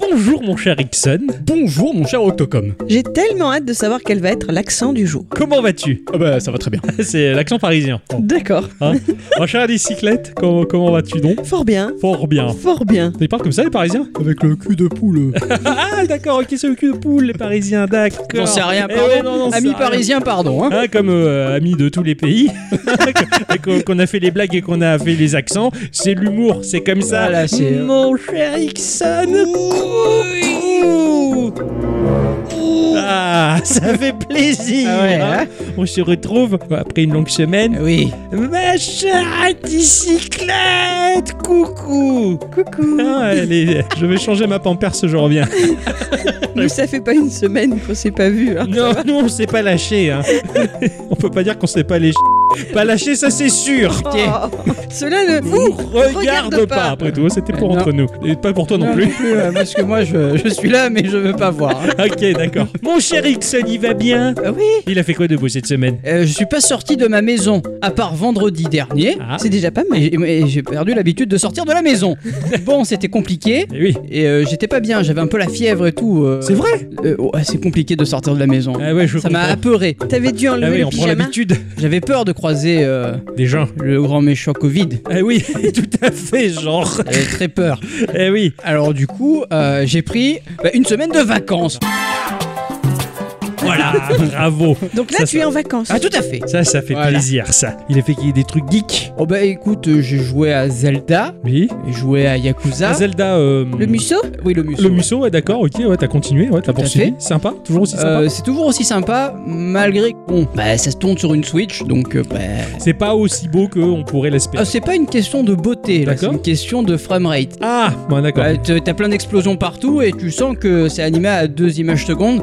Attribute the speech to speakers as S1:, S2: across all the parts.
S1: Bonjour mon cher Ixon.
S2: Bonjour mon cher Octocom.
S3: J'ai tellement hâte de savoir quel va être l'accent du jour.
S1: Comment vas-tu
S2: Ah bah ça va très bien. Oh.
S1: C'est l'accent parisien.
S3: D'accord.
S1: Hein mon cher bicyclette, comment, comment vas-tu donc
S3: Fort bien.
S1: Fort bien.
S3: Fort bien.
S1: Ils parlent comme ça les parisiens
S2: Avec le cul de poule.
S1: Ah d'accord, ok, c'est le cul de poule les parisiens, d'accord.
S4: J'en sais rien,
S1: Eh
S4: pardon.
S1: ouais, non, non,
S4: Amis
S1: ça-
S4: parisiens, pardon. Hein.
S1: Hein, comme euh, amis de tous les pays, Et qu'on qu'on a fait les blagues et qu'on a fait les accents, c'est l'humour, c'est comme ça.
S4: Voilà, c'est- euh,
S1: Mon cher Ixon, ah, ça fait plaisir.
S4: Ah ouais,
S1: hein.
S4: hein.
S1: On se retrouve après une longue semaine.
S4: Oui.
S1: Ma chère bicyclette, coucou.
S3: Coucou.
S1: Ah, allez, je vais changer ma pampers, je reviens.
S3: Mais ça fait pas une semaine qu'on s'est pas vu. hein.
S1: Non, nous on s'est pas lâché. Hein. on peut pas dire qu'on s'est pas lâché. Pas lâché, ça c'est sûr.
S3: Oh, cela ne
S1: Vous
S3: vous
S1: regarde, pas. Après tout, c'était pour
S4: Non.
S1: entre nous. Et pas pour toi non,
S4: Non,
S1: plus.
S4: euh, parce que moi, je, je suis là, mais je veux pas voir. hein.
S1: ok, d'accord. Mon cher Ixon, il va bien
S4: Ah oui.
S1: Il a fait quoi de beau cette semaine
S4: Euh, je suis pas sorti de ma maison, à part vendredi dernier.
S1: Ah,
S3: C'est déjà pas mal.
S4: Et, et j'ai perdu l'habitude de sortir de la maison. Bon, c'était compliqué.
S1: eh oui.
S4: Et euh, j'étais pas bien, j'avais un peu la fièvre et tout. euh,
S1: C'est vrai
S4: euh, ouais, C'est compliqué de sortir de la maison.
S1: Ah ouais, je
S4: Ça m'a
S1: comprends.
S4: apeuré.
S3: T'avais dû enlever
S1: Ah oui,
S3: le
S1: on prend
S3: pyjama.
S1: l'habitude
S4: J'avais peur de croiser euh,
S1: des gens.
S4: le grand méchant Covid.
S1: Ah oui, tout à fait, genre.
S4: J'avais très peur.
S1: Eh oui.
S4: Alors du coup, euh, j'ai pris bah, une semaine de vacances.
S1: Voilà, bravo.
S3: Donc là,
S1: Ça,
S3: tu
S1: ça-
S3: es en vacances.
S4: Ah tout à fait.
S1: Ça, ça fait
S4: Voilà.
S1: plaisir, ça. Il a fait qu'il y ait des trucs geeks.
S4: Oh bah écoute, euh, j'ai joué à Zelda,
S1: Oui.
S4: j'ai joué à Yakuza.
S1: Ah, Zelda. euh,
S3: Le musso
S4: oui, le musso.
S1: Le Musso, ouais, d'accord, ok, ouais, t'as continué, ouais, t'as
S4: Tout à
S1: poursuivi.
S4: fait.
S1: Sympa, toujours aussi sympa.
S4: Euh, c'est toujours aussi sympa, malgré que bon, bah, ça se tourne sur une Switch, donc euh, bah,
S3: Ah,
S1: C'est pas aussi beau qu'on pourrait l'espérer.
S4: ah, c'est pas une question de beauté, là, c'est
S1: D'accord.
S4: une question de framerate.
S1: Ah, bon, d'accord.
S4: Bah, t- T'as plein d'explosions partout et tu sens que c'est animé à deux images secondes,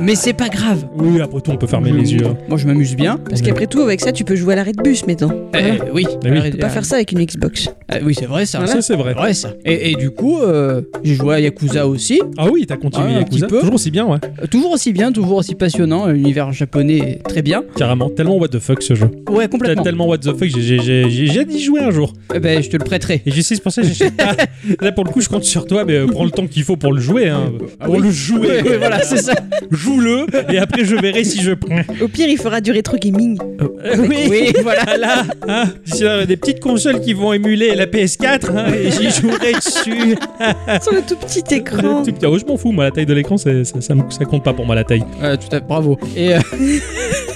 S4: mais c'est pas grave.
S1: Oui, après tout, on peut fermer
S4: Je-
S1: les yeux. hein.
S4: Moi je m'amuse bien.
S3: Parce qu'après tout, avec ça, tu peux jouer à l'arrêt de bus maintenant.
S4: Euh, oui,
S1: Ah oui.
S4: Arrête-
S3: Tu peux pas faire ça avec une Xbox.
S4: Ah, oui c'est vrai ça.
S1: Ça, c'est vrai.
S4: C'est vrai ça. Et, et du coup, euh, j'ai joué à Yakuza aussi.
S1: Ah oui, t'as continué
S4: Ah, un
S1: Yakuza.
S4: petit peu.
S1: Toujours aussi bien, ouais.
S4: Euh, toujours aussi bien, toujours aussi passionnant. L'univers japonais est très bien.
S1: Carrément. Tellement what the fuck ce jeu.
S4: Ouais,
S1: T'as
S4: complètement.
S1: tellement what the fuck, j'ai- j'ai- j'ai j'ai- j'ai dit jouer un jour.
S4: Eh ben, je te le prêterai.
S1: Et je sais, c'est pour ça que j'achète pas. Là, pour le coup, je compte sur toi, mais euh, prends le temps qu'il faut pour le jouer. Hein.
S4: Ah
S1: pour
S4: oui.
S1: le jouer.
S4: Ouais, ouais, voilà, c'est ça.
S1: Joue-le, et après, je verrai si je prends.
S3: Au pire, il fera du rétro gaming.
S1: Euh, oui.
S4: Oui, voilà.
S1: Voilà, hein. D'ici là, il y a des petites consoles qui vont émuler la PS4, hein, et j'y jouerai dessus.
S3: Sur le tout petit écran.
S1: Le tout petit- ah ouais, je m'en fous, moi, la taille de l'écran, c'est- ça, ça me- ça compte pas pour moi, la taille.
S4: Euh, tout à bravo. Et, euh,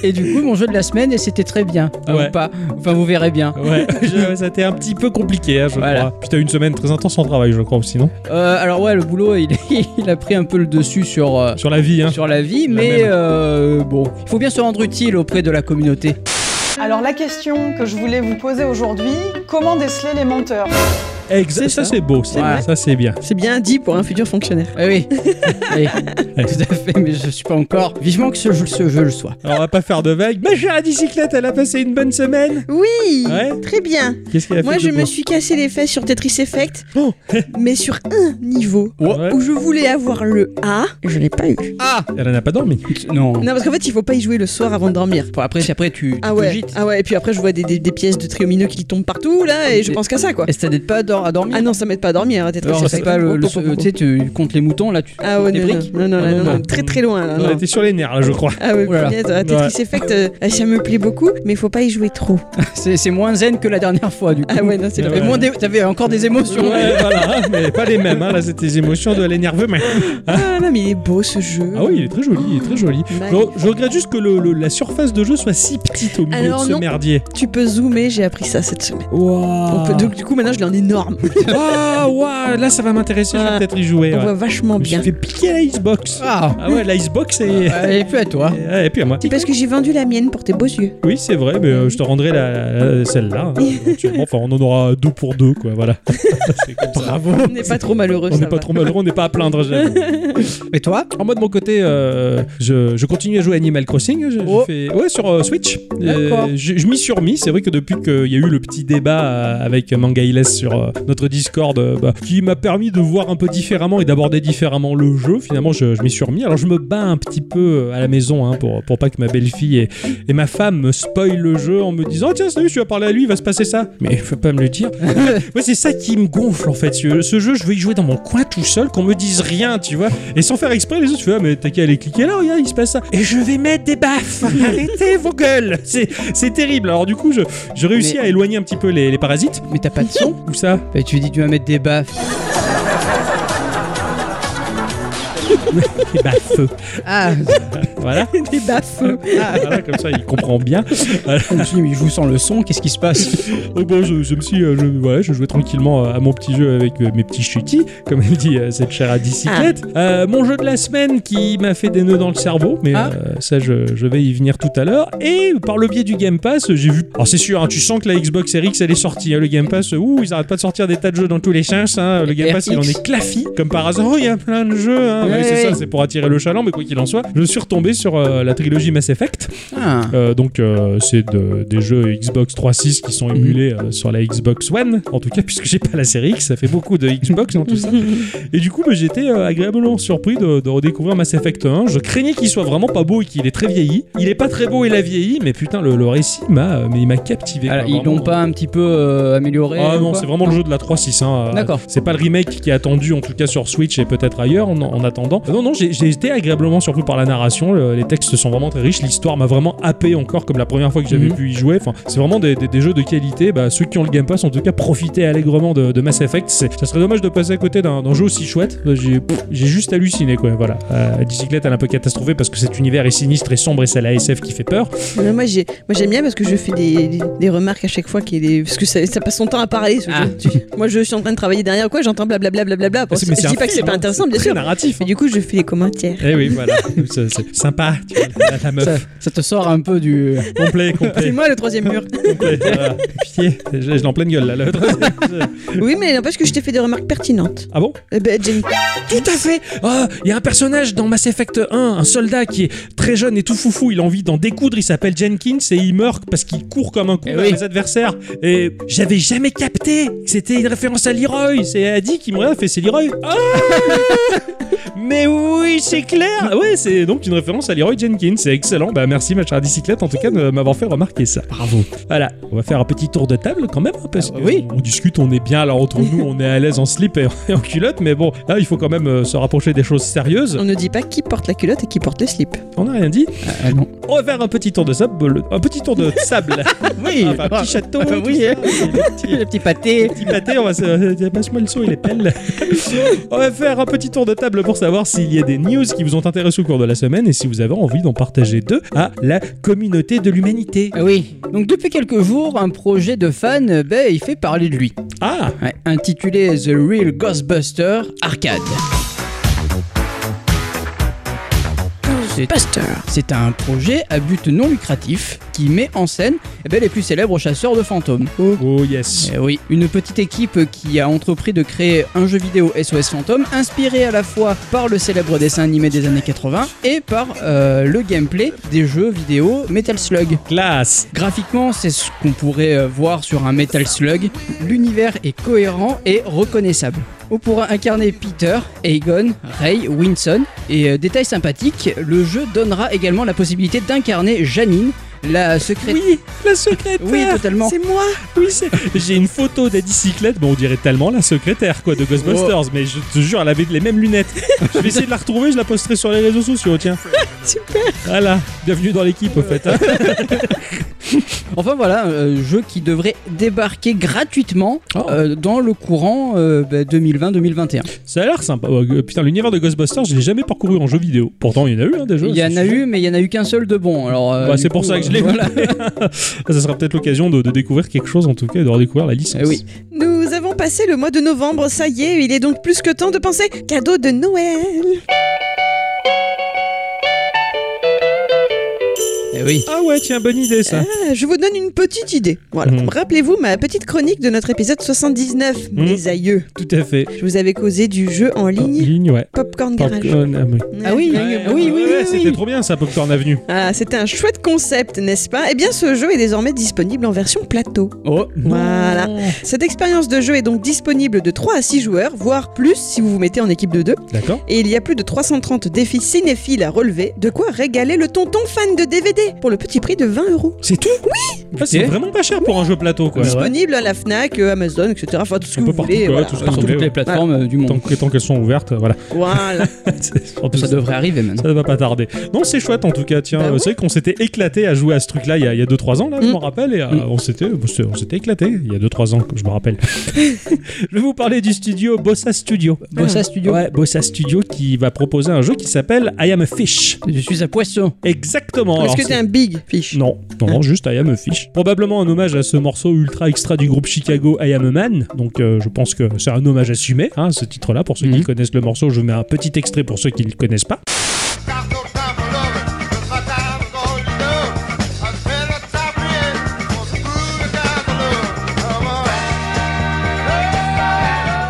S4: et du coup, mon jeu de la semaine, et c'était très bien. Enfin,
S1: Ah Ouais.
S4: ou pas. Enfin, vous verrez bien.
S1: Ouais, je- ça a été un petit peu compliqué, hein, je
S4: Voilà.
S1: crois. Puis t'as eu une semaine très intense en travail, je crois aussi, non
S4: Euh, alors, ouais, le boulot, il, il a pris un peu le dessus sur. euh,
S1: Sur la vie, hein.
S4: sur la vie,
S1: La
S4: mais
S1: même.
S4: euh, bon, il faut bien se rendre utile auprès de la communauté.
S5: Alors la question que je voulais vous poser aujourd'hui, comment déceler les menteurs
S1: Exa-
S3: C'est ça.
S1: ça, c'est beau,
S4: C'est
S1: ça,
S4: vrai.
S1: ça c'est bien.
S3: C'est bien dit pour un futur fonctionnaire.
S4: Eh Oui, oui. Oui, tout à fait, mais je suis pas encore. Vivement que ce jeu, ce jeu le soit.
S1: Alors on va pas faire de vagues. Ma chère bicyclette, elle a passé une bonne semaine.
S3: Oui
S1: Ouais.
S3: Très bien.
S1: Qu'est-ce qu'elle a
S3: Moi,
S1: fait
S3: je
S1: de beau
S3: me suis cassé les fesses sur Tetris Effect,
S1: Oh.
S3: mais sur un niveau
S1: Ouais.
S3: où je voulais avoir le A, je l'ai pas eu.
S4: Ah
S1: Elle en a pas dormi.
S4: Non.
S3: Non, parce qu'en fait, il faut pas y jouer le soir avant de dormir.
S4: Bon, après, c'est- après tu, tu
S3: Ah ouais,
S4: cogites.
S3: ah ouais, et puis après je vois des, des- des pièces de triomineux qui tombent partout là, et je
S4: Et-
S3: pense qu'à ça quoi.
S4: Et ça t'aide pas à, dor- à dormir
S3: Ah non, ça m'aide pas à dormir, hein, Tetris
S4: Alors, c'est
S3: Effect.
S4: pas le, le-
S3: Oh, oh, oh, oh.
S4: tu sais, tu comptes les moutons là, tu
S3: Ah ouais,
S4: les
S3: non,
S4: briques.
S3: non, non, non,
S1: Ah
S3: non,
S1: non,
S3: non,
S1: non.
S3: très très loin là.
S1: Elle
S3: non.
S1: était sur les nerfs, là, je crois.
S3: Ah ouais,
S4: Ouh là là.
S3: punaise, ah, Tetris Effect, euh, ah, ça me plaît beaucoup, mais faut pas y jouer trop.
S4: C'est c'est moins zen que la dernière fois du coup.
S3: Ah ouais, non, c'est
S1: Ah
S3: vrai.
S4: T'avais
S1: ouais.
S4: moins d'é- T'avais encore des émotions.
S1: Ouais, voilà, hein, mais pas les mêmes. hein. Là, c'était des émotions de l'énerveux, mais.
S3: Ah non, mais il est beau ce jeu.
S1: Ah oui, il est très joli, il est très joli. Je,
S3: Magnifique.
S1: je regrette juste que le- le- la surface de jeu soit si petite au milieu
S3: Alors,
S1: de ce
S3: non.
S1: merdier.
S3: Tu peux zoomer, j'ai appris ça cette semaine. On
S1: Waouh.
S3: peut- donc du coup maintenant je l'ai en énorme.
S1: Waouh, waouh, là, ça va m'intéresser, je vais
S3: Ah.
S1: peut-être y jouer.
S3: On
S1: ouais.
S3: voit vachement
S1: Je me suis
S3: bien.
S1: fait piquer la Xbox.
S4: Ah,
S1: Ah ouais, la Xbox et.
S4: elle est plus à toi.
S1: Et, et puis à moi.
S3: C'est parce que j'ai vendu la mienne pour tes beaux yeux.
S1: Oui, c'est vrai, mais euh, je te rendrai la, la- la- celle-là. hein, éventuellement. enfin, on en aura deux pour deux, quoi. Voilà. c'est comme ça.
S4: Bravo.
S3: On n'est pas trop malheureux.
S1: On
S3: ça
S1: n'est pas
S3: va.
S1: trop malheureux, on n'est pas à plaindre. j'avoue.
S4: Et toi
S1: En mode mon côté, euh, je, je continue à jouer Animal Crossing. Je, je
S4: Oh.
S1: fais- ouais, sur euh, Switch.
S4: D'accord.
S1: Euh, je je m'y suis remis. C'est vrai que depuis qu'il y a eu le petit débat euh, avec Mangailes sur euh, notre Discord, euh, bah, qui m'a permis de voir un peu différemment et d'aborder différemment le jeu. Finalement, je, je m'y suis remis. Alors, je me bats un petit peu à la maison hein, pour, pour pas que ma belle-fille et, et ma femme me spoilent le jeu en me disant Ah, Tiens, salut, tu vas parler à lui, il va se passer ça. Mais faut pas me le dire. Moi, c'est ça qui me gonfle en fait. Ce, ce jeu, je veux y jouer dans mon coin tout seul, qu'on me dise rien, tu vois. Et sans faire exprès, les autres, tu vois, mais t'as qu'à aller cliquer là, regarde, il se passe ça. Et je vais mettre des baffes. Arrêtez vos gueules. C'est c'est terrible. Alors, du coup, je, je réussis
S4: Mais-
S1: à éloigner un petit peu les, les parasites.
S4: Mais t'as pas de son
S1: Ou ça
S4: Bah, tu dis, tu vas mettre des baffes.
S1: Des baffes.
S4: Ah,
S1: Voilà.
S3: Des baffes.
S1: voilà, comme ça, il comprend bien.
S4: Ah, je me suis dit, mais je vous sens le son, qu'est-ce qui se passe
S1: Donc bon, Eh je, je me suis, euh, je, voilà, je jouais tranquillement euh, à mon petit jeu avec euh, mes petits chutis, comme elle dit euh, cette chère à bicyclette.
S4: Ah.
S1: Euh, mon jeu de la semaine qui m'a fait des nœuds dans le cerveau, mais
S4: Ah.
S1: euh, ça, je, je vais y venir tout à l'heure. Et par le biais du Game Pass, j'ai vu. Alors c'est sûr, hein, tu sens que la Xbox Series X elle est sortie. hein, le Game Pass, euh, ouh, ils arrêtent pas de sortir des tas de jeux dans tous les sens. hein. le Game Pass, il en
S4: RX.
S1: est claffi, comme par hasard. Oh, il y a plein de jeux. hein.
S4: Ouais,
S1: Ouais, c'est
S4: ouais.
S1: ça, c'est pour attirer le chaland, mais quoi qu'il en soit, je suis retombé sur euh, la trilogie Mass Effect.
S4: Ah,
S1: Euh, donc euh, c'est de- des jeux Xbox 3.6 qui sont émulés euh, sur la Xbox One, en tout cas puisque j'ai pas la série X, ça fait beaucoup de Xbox dans tout ça. Et du coup bah, j'étais euh, agréablement surpris de, de redécouvrir Mass Effect 1. Je craignais qu'il soit vraiment pas beau et qu'il est très vieilli. Il est pas très beau et l'a vieilli, mais putain le, le récit m'a euh, mais il m'a captivé.
S4: Alors,
S1: quoi,
S4: ils l'ont
S1: vraiment.
S4: pas un petit peu euh, amélioré
S1: Ah
S4: ou
S1: non,
S4: quoi
S1: c'est vraiment le jeu de la 3.6. Hein. Euh,
S4: D'accord.
S1: C'est pas le remake qui est attendu, en tout cas sur Switch et peut-être ailleurs en, en attendant. Non, non, j'ai j'ai été agréablement surpris par la narration. le- les textes sont vraiment très riches. L'histoire m'a vraiment happé encore comme la première fois que j'avais
S4: Mhm.
S1: pu y jouer. Enfin, c'est vraiment des, des- des jeux de qualité. Bah, ceux qui ont le Game Pass, en tout cas, profitez allègrement de, de Mass Effect. C'est- Ça serait dommage de passer à côté d'un d'un jeu aussi chouette. Euh, J'ai pff, j'ai juste halluciné, quoi. Voilà. Euh, Dicyclette, elle a un peu catastrophée parce que cet univers est sinistre et sombre et c'est la SF qui fait peur.
S3: Non, moi, j'ai- moi, j'aime bien parce que je fais des, des- des remarques à chaque fois. Qui est des- Parce que ça, ça passe son temps à parler. ce
S4: Ah.
S3: jeu. Tu- Moi, je suis en train de travailler derrière quoi, j'entends blablabla. blablabla. Bon,
S1: Ah, mais
S3: je dis
S1: un
S3: pas que c'est
S1: film,
S3: pas
S1: hein.
S3: intéressant,
S1: C'est
S3: bien
S1: très
S3: sûr.
S1: narratif.
S3: Mais du coup, je fais les commentaires.
S1: Eh oui, voilà. C'est- c'est sympa, tu vois, la, la meuf.
S4: ça, ça te sort un peu du.
S1: Complet,
S3: C'est
S1: complet,
S3: moi le troisième mur.
S1: complet. Voilà. Pitié, je, je l'ai en pleine gueule là. l'autre.
S3: Oui, mais n'empêche que je t'ai fait des remarques pertinentes.
S1: ah bon
S3: Eh ben, Jenny.
S1: Tout à fait Ah, Il y a un personnage dans Mass Effect 1, un soldat qui est très jeune et tout foufou, il a envie d'en découdre, il s'appelle Jenkins et il meurt parce qu'il court comme un con
S4: Eh
S1: vers
S4: oui.
S1: les adversaires. Et j'avais jamais capté que c'était une référence à Leroy. C'est Adi qui me regarde, fait c'est Leroy. Ah Mais oui, c'est clair Ah Ouais, c'est donc une référence à Leroy Jenkins, c'est excellent. Bah merci ma chère bicyclette en tout cas de m'avoir fait remarquer ça.
S4: Bravo.
S1: Voilà, on va faire un petit tour de table quand même, hein, parce
S4: Ah,
S1: que
S4: oui.
S1: on discute, on est bien, alors entre nous, on est à l'aise en slip et en- et en culotte, mais bon, là, il faut quand même euh, se rapprocher des choses sérieuses.
S3: On ne dit pas qui porte la culotte et qui porte le slip.
S1: On n'a rien dit.
S4: Ah, ah, non.
S1: On va faire un petit tour de sable, un petit tour de sable,
S4: Oui,
S1: Enfin, un Ah, bah, petit château,
S4: Ah,
S1: tout
S4: oui.
S1: ça, des petits-
S4: le petit pâté.
S1: petit pâté, on va se... euh, Passe-moi le seau, il est pelle. on va faire un petit tour de table pour savoir s'il y a des news qui vous ont intéressé au cours de la semaine et si vous avez envie d'en partager deux à la communauté de l'humanité.
S4: Ah oui. Donc depuis quelques jours, un projet de fan, euh, ben, il fait parler de lui.
S1: Ah
S4: Ouais, intitulé The Real Ghostbuster Arcade. C'est- C'est un projet à but non lucratif qui met en scène eh ben, les plus célèbres chasseurs de fantômes.
S1: Oh yes.
S4: Eh oui, une petite équipe qui a entrepris de créer un jeu vidéo SOS Fantôme inspiré à la fois par le célèbre dessin animé des années 80 et par euh, le gameplay des jeux vidéo Metal Slug.
S1: Classe
S4: Graphiquement, c'est ce qu'on pourrait euh, voir sur un Metal Slug. L'univers est cohérent et reconnaissable. On pourra incarner Peter, Aegon, Ray, Winson. Et euh, détail sympathique, le jeu donnera également la possibilité d'incarner Janine, la secrétaire.
S1: Oui, la secrétaire.
S4: Oui, totalement.
S3: C'est moi
S1: Oui, c'est- j'ai une photo d'Adicyclette, bon, on dirait tellement la secrétaire quoi de Ghostbusters,
S4: Oh.
S1: mais je te jure, elle avait les mêmes lunettes. Je vais essayer de la retrouver, je la posterai sur les réseaux sociaux, tiens.
S3: Super
S1: Voilà, bienvenue dans l'équipe au fait. hein.
S4: Enfin voilà, euh, jeu qui devrait débarquer gratuitement
S1: Oh.
S4: euh, dans le courant euh, bah, 2020-2021.
S1: Ça a l'air sympa. Oh, euh, putain, l'univers de Ghostbusters, je l'ai jamais parcouru en jeu vidéo. Pourtant, il y en a eu hein, des jeux.
S4: Il y en
S1: c'est
S4: a
S1: sûr.
S4: eu, mais il y en a eu qu'un seul de bon. Alors euh,
S1: Bah,
S4: du
S1: c'est pour
S4: coup,
S1: ça que je
S4: euh,
S1: l'ai
S4: voilà.
S1: vu. ça sera peut-être l'occasion de, de découvrir quelque chose, en tout cas, de redécouvrir la licence.
S4: Eh oui.
S3: Nous avons passé le mois de novembre, ça y est, il est donc plus que temps de penser cadeau de Noël
S4: Eh oui.
S1: Eh
S4: Euh,
S1: Ah ouais, tiens, bonne idée ça.
S3: Ah, je vous donne une petite idée. Voilà.
S1: Mhm.
S3: Rappelez-vous ma petite chronique de notre épisode 79,
S1: Mhm.
S3: Les Aïeux.
S1: Tout à fait.
S3: Je vous avais causé du jeu en ligne
S1: Ligne, ouais.
S3: Popcorn Garage.
S1: Popcorn, ah, oui.
S4: Ah oui,
S1: Ouais, ouais,
S4: oui, oui,
S1: ouais,
S4: oui,
S1: ouais,
S4: oui.
S1: C'était trop bien ça, Popcorn Avenue.
S3: Ah, c'était un chouette concept, n'est-ce pas Eh bien, ce jeu est désormais disponible en version plateau.
S4: Oh,
S3: Voilà. Cette expérience de jeu est donc disponible de 3 à 6 joueurs, voire plus si vous vous mettez en équipe de 2.
S1: D'accord.
S3: Et il y a plus de 330 défis cinéphiles à relever, de quoi régaler le tonton fan de DVD pour le petit prix de 20 euros.
S1: C'est tout Ah, C'est
S4: Putain.
S1: vraiment pas cher pour un jeu plateau, quoi.
S3: Disponible à la FNAC, euh, Amazon, etc. Enfin, tout ce que
S1: Un peu
S3: vous
S1: partout,
S3: voulez.
S1: quoi,
S3: voilà.
S1: tout ce
S4: sur
S1: qu'on
S4: toutes
S1: voulait,
S4: les
S1: ouais.
S4: plateformes euh, du
S1: Tant
S4: monde.
S1: que- tant qu'elles sont ouvertes, euh, voilà.
S3: Voilà.
S1: C'est- en plus,
S4: Ça devrait arriver maintenant.
S1: Ça va pas tarder. Non, c'est chouette en tout cas. Tiens,
S3: Bah
S1: euh,
S3: ouais.
S1: c'est vrai qu'on s'était éclaté à jouer à ce truc-là il y a, 2-3 ans, là, je
S3: Mm.
S1: m'en rappelle. Et euh,
S4: Mm.
S1: on s'était on s'était- on s'était éclaté il y a 2-3 ans, comme je me rappelle. je vais vous parler du studio Bossa Studio.
S4: Bossa Studio.
S1: Ouais, Bossa Studio qui va proposer un jeu qui s'appelle I Am a Fish.
S4: Je suis un poisson.
S1: Exactement.
S3: Est-ce
S1: Alors,
S3: que
S1: c'est-
S3: t'es un big fish
S1: non, non, non, juste I am a fish. Probablement un hommage à ce morceau ultra extra du groupe Chicago I am a man. Donc euh, je pense que c'est un hommage assumé, hein, ce titre-là. Pour ceux qui
S4: Mhm.
S1: connaissent le morceau, je vous mets un petit extrait pour ceux qui ne le connaissent pas.
S6: Got no time for loving, 'cause my time's all you know. I spend a time creating, won't screw it down to love. Come on.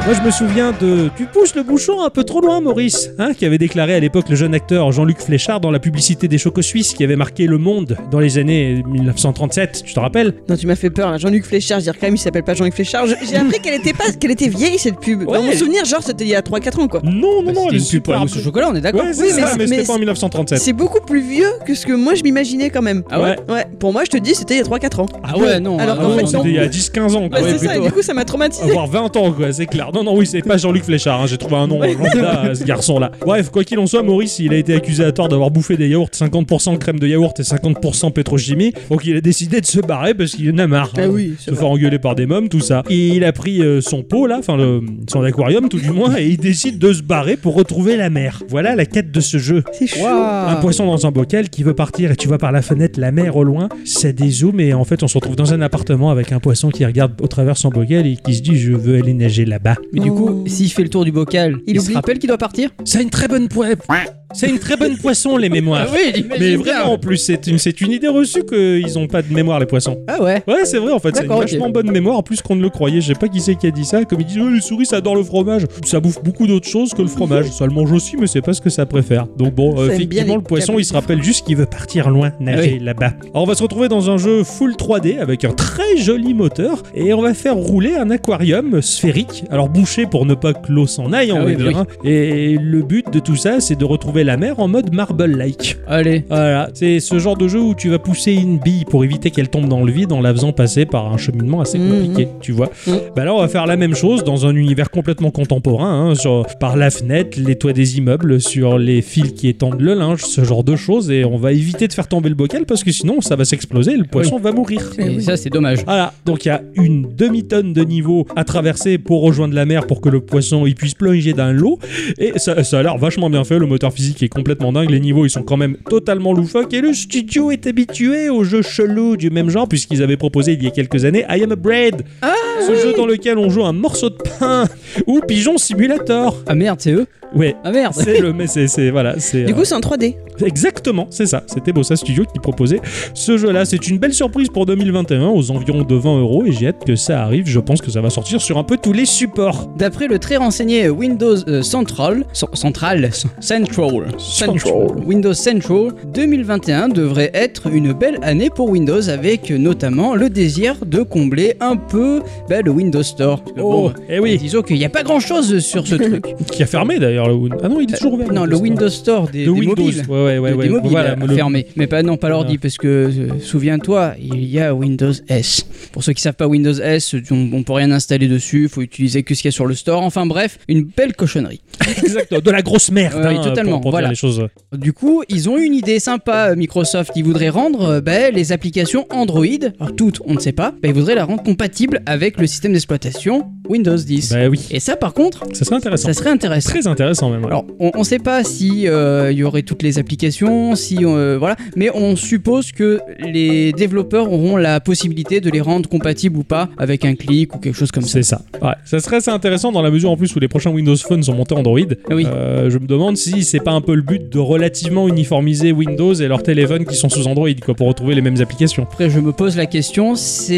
S1: Moi, je me souviens de Tu pousses le bouchon un peu trop loin, Maurice, hein, qui avait déclaré à l'époque le jeune acteur Jean-Luc Fléchard dans la publicité des Chocos Suisses qui avait marqué le monde dans les années 1937. Tu te rappelles
S3: Non, tu m'as fait peur là. Jean-Luc Fléchard, je veux dire quand même, il s'appelle pas Jean-Luc Fléchard. Je- J'ai appris qu'elle était, pas... qu'elle était vieille cette pub.
S1: Ouais.
S3: Dans mon souvenir, genre, c'était il y a 3-4 ans quoi.
S1: Non, non,
S4: Bah,
S1: non,
S4: c'était
S1: elle est
S4: une pub pour la
S1: super.
S4: mousse au chocolat, on est d'accord
S1: Ouais, c'est
S3: Oui, mais
S1: ça, mais,
S3: c'est- mais
S1: c'était pas en
S3: c'est-
S1: 1937.
S3: C'est beaucoup plus vieux que ce que moi je m'imaginais quand même.
S4: Ah ouais
S3: Ouais, pour moi, je te dis, c'était il y a 3-4 ans.
S4: Ah ouais, non.
S3: Alors
S4: ah
S3: qu'en
S1: Non,
S4: non,
S3: fait,
S4: non,
S1: c'était il y
S4: non.
S1: a 10-15
S3: Ouais,
S1: ans, quoi.
S4: ah ouais,
S3: c'est ça,
S4: plutôt, Ah
S3: et
S4: ouais.
S3: du coup, ça m'a traumatisé.
S1: Avoir 20 ans, quoi, c'est clair. Non, non, oui, c'est pas Jean-Luc Fléchard. hein, J'ai trouvé un nom lambda à ce garçon-là. Bref, quoi qu'il en soit, Maurice, il a été accusé à tort d'avoir bouffé des yaourts, 50% crème de yaourt et 50% pétrochimie. Donc il a décidé de se barrer parce qu'il en a marre. hein,
S3: Ah oui,
S1: se faire engueuler par des mômes, tout ça. Et il a pris euh, son pot, là, enfin le- son aquarium, tout du moins, et il décide de se barrer pour retrouver la mer. Voilà la quête de ce jeu.
S3: c'est chaud.
S1: Un
S4: Waouh.
S1: poisson dans un bocal qui veut partir et tu vois par la fenêtre la mer au loin, ça dézoome et en fait on se retrouve dans un appartement avec un poisson qui regarde au travers son bocal et qui se dit je veux aller nager là-bas.
S4: Mais du coup,
S3: Oh.
S4: s'il fait le tour du bocal,
S3: Il
S4: il, se
S3: oublie.
S4: rappelle qu'il doit partir
S1: C'est une très bonne poêle. C'est une très bonne poisson les mémoires.
S4: Ah oui,
S1: Mais
S4: j'imagine bien.
S1: vraiment en plus c'est une, c'est une idée reçue qu'ils ont pas de mémoire les poissons.
S4: Ah ouais.
S1: Ouais c'est vrai en fait c'est une
S4: D'accord, ok.
S1: vachement bonne mémoire en plus qu'on ne le croyait. Je sais pas qui c'est qui a dit ça. Comme ils disent oh, les souris ça adore le fromage. Ça bouffe beaucoup d'autres choses que le fromage. Ça le mange aussi mais c'est pas ce que ça préfère. Donc bon euh,
S3: Ça aime bien
S1: effectivement
S3: les
S1: le poisson
S3: câbles
S1: il se rappelle juste qu'il veut partir loin
S4: Ah
S1: nager là-bas. Alors on va se retrouver dans un jeu full 3D avec un très joli moteur et on va faire rouler un aquarium sphérique. Alors bouché pour ne pas que l'eau s'en aille on
S4: Ah
S1: va
S4: oui, bah
S1: dire. hein. Et le but de tout ça c'est de retrouver la mer en mode marble-like.
S4: Allez.
S1: Voilà, c'est ce genre de jeu où tu vas pousser une bille pour éviter qu'elle tombe dans le vide en la faisant passer par un cheminement assez
S3: Mhm.
S1: compliqué, tu vois.
S3: Mhm.
S1: Bah là, on va faire la même chose dans un univers complètement contemporain, hein, sur- par la fenêtre, les toits des immeubles, sur les fils qui étendent le linge, ce genre de choses, et on va éviter de faire tomber le bocal parce que sinon ça va s'exploser et le poisson va mourir.
S3: Eh
S4: Et ça, c'est dommage.
S1: Voilà, donc il y a une demi-tonne de niveau à traverser pour rejoindre la mer pour que le poisson il puisse plonger dans l'eau. Et ça, ça a l'air vachement bien fait, le moteur physique est complètement dingue, les niveaux ils sont quand même totalement loufoques. Et le studio est habitué aux jeux chelous du même genre, puisqu'ils avaient proposé il y a quelques années I Am a Bread,
S3: Ah
S1: ce jeu dans lequel on joue un morceau de pain ou pigeon simulator.
S4: Ah merde, c'est eux
S1: Ouais.
S4: Ah merde
S1: C'est le, mais c'est, c'est- voilà, c'est.
S3: Du
S1: euh,
S3: coup, c'est en 3D.
S1: Exactement, c'est ça. C'était Bossa Studio qui proposait ce jeu-là. C'est une belle surprise pour 2021 aux environs de 20 euros et j'ai hâte que ça arrive. Je pense que ça va sortir sur un peu tous les supports.
S4: D'après le très renseigné Windows euh, Central, Cen- Central, Cen- Central,
S1: Central.
S4: Windows Central, 2021 devrait être une belle année pour Windows avec euh, notamment le désir de combler un peu bah, le Windows Store. Parce que bon,
S1: eh oui,
S4: Disons qu'il n'y a pas grand chose sur ce truc.
S1: qui a fermé d'ailleurs le Win- Ah non, il est toujours ouvert.
S4: Euh, non, le Windows Store des,
S1: de
S4: des
S1: Windows.
S4: mobiles.
S1: Ouais, ouais, ouais,
S4: de-
S1: ouais.
S4: des mobiles
S1: Voilà,
S4: euh,
S1: le-
S4: fermés. Mais pas non, pas l'ordi,
S1: Ah.
S4: parce que euh, souviens-toi, il y a Windows S. Pour ceux qui savent pas Windows S, on, on peut rien installer dessus, faut utiliser que ce qu'il y a sur le store. Enfin bref, une belle cochonnerie.
S1: Exactement, de la grosse merde.
S4: Ouais,
S1: hein, pour-
S4: totalement,
S1: pour dire
S4: voilà.
S1: les choses.
S4: Du coup, ils ont une idée sympa, euh, Microsoft. Ils voudraient rendre euh, bah, les applications Android, alors toutes, on ne sait pas, bah, ils voudraient la rendre compatible avec le système d'exploitation Windows 10.
S1: Bah oui,
S4: Et ça, par contre,
S1: ça serait intéressant.
S4: ça serait intéressant.
S1: Très intéressant même. ouais.
S4: Alors, on ne sait pas si euh, il y aurait toutes les applications, si euh, voilà, mais on suppose que les développeurs auront la possibilité de les rendre compatibles ou pas avec un clic ou quelque chose comme ça.
S1: C'est ça. Ouais. Ça serait assez intéressant dans la mesure en plus où les prochains Windows Phone sont montés Android.
S4: Ah Oui.
S1: Euh, je me demande si c'est pas un peu le but de relativement uniformiser Windows et leurs téléphones qui sont sous Android quoi, pour retrouver les mêmes applications. Bah
S4: Après, je me pose la question, c'est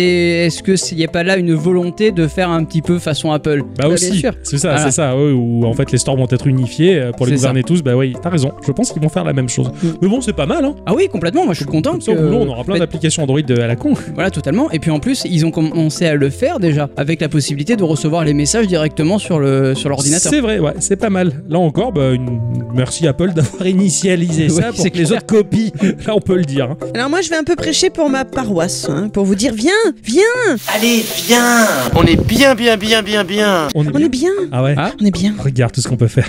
S4: est-ce que s'il n'y a pas là une volonté de faire un petit peu façon Apple
S1: Bah
S4: Ah, bien
S1: aussi,
S4: sûr.
S1: c'est ça,
S4: Voilà.
S1: c'est ça, ouais, où en fait les stores vont être unifiés euh, pour les
S4: C'est ça.
S1: gouverner tous. Bah oui, t'as raison, je pense qu'ils vont faire la même chose.
S4: Mm.
S1: Mais bon, c'est pas mal, hein.
S4: Ah oui, complètement. Moi, je suis content.
S1: Comme ça, au
S4: que-
S1: boulot, on aura plein
S4: Bah,
S1: d'applications Android euh, à la con.
S4: Voilà, totalement. Et puis en plus, ils ont commencé à le faire déjà, avec la possibilité de recevoir les messages directement sur le sur l'ordinateur.
S1: C'est vrai, ouais, c'est pas mal. Là encore, bah, une- merci Apple d'avoir initialisé ça
S4: Oui,
S1: pour
S4: c'est
S1: que les
S4: clair.
S1: autres copient. Là, on peut le dire. hein.
S3: Alors moi, je vais un peu prêcher pour ma paroisse, hein, pour vous dire, viens, viens,
S7: Allez, viens On est bien, bien, bien, bien, bien
S1: On est
S3: on
S1: bien.
S3: est bien,
S1: Ah ouais.
S4: Ah.
S3: on est bien.
S1: Regarde tout ce qu'on peut faire.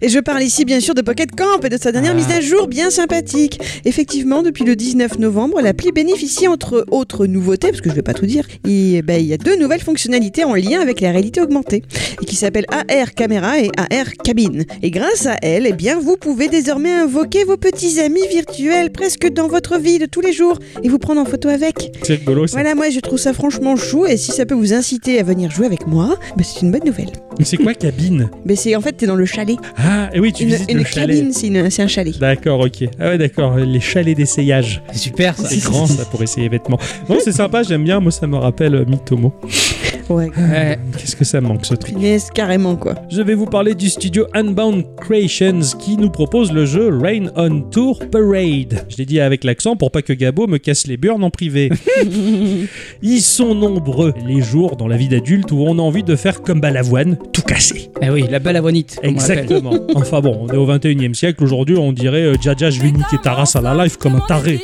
S3: Et je parle ici bien sûr de Pocket Camp et de sa dernière
S4: Ah.
S3: mise à jour bien sympathique. Effectivement, depuis le 19 novembre, l'appli bénéficie entre autres nouveautés, parce que je ne vais pas tout dire, et, ben, il y a deux nouvelles fonctionnalités en lien avec la réalité augmentée, et qui s'appellent AR Caméra et AR Cabine. Et grâce à elles, eh bien, vous pouvez désormais invoquer vos petits amis virtuels presque dans votre vie de tous les jours et vous prendre en photo avec.
S1: C'est rigolo, ça.
S3: Voilà, moi je trouve ça franchement chou, et si ça peut vous inciter à venir jouer avec moi, ben, c'est une bonne nouvelle.
S1: Mais c'est quoi cabine
S3: Mais c'est en fait, t'es dans le chalet.
S1: Ah, et oui, tu
S3: Une,
S1: visites
S3: une
S1: le chalet.
S3: cabine, c'est une- c'est un chalet.
S1: D'accord, ok. Ah ouais, d'accord. Les chalets d'essayage.
S4: C'est super ça.
S1: C'est grand ça pour essayer vêtements. Non, c'est sympa, j'aime bien. Moi, ça me rappelle euh, Mitomo. Bah.
S3: Ouais,
S4: Ouais.
S1: Qu'est-ce que ça me manque ce truc
S3: punaise, carrément quoi.
S1: Je vais vous parler du studio Unbound Creations qui nous propose le jeu Rain on Tour Parade. Je l'ai dit avec l'accent pour pas que Gabo me casse les burnes en privé. Ils sont nombreux les jours dans la vie d'adulte où on a envie de faire comme Balavoine, tout casser.
S4: Ah oui, la balavoinite. comme on l'appelle.
S1: Exactement. enfin bon, on est au 21e siècle, aujourd'hui on dirait euh, Jaja, je vais niquer ta race à la life comme un taré.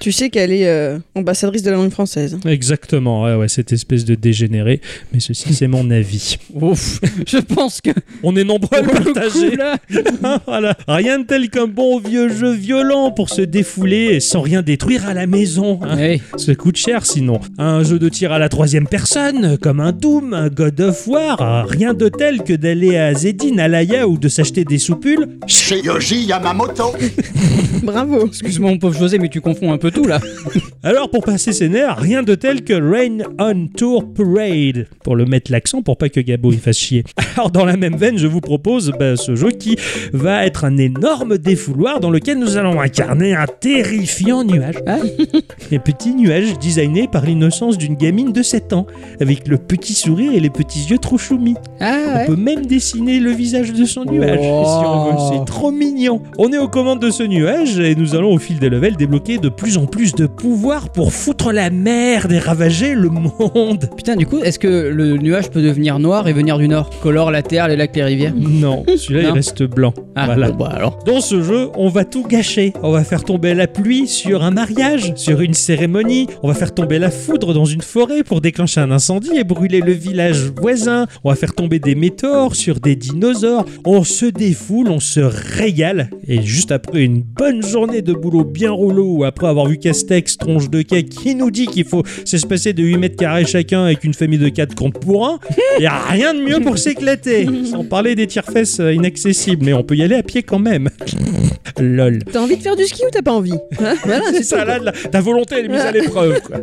S3: Tu sais qu'elle est euh, ambassadrice de la langue française.
S1: Exactement, ouais, ouais, cette espèce de dégénéré. Mais ceci, c'est mon avis.
S4: Ouf. Je pense que
S1: On est nombreux à le
S4: pour le coup,
S1: partager.
S4: là,
S1: Voilà. Rien de tel qu'un bon vieux jeu violent pour se défouler et sans rien détruire à la maison. hein.
S4: Ouais.
S1: Ça coûte cher sinon. Un jeu de tir à la troisième personne, comme un Doom, un God of War, euh, rien de tel que d'aller à Zedine, à Laia ou de s'acheter des soupules.
S6: Chez Yoji Yamamoto.
S3: Bravo.
S4: Excuse-moi mon pauvre José, mais tu confonds un peu tout là.
S1: Alors pour passer ses nerfs, rien de tel que Rain on Tour Parade. Pour le mettre l'accent pour pas que Gabo il fasse chier. Alors dans la même veine, je vous propose bah, ce jeu qui va être un énorme défouloir dans lequel nous allons incarner un terrifiant nuage.
S4: Ah.
S1: Un petit nuage designé par l'innocence d'une gamine de 7 ans, avec le petit sourire et les petits yeux trop choumis.
S4: Ah
S1: On peut même dessiner le visage de son nuage,
S4: Wow.
S1: si on veut. C'est trop mignon. On est aux commandes de ce nuage et nous allons, au fil des levels, débloquer de plus en plus de pouvoirs pour foutre la merde et ravager le monde.
S4: Putain, du coup, est-ce que le nuage peut devenir noir et venir du nord Colore la terre, les lacs, les rivières
S1: Non, celui-là, il
S4: Non.
S1: reste blanc.
S4: Ah,
S1: Voilà.
S4: bon, bah alors.
S1: Dans ce jeu, on va tout gâcher. On va faire tomber la pluie sur un mariage, sur une cérémonie. On va faire tomber la foudre dans une forêt pour déclencher un incendie et brûler le village voisin. On va faire tomber des météores sur des dinosaures. On se défoule, on se régale. Et juste après une bonne journée de boulot bien rouleau, après avoir vu Castex, tronche de quai, qui nous dit qu'il faut s'espacer de 8 mètres carrés chacun et qu'une famille de 4 compte pour un, y a rien de mieux pour s'éclater. Sans parler des tire-fesses euh, inaccessibles, mais on peut y aller à pied quand même. Lol.
S3: T'as envie de faire du ski ou t'as pas envie Hein Voilà, c'est
S1: C'est ça,
S3: tout.
S1: là, de la- ta volonté, elle est mise à l'épreuve. quoi.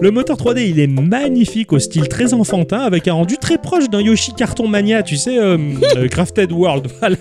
S1: Le moteur 3D, il est magnifique, au style très enfantin, avec un rendu très proche d'un Yoshi Carton Mania, tu sais, euh, euh, Crafted World. Voilà,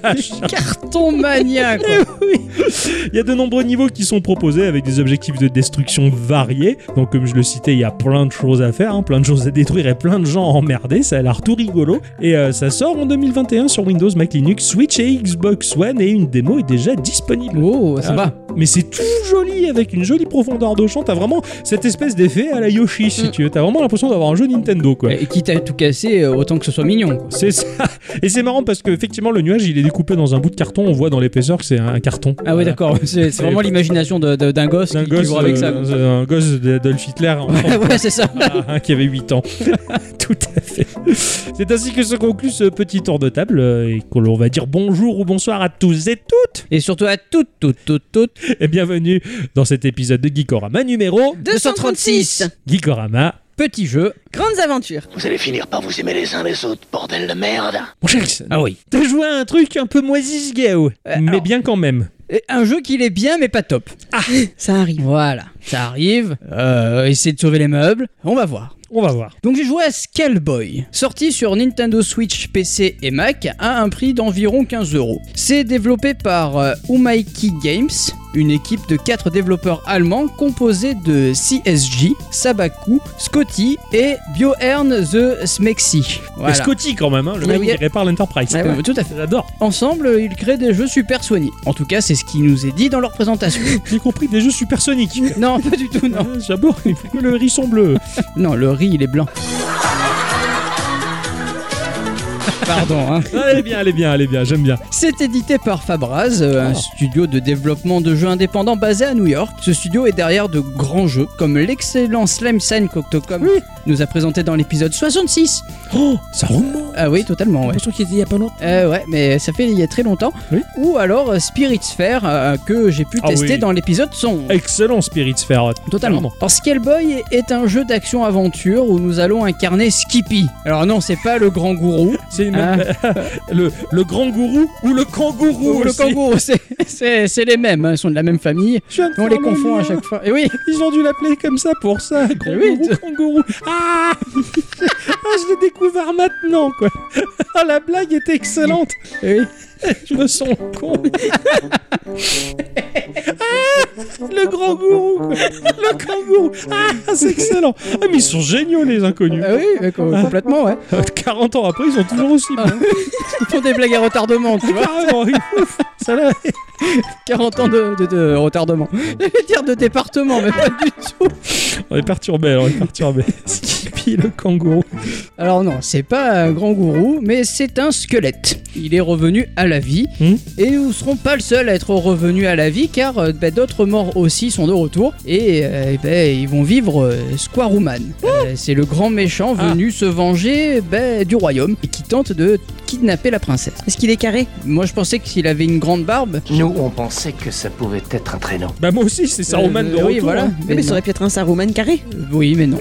S4: Carton maniaque
S1: Il y a de nombreux niveaux qui sont proposés avec des objectifs de destruction variés. Donc, comme je le citais, il y a plein de choses à faire, hein, plein de choses à détruire et plein de gens à emmerder. Ça a l'air tout rigolo. Et euh, ça sort en 2021 sur Windows, Mac, Linux, Switch et Xbox One. Et une démo est déjà disponible.
S4: Oh,
S1: Ah,
S4: sympa
S1: Mais c'est tout joli avec une jolie profondeur de champ. T'as vraiment cette espèce d'effet à la Yoshi, si tu veux. T'as vraiment l'impression d'avoir un jeu Nintendo, quoi.
S4: Mm. Et quitte à tout casser, euh, autant que ce soit mignon. quoi.
S1: C'est ça. Et c'est marrant parce que effectivement le nuage il est découpé dans un bout de carton. On voit dans l'épaisseur que c'est un carton.
S4: Ah ouais,
S1: Voilà.
S4: d'accord, c'est c'est vraiment l'imagination de- de- d'un gosse
S1: d'un
S4: qui, qui
S1: gosse,
S4: joue avec
S1: euh,
S4: ça. quoi.
S1: euh, un gosse d'Adolf Hitler enfant,
S4: ouais, c'est ça.
S1: voilà, hein, qui avait 8 ans. Tout à fait. C'est ainsi que se conclut ce petit tour de table euh, et que l'on va dire bonjour ou bonsoir à tous et toutes
S4: Et surtout à toutes, toutes, toutes, toutes.
S1: et bienvenue dans cet épisode de Geekorama numéro
S3: 236
S1: Geekorama
S4: Petit jeu.
S3: Grandes aventures.
S7: Vous allez finir par vous aimer les uns les autres, bordel de merde.
S1: Mon cher Ixon,
S4: Ah oui.
S1: t'as joué à un truc un peu moisi,
S4: Euh,
S1: Gao. mais bien quand même.
S4: Un jeu qu'il est bien mais pas top.
S3: Ça arrive.
S4: Voilà, ça arrive. Euh, essayer de sauver les meubles. On va voir.
S1: On va voir.
S4: Donc j'ai joué à Scaleboy, sorti sur Nintendo Switch, PC et Mac à un prix d'environ 15 euros. C'est développé par euh, Umaiki Games, une équipe de 4 développeurs allemands composée de CSG, Sabaku, Scotty et BioErn The Smexy.
S1: Et
S4: Voilà.
S1: Scotty quand même, hein, le mec
S4: Oui,
S1: qui
S4: oui.
S1: répare l'Enterprise.
S4: Euh, tout à fait.
S1: J'adore.
S4: Ensemble, ils créent des jeux super soignés. En tout cas, c'est ce qui nous est dit dans leur présentation.
S1: J'ai compris des jeux supersoniques.
S4: non, pas du tout, non.
S1: Ah, J'aborde, il faut que le hérisson bleu.
S4: Non, le riz, il est blanc. Pardon, hein.
S1: Allez Ah, bien, allez bien, allez bien, j'aime bien.
S4: C'est édité par Fabraz, euh, un
S1: Oh.
S4: studio de développement de jeux indépendants basé à New York. Ce studio est derrière de grands jeux comme l'excellent Slime Sign qu'Octocom nous a présenté dans l'épisode 66.
S1: Oh, ça remonte.
S4: Ah oui, totalement, ouais.
S1: qu'il était il y a pas longtemps.
S4: Euh, ouais, mais ça fait il y a très longtemps.
S1: Oui.
S4: Ou alors euh, Spirit Sphere euh, que j'ai pu
S1: Ah
S4: tester
S1: oui. Eh,
S4: dans l'épisode 111.
S1: Excellent Spirit Sphere.
S4: Totalement.
S1: Clairement.
S4: Alors Scaleboy est un jeu d'action-aventure où nous allons incarner Skippy. Alors non, c'est pas le grand gourou.
S1: C'est une-
S4: hein.
S1: le, le grand gourou ou le kangourou
S4: Ou Oh, le
S1: aussi.
S4: kangourou, c'est- c'est c'est les mêmes, hein, ils sont de la même famille.
S1: Je viens de
S4: On
S1: faire
S4: les
S1: le
S4: confond à
S1: lien.
S4: chaque fois. Et oui,
S1: Ils ont dû l'appeler comme ça pour ça. Kangourou,
S4: oui, t-
S1: kangourou. Ah, Ah, Je l'ai découvert maintenant, quoi. Ah, la blague était excellente.
S4: eh oui.
S1: Je me sens con. Ah, le grand gourou, quoi. Le kangourou. Ah, c'est excellent. Ah, mais ils sont géniaux, les inconnus.
S4: Ah oui, euh, com- complètement, ouais.
S1: 40 ans après, ils sont toujours aussi bons.
S4: Ah, Ils font des blagues à retardement, tu vois.
S1: Carrément, ouf. Ça, là,
S4: 40 ans de, de- de retardement. J'allais dire de département, mais pas du tout.
S1: On est perturbé, alors, on est perturbé. Skippy, le kangourou.
S4: Alors non, c'est pas un grand gourou, mais c'est un squelette. Il est revenu à la vie,
S1: Hmm.
S4: et nous ne serons pas le seul à être revenus à la vie, car euh, bah, d'autres morts aussi sont de retour, et euh, bah, ils vont vivre euh, Squaruman. Euh, c'est le grand méchant
S1: Ah.
S4: venu se venger bah, du royaume, et qui tente de kidnapper la princesse.
S3: Est-ce qu'il est carré
S4: Moi je pensais qu'il avait une grande barbe,
S7: Nous, on pensait que ça pouvait être un traîneau.
S1: Bah, moi aussi, c'est Saruman
S4: Euh,
S1: de
S4: oui,
S1: retour,
S4: voilà.
S1: hein.
S3: Mais,
S4: Mais non.
S3: ça aurait pu être un Saruman carré.
S4: Euh, Oui, mais non.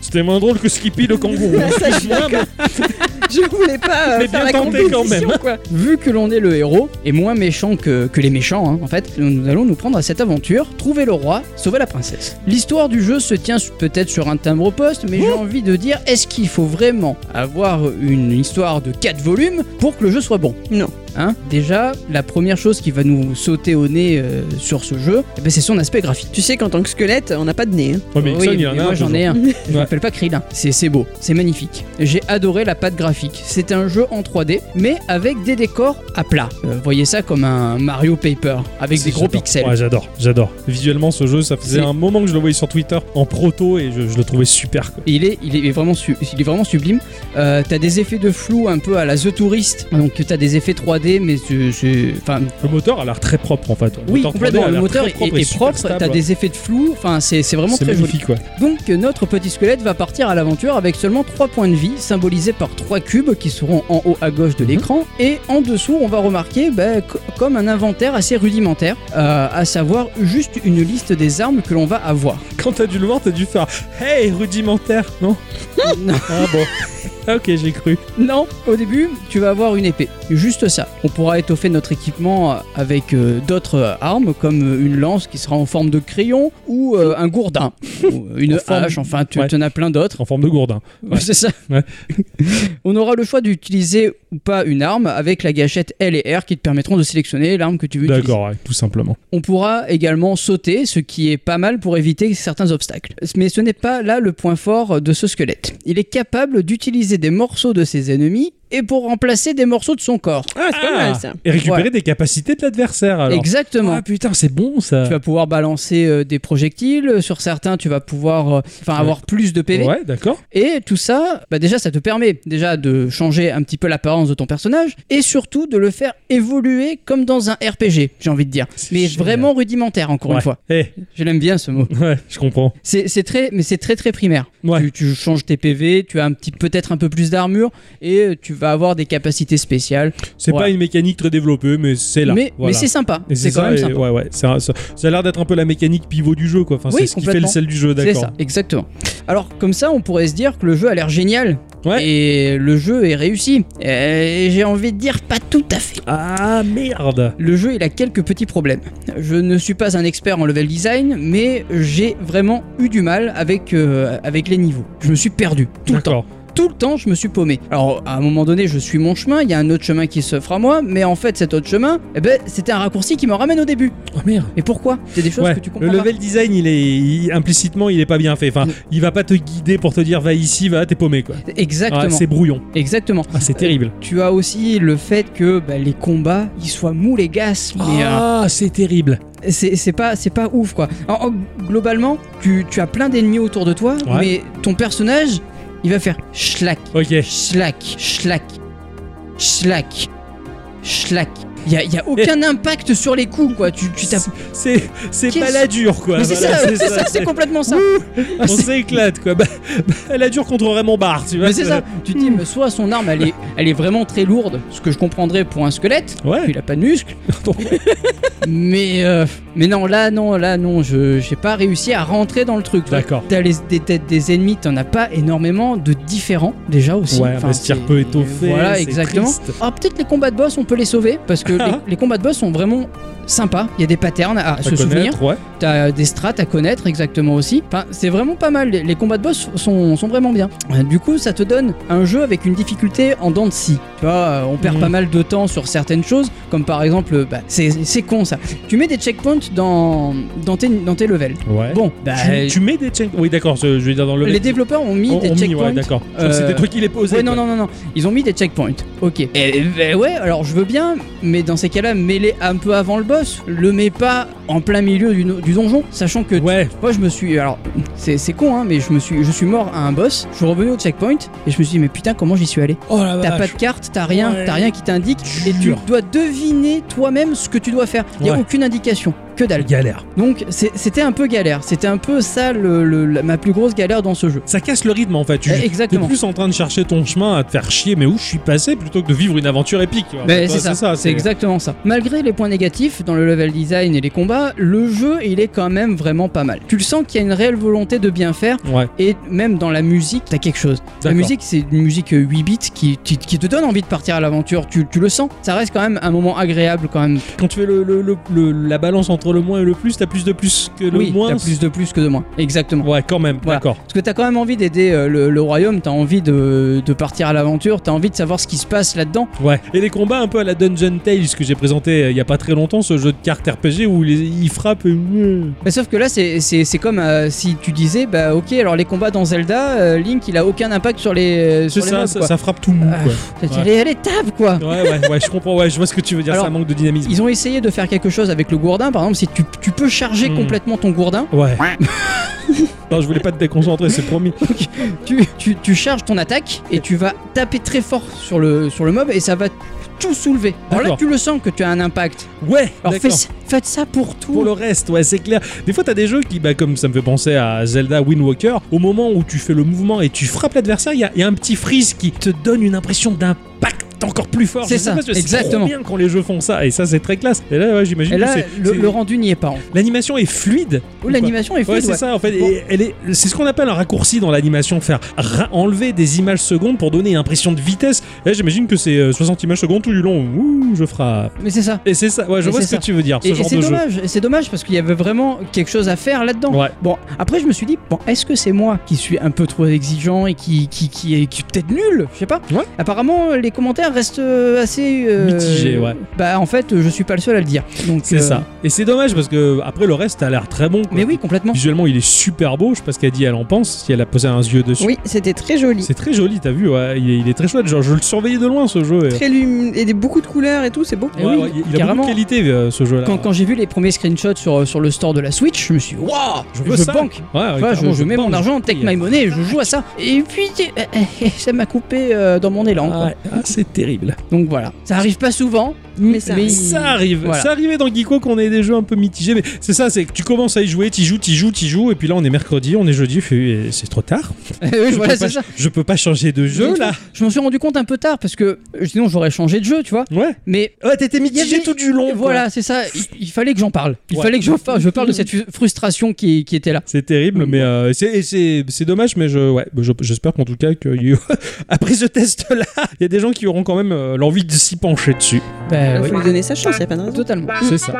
S1: C'était moins drôle que Skippy, le kangourou.
S3: Ah, ça, je suis d'accord. Je voulais pas euh,
S1: Mais
S3: faire
S1: bien
S3: la
S1: tenté, quand
S3: compétition,
S1: même. hein.
S3: quoi.
S4: Vu que l'on est le héros, et moins méchant que, que les méchants, hein, en fait, nous, nous allons nous prendre à cette aventure, trouver le roi, sauver la princesse. L'histoire du jeu se tient su- peut-être sur un timbre au poste, mais j'ai envie de dire, est-ce qu'il faut vraiment avoir une histoire de 4 volumes pour que le jeu soit bon
S3: Non.
S4: Hein Déjà, la première chose qui va nous sauter au nez euh, sur ce jeu, eh ben, c'est son aspect graphique.
S3: Tu sais qu'en tant que squelette, on n'a pas de nez. hein.
S1: Ouais, mais Ixon,
S4: Oui,
S1: il en
S4: mais
S1: a un,
S4: moi j'en
S1: toujours.
S4: ai un. Je
S1: Ouais.
S4: m'appelle pas Krillin. C'est c'est beau, c'est magnifique. J'ai adoré la patte graphique. C'est un jeu en 3D, mais avec des décors à plat. Euh, voyez ça comme un Mario Paper, avec des gros
S1: J'adore.
S4: pixels.
S1: Ouais, j'adore, j'adore. Visuellement, ce jeu, ça faisait
S4: C'est-
S1: un moment que je le voyais sur Twitter en proto et je, je le trouvais super. Quoi.
S4: Et Il est, il est vraiment, su- il est vraiment sublime. Euh, t'as des effets de flou un peu à la The Tourist. Donc t'as des effets 3D, mais c'est- c'est, enfin,
S1: Le moteur a l'air très propre en fait. Le
S4: oui,
S1: moteur 3D
S4: complètement.
S1: a
S4: Le
S1: l'air
S4: moteur
S1: très
S4: est est propre.
S1: et super stable,
S4: t'as
S1: ouais.
S4: des effets de flou. Enfin, c'est c'est vraiment
S1: C'est
S4: très joli.
S1: magnifique quoi.
S4: Donc euh, notre petit squelette va partir à l'aventure avec seulement 3 points de vie, symbolisés par 3 cubes qui seront en haut à gauche de
S1: Mhm.
S4: l'écran. Et en dessous, on va remarquer bah, co- comme un inventaire assez rudimentaire, euh, à savoir juste une liste des armes que l'on va avoir.
S1: Quand t'as dû le voir, t'as dû faire Hey rudimentaire, non
S4: Non.
S1: Ah bon. Ah, ok, j'ai cru.
S4: Non, au début, tu vas avoir une épée, juste ça. On pourra étoffer notre équipement euh, avec euh, d'autres euh, armes, comme euh, une lance qui sera en forme de crayon ou euh, un gourdin, ou, euh, une
S1: En forme-
S4: hache, enfin, tu
S1: Ouais.
S4: en as plein d'autres.
S1: En forme de hein. gourdin. Ouais.
S4: C'est ça.
S1: Ouais.
S4: On aura le choix d'utiliser ou pas une arme avec la gâchette L et R qui te permettront de sélectionner l'arme que tu veux utiliser.
S1: D'accord, ouais, tout simplement.
S4: On pourra également sauter, ce qui est pas mal pour éviter certains obstacles. Mais ce n'est pas là le point fort de ce squelette. Il est capable d'utiliser des morceaux de ses ennemis et pour remplacer des morceaux de son corps.
S3: Ah, c'est pas
S1: Ah.
S3: mal ça.
S1: Et récupérer
S4: Ouais.
S1: des capacités de l'adversaire alors.
S4: Exactement.
S1: Ah putain, c'est bon ça.
S4: Tu vas pouvoir balancer euh, des projectiles, sur certains tu vas pouvoir euh, enfin, avoir plus de PV.
S1: Ouais, d'accord.
S4: Et tout ça, bah déjà, ça te permet déjà de changer un petit peu l'apparence de ton personnage et surtout de le faire évoluer comme dans un RPG, j'ai envie de dire.
S1: C'est
S4: Mais
S1: génial.
S4: vraiment rudimentaire, encore
S1: Ouais.
S4: une fois.
S1: Eh,
S4: Je l'aime bien ce mot.
S1: ouais, je comprends.
S4: C'est c'est très, mais c'est très très primaire.
S1: Ouais.
S4: Tu, tu changes tes PV, tu as un petit peut-être un peu peu plus d'armure et euh, tu vas avoir des capacités spéciales.
S1: C'est
S4: Voilà.
S1: pas une mécanique très développée, mais c'est là.
S4: mais
S1: Voilà.
S4: mais c'est sympa,
S1: Et
S4: c'est quand
S1: ça,
S4: même
S1: et-
S4: sympa.
S1: Ouais, ouais. Ça, ça- ça a l'air d'être un peu la mécanique pivot du jeu, quoi. Enfin,
S4: Oui,
S1: c'est ce qui fait le
S4: complètement.
S1: sel du jeu,
S4: C'est
S1: d'accord.
S4: ça, exactement. Alors comme ça, on pourrait se dire que le jeu a l'air génial
S1: Ouais.
S4: et le jeu est réussi. Et J'ai envie de dire pas tout à fait.
S1: Ah merde
S4: Le jeu, il a quelques petits problèmes. Je ne suis pas un expert en level design, mais j'ai vraiment eu du mal avec, euh, avec les niveaux. Je me suis perdu tout le temps.
S1: D'accord.
S4: Tout le temps, je me suis paumé. Alors, à un moment donné, je suis mon chemin, il y a un autre chemin qui s'offre à moi, mais en fait, cet autre chemin, eh ben, c'était un raccourci qui me ramène au début.
S1: Oh merde
S4: Et pourquoi C'est des choses
S1: Ouais,
S4: que tu comprends
S1: le
S4: pas.
S1: level design, il est il- implicitement, il est pas bien fait. Enfin,
S4: Mm.
S1: il va pas te guider pour te dire va ici, va, t'es paumé quoi.
S4: Exactement. Euh,
S1: Ah, c'est brouillon.
S4: Exactement.
S1: Ah, c'est terrible.
S4: Tu as aussi le fait que bah, les combats, ils soient mous et gasses, mais euh,
S1: Ah, c'est terrible.
S4: c'est c'est pas c'est pas ouf quoi. En- en- globalement, tu, tu as plein d'ennemis autour de toi,
S1: Ouais.
S4: mais ton personnage, il va faire schlack,
S1: Ok.
S4: schlack, schlack, schlack, schlack. Il y a, il y a aucun impact sur les coups quoi. Tu tu tapes.
S1: C'est c'est
S4: Qu'est-ce-
S1: pas la dure quoi.
S4: Mais c'est
S1: Voilà,
S4: ça, c'est ça, c'est
S1: c'est-
S4: complètement ça.
S1: On s'éclate quoi. Bah, bah, la dure contre Raymond Barre, tu vois.
S4: Mais c'est ça. Tu te dis, mais soit son arme elle est, elle est vraiment très lourde, ce que je comprendrais pour un squelette.
S1: Ouais.
S4: il a pas de muscles. mais euh, mais non, là non, là non, je j'ai pas réussi à rentrer dans le truc. quoi.
S1: D'accord.
S4: T'as les des têtes des ennemis, t'en as pas énormément de différents déjà aussi.
S1: Ouais,
S4: Enfin,
S1: investir
S4: c'est-
S1: peu étoffé.
S4: Voilà,
S1: c'est
S4: exactement.
S1: triste.
S4: Ah, peut-être les combats de boss, on peut les sauver parce que les, les combats de boss sont vraiment sympas. Il y a des patterns à,
S1: À
S4: se souvenir.
S1: connaître, ouais.
S4: T'as des strats à connaître exactement aussi. Enfin, c'est vraiment pas mal. Les, les combats de boss sont, sont vraiment bien. Euh, Du coup, ça te donne un jeu avec une difficulté en dents de scie. Tu vois, euh, on perd
S1: Mhm.
S4: pas mal de temps sur certaines choses, comme par exemple, euh, bah, c'est c'est con ça. Tu mets des checkpoints dans, dans, tes, dans tes levels.
S1: Ouais.
S4: Bon, bah,
S1: Tu, tu mets des checkpoints. Oui, d'accord. Je je vais dire dans le.
S4: les développeurs ont mis
S1: On-
S4: des
S1: on mis,
S4: checkpoints.
S1: ouais, d'accord. Je crois que
S4: Euh,
S1: C'est des trucs qu'il est posé.
S4: Ouais, non, non, non, non. Ils ont mis des checkpoints. Ok. Et, ben ouais, alors je veux bien, mais dans ces cas-là, mets-les un peu avant le boss. Le mets pas en plein milieu du, no- du donjon, sachant que
S1: Ouais.
S4: moi je me suis alors c'est c'est con hein mais je me suis je suis mort à un boss, je suis revenu au checkpoint et je me suis dit mais putain comment j'y suis allé
S1: Oh la
S4: T'as pas de carte, t'as rien,
S1: Ouais.
S4: t'as rien qui t'indique et tu
S1: Dur.
S4: dois deviner toi-même ce que tu dois faire. Il y a
S1: Ouais.
S4: aucune indication, que dalle.
S1: galère.
S4: Donc c'est- c'était un peu galère, c'était un peu ça le- le- la- ma plus grosse galère dans ce jeu.
S1: Ça casse le rythme en fait. Tu,
S4: Eh,
S1: T'es
S4: Exactement.
S1: plus en train de chercher ton chemin à te faire chier, mais où je suis passé plutôt que de vivre une aventure épique. tu vois.
S4: Mais
S1: Toi,
S4: Ben, c'est ça, c'est
S1: c'est-
S4: exactement ça. Malgré les points négatifs dans le level design et les combats, le jeu il est quand même vraiment pas mal. Tu le sens qu'il y a une réelle volonté de bien faire
S1: Ouais,
S4: et même dans la musique, t'as quelque chose. La
S1: D'accord.
S4: musique, c'est une musique euh, 8 bits qui, qui, qui te donne envie de partir à l'aventure. Tu, tu le sens. Ça reste quand même un moment agréable quand même.
S1: quand tu fais le, le- le- le- la balance entre le moins et le plus, t'as plus de plus que le
S4: oui,
S1: moins.
S4: t'as plus de plus que de moins. Exactement.
S1: Ouais, quand même,
S4: Voilà.
S1: d'accord.
S4: Parce que t'as quand même envie d'aider euh, le, le royaume. T'as envie de, de partir à l'aventure. T'as envie de savoir ce qui se passe là-dedans.
S1: Ouais. Et les combats un peu à la Dungeon Tales que j'ai présenté euh, il y a pas très longtemps, ce jeu de cartes RPG où les- ils frappent. et-
S4: Mais Bah, sauf que là, c'est- c'est c'est comme euh, si tu disais, bah ok, alors les combats dans Zelda, euh, Link, il a aucun impact sur les. euh,
S1: C'est
S4: sur les
S1: ça,
S4: mobs,
S1: ça,
S4: quoi.
S1: ça frappe tout le monde.
S4: Ah,
S1: quoi.
S4: T'as dit,
S1: ouais.
S4: Allez, allez, tape quoi.
S1: Ouais, ouais, ouais, je comprends, ouais, je vois ce que tu veux dire,
S4: Alors,
S1: ça manque de dynamisme.
S4: Ils ont essayé de faire quelque chose avec le gourdin, par exemple, si tu, tu peux charger
S1: Hmm.
S4: complètement ton gourdin,
S1: Ouais. non, je voulais pas te déconcentrer, c'est promis.
S4: tu, tu, tu charges ton attaque et tu vas taper très fort sur le, sur le mob et ça va tout soulever. Alors là,
S1: D'accord.
S4: tu le sens que tu as un impact.
S1: Ouais,
S4: Alors
S1: d'accord.
S4: fais ça- faites ça pour tout.
S1: Pour le reste, ouais, c'est clair. Des fois, t'as des jeux qui, bah, comme ça me fait penser à Zelda Wind Walker, au moment où tu fais le mouvement et tu frappes l'adversaire, il y, a- il y a un petit freeze qui te donne une impression d'impact encore plus fort.
S4: C'est
S1: Je sais
S4: ça,
S1: pas, c'est trop
S4: exactement.
S1: bien quand les jeux font ça, et ça, c'est très classe. Et là, ouais, j'imagine
S4: Et là,
S1: que c'est-
S4: le,
S1: c'est-
S4: le rendu n'y est pas. en fait.
S1: l'animation est fluide.
S4: Oh, L'animation est
S1: Ouais,
S4: fluide.
S1: c'est
S4: ouais.
S1: ça en fait.
S4: Bon.
S1: Et elle est, c'est ce qu'on appelle un raccourci dans l'animation, faire ra- enlever des images secondes pour donner une impression de vitesse. Et là, j'imagine que c'est euh, 60 images secondes tout du long. Ouh, je frappe.
S4: Mais c'est ça.
S1: Et c'est ça. Ouais, je
S4: Et
S1: vois
S4: c'est
S1: ce
S4: ça.
S1: que tu veux dire. Ce
S4: Et, et
S1: genre
S4: c'est
S1: de jeu.
S4: dommage, hein. et c'est dommage parce qu'il y avait vraiment quelque chose à faire là-dedans.
S1: Ouais.
S4: Bon, après je me suis dit, bon, est-ce que c'est moi qui suis un peu trop exigeant et qui, qui, qui est, qui est peut-être nul Je sais pas.
S1: Ouais.
S4: Apparemment, les commentaires restent euh, assez. euh,
S1: Mitigés, ouais.
S4: Bah, en fait, je suis pas le seul à le dire. Donc,
S1: C'est
S4: euh,
S1: ça. Et c'est dommage parce que après le reste a l'air très bon. quoi.
S4: Mais oui, complètement.
S1: Visuellement, il est super beau. Je sais pas ce qu'elle dit, elle en pense. Si elle a posé un yeux dessus.
S3: Oui, c'était très joli.
S1: Ah. C'est très joli, t'as vu. ouais. Il, est, il est très chouette. Genre, je le surveillais de loin ce jeu. et-
S3: Très lum- et des- beaucoup de couleurs et tout, c'est beau.
S4: Eh
S1: Ouais,
S4: oui,
S1: ouais, il- il a beaucoup
S4: carrément.
S1: de qualité euh, ce jeu-là.
S4: Quand, quand j'ai vu les premiers screenshots sur, sur le store de la Switch, je me suis dit, waouh,
S1: Je veux
S4: je
S1: ça.
S4: banque.
S1: Ouais, ouais,
S4: Tu vois, je,
S1: carrément,
S4: je mets mon
S1: pense.
S4: argent, take my
S1: euh,
S4: money, je joue à ça. Et puis, euh, euh, ça m'a coupé euh, dans mon élan.
S1: Ah,
S4: quoi.
S1: ouais. Ah, c'est terrible.
S4: Donc voilà, ça arrive pas souvent,
S3: Mais ça arrive.
S1: ça arrive.
S4: Voilà.
S1: Ça arrivait dans Geeko qu'on ait des jeux un peu mitigés, mais c'est ça, c'est que tu commences à y jouer, tu joues, tu joues, tu joues, et puis là on est mercredi, on est jeudi, tu fais, eh, c'est trop tard.
S4: Oui, voilà,
S1: peux pas-
S4: c'est ça.
S1: je peux pas changer de jeu là.
S4: Je m'en suis rendu compte un peu tard parce que euh, sinon j'aurais changé de jeu, tu vois.
S1: Ouais.
S4: Mais
S1: Ouais, t'étais
S4: Il y
S1: mitigé
S4: avait-
S1: tout du long. quoi.
S4: Voilà, c'est ça. Il, il fallait que j'en parle. Il
S1: Ouais.
S4: fallait que je, fa- je parle de cette fu- frustration qui, qui était là.
S1: C'est terrible, mais euh, c'est- et c'est c'est dommage, mais je, ouais, je- j'espère qu'en tout cas, que y- après ce test-là, il y a des gens qui auront quand même euh, l'envie de s'y pencher dessus.
S4: Ben
S3: Il faut lui donner sa chance, il n'y a pas de raison.
S4: Totalement.
S1: Bah, C'est ça.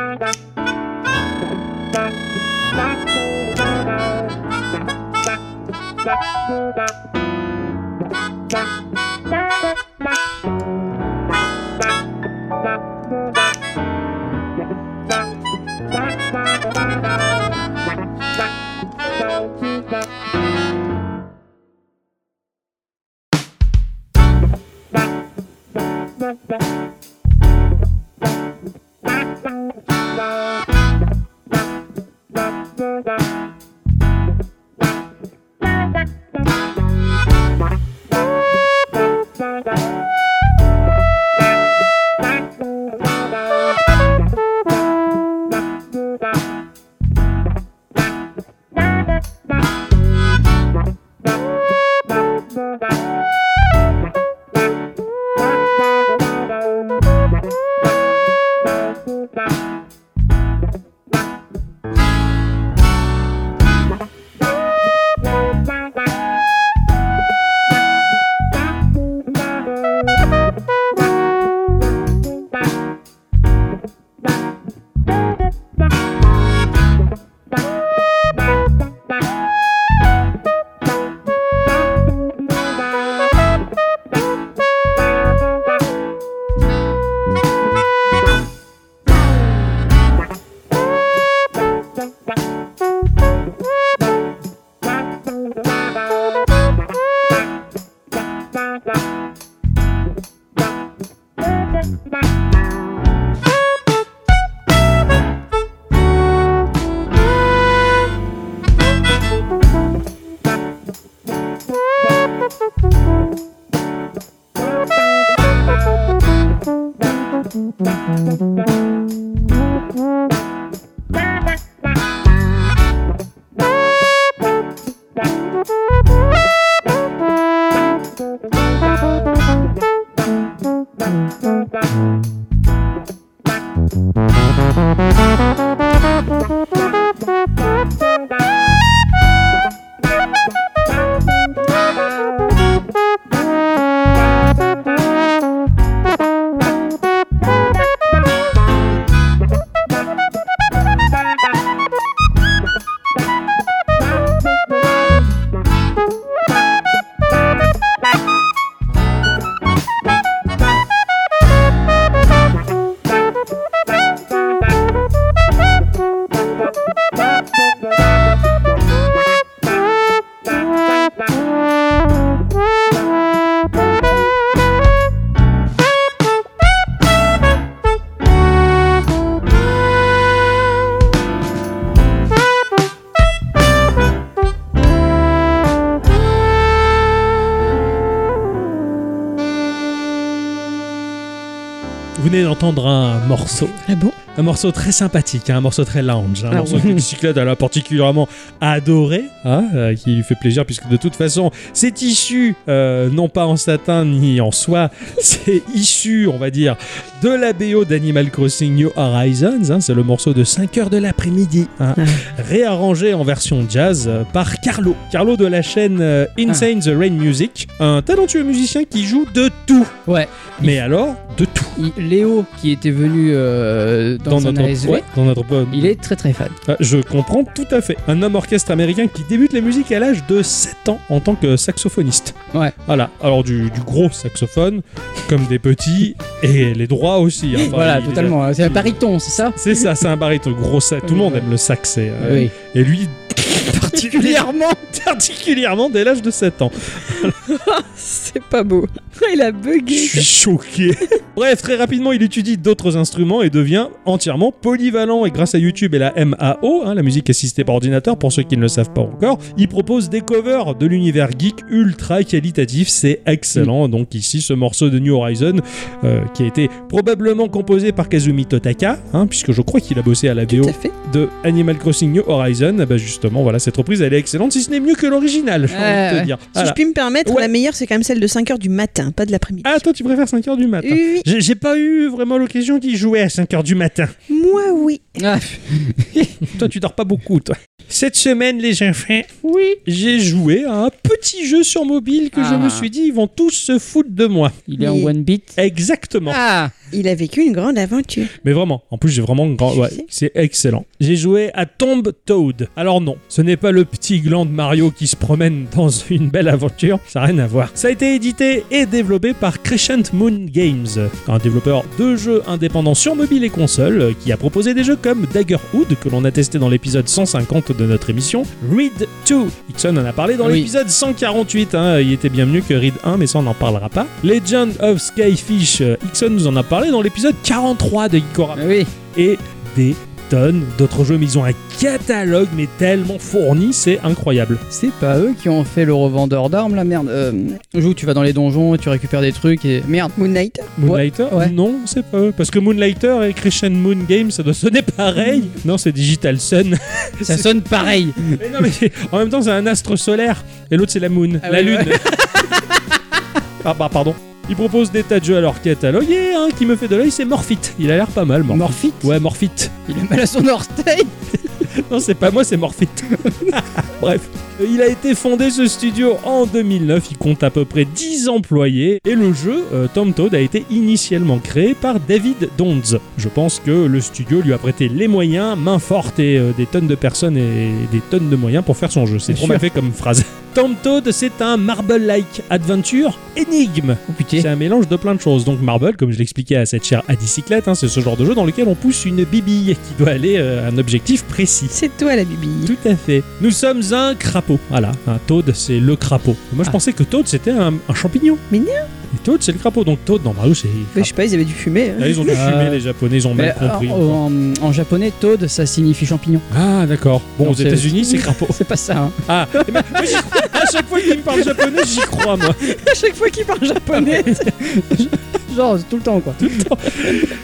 S1: Vous venez d'entendre un morceau.
S3: Ah bon
S1: Un morceau très sympathique, hein, un morceau très lounge, un
S3: Ah
S1: morceau que Cyclade elle a particulièrement adoré, hein, euh, qui lui fait plaisir puisque de toute façon c'est issu, euh, non pas en satin ni en soie, c'est issu, on va dire, de la BO d'Animal Crossing New Horizons. hein, c'est le morceau de 5 heures de l'après-midi, hein,
S3: Ah.
S1: réarrangé en version jazz euh, par Carlo, Carlo de la chaîne euh,
S3: Ah.
S1: Insane the Rain Music, un talentueux musicien qui joue de tout,
S4: Ouais.
S1: mais alors de tout.
S4: Il- Léo, qui était venu euh, dans, un ASV,
S1: ouais, dans notre
S4: il est très très fan.
S1: ah, Je comprends tout à fait. Un homme orchestre américain qui débute la musique à l'âge de 7 ans en tant que saxophoniste.
S4: Ouais.
S1: Voilà. Alors du, du gros saxophone, comme des petits, et les droits aussi. hein. Enfin,
S4: voilà,
S1: il-
S4: totalement. hein. C'est un
S1: il-
S4: bariton, c'est ça
S1: C'est ça, c'est un baryton. Gros sax. Tout le monde aime le sax. Et, euh,
S4: Oui.
S1: et lui, particulièrement, particulièrement dès l'âge de 7 ans.
S3: C'est pas beau. Il a
S1: Je
S3: bugué.
S1: suis choqué. Bref, très rapidement, il étudie d'autres instruments et devient entièrement polyvalent. Et grâce à YouTube et la MAO, hein, la musique assistée par ordinateur, pour ceux qui ne le savent pas encore, il propose des covers de l'univers geek ultra qualitatif. C'est excellent.
S3: Mm.
S1: Donc ici, ce morceau de New Horizon, euh, qui a été probablement composé par Kazumi Totaka, hein, puisque je crois qu'il a bossé à la BO
S3: Tout à fait.
S1: de Animal Crossing New Horizon. Ah bah justement, voilà, cette reprise, elle est excellente, si ce n'est mieux que l'original, je
S4: Ouais,
S1: envie de te
S4: ouais.
S1: dire.
S3: Si je
S1: Voilà.
S3: puis me permettre,
S1: Ouais.
S3: la meilleure, c'est quand même celle de 5h du matin, pas de l'après-midi.
S1: Ah, toi, tu préfères 5h du matin
S3: oui,
S1: J'ai j'ai pas eu vraiment l'occasion d'y jouer à 5h du matin.
S3: moi oui.
S4: Ah,
S1: Toi, tu dors pas beaucoup, toi. Cette semaine, les enfants, oui, j'ai joué à un petit jeu sur mobile que je
S4: Ah.
S1: me suis dit, ils vont tous se foutre de moi.
S4: il est en
S3: Mais-
S4: one beat.
S1: Exactement.
S4: Ah,
S3: Il a vécu une grande aventure.
S1: Mais vraiment, en plus j'ai vraiment grand...
S3: Je
S1: ouais,
S3: sais.
S1: c'est excellent. J'ai joué à Tomb Toad. Alors non, ce n'est pas le petit gland de Mario qui se promène dans une belle aventure, ça n'a rien à voir. Ça a été édité et développé par Crescent Moon Games, un développeur de jeux indépendants sur mobile et console euh, qui a proposé des jeux comme Daggerhood que l'on a testé dans l'épisode 150 de notre émission, Read 2. Ixon en a parlé dans
S4: Oui.
S1: l'épisode 148, hein, il était bien mieux que Read 1 mais ça on n'en parlera pas. Legend of Skyfish, euh, Ixon nous en a parlé dans l'épisode 43 de Geekorama
S4: oui.
S1: et des tonnes d'autres jeux, mais ils ont un catalogue mais tellement fourni, c'est incroyable.
S4: C'est pas eux qui ont fait le revendeur d'armes, la merde. Euh, le jeu où tu vas dans les donjons et tu récupères des trucs et. Merde.
S3: Moonlight.
S1: Moonlighter
S4: Ouais, ouais.
S1: Non, c'est pas eux. Parce que Moonlighter et Crescent Moon Games, ça doit sonner pareil. Non, c'est Digital Sun.
S4: Ça sonne pareil.
S1: Mais non, mais en même temps, c'est un astre solaire. Et l'autre, c'est la Moon,
S4: Ah
S1: la
S4: ouais,
S1: Lune. ah, bah, pardon. Ils proposent des tas de jeux à leur catalogue. Et un hein, qui me fait de l'œil, c'est Morphite. Il a l'air pas mal, Morphite.
S4: Morphite
S1: Ouais, Morphite.
S4: Il a mal à son orteil
S1: Non, c'est pas moi, c'est Morphite. Bref. Il a été fondé ce studio en 2009, il compte à peu près 10 employés et le jeu euh, Tom Toad a été initialement créé par David Donz. Je pense que le studio lui a prêté les moyens, main forte et euh, des tonnes de personnes et des tonnes de moyens pour faire son jeu. C'est
S4: Bien
S1: trop mal fait comme phrase. Tom Toad, c'est un marble-like adventure énigme.
S4: Oh
S1: C'est
S4: putain.
S1: un mélange de plein de choses. Donc Marble, comme je l'expliquais à cette chère à bicyclette, hein, c'est ce genre de jeu dans lequel on pousse une bibille qui doit aller euh, à un objectif précis.
S3: C'est toi la bibille.
S1: Tout à fait. Nous sommes un crapaud. Voilà, un toad, c'est le crapaud. Moi, je
S4: Ah.
S1: pensais que toad, c'était un, un champignon.
S3: Mais non.
S1: Et toad, c'est le crapaud. Donc toad, dans Mario, c'est.
S3: Je sais pas, ils avaient dû fumer. hein.
S1: Là, ils ont dû
S4: Ah.
S1: fumer, les Japonais, ils ont
S4: Mais, oh,
S1: mal compris.
S4: en,
S1: encore.
S4: en- en japonais, Toad, ça signifie champignon.
S1: Ah, d'accord. Bon,
S4: Non,
S1: aux
S4: c'est-
S1: États-Unis, c'est crapaud.
S4: C'est pas ça, hein.
S1: Ah, eh ben, moi, j'y crois. à chaque fois qu'ils me parlent japonais, j'y crois, moi.
S4: à chaque fois qu'il parle japonais.
S1: Ah
S4: Genre, tout le temps, quoi.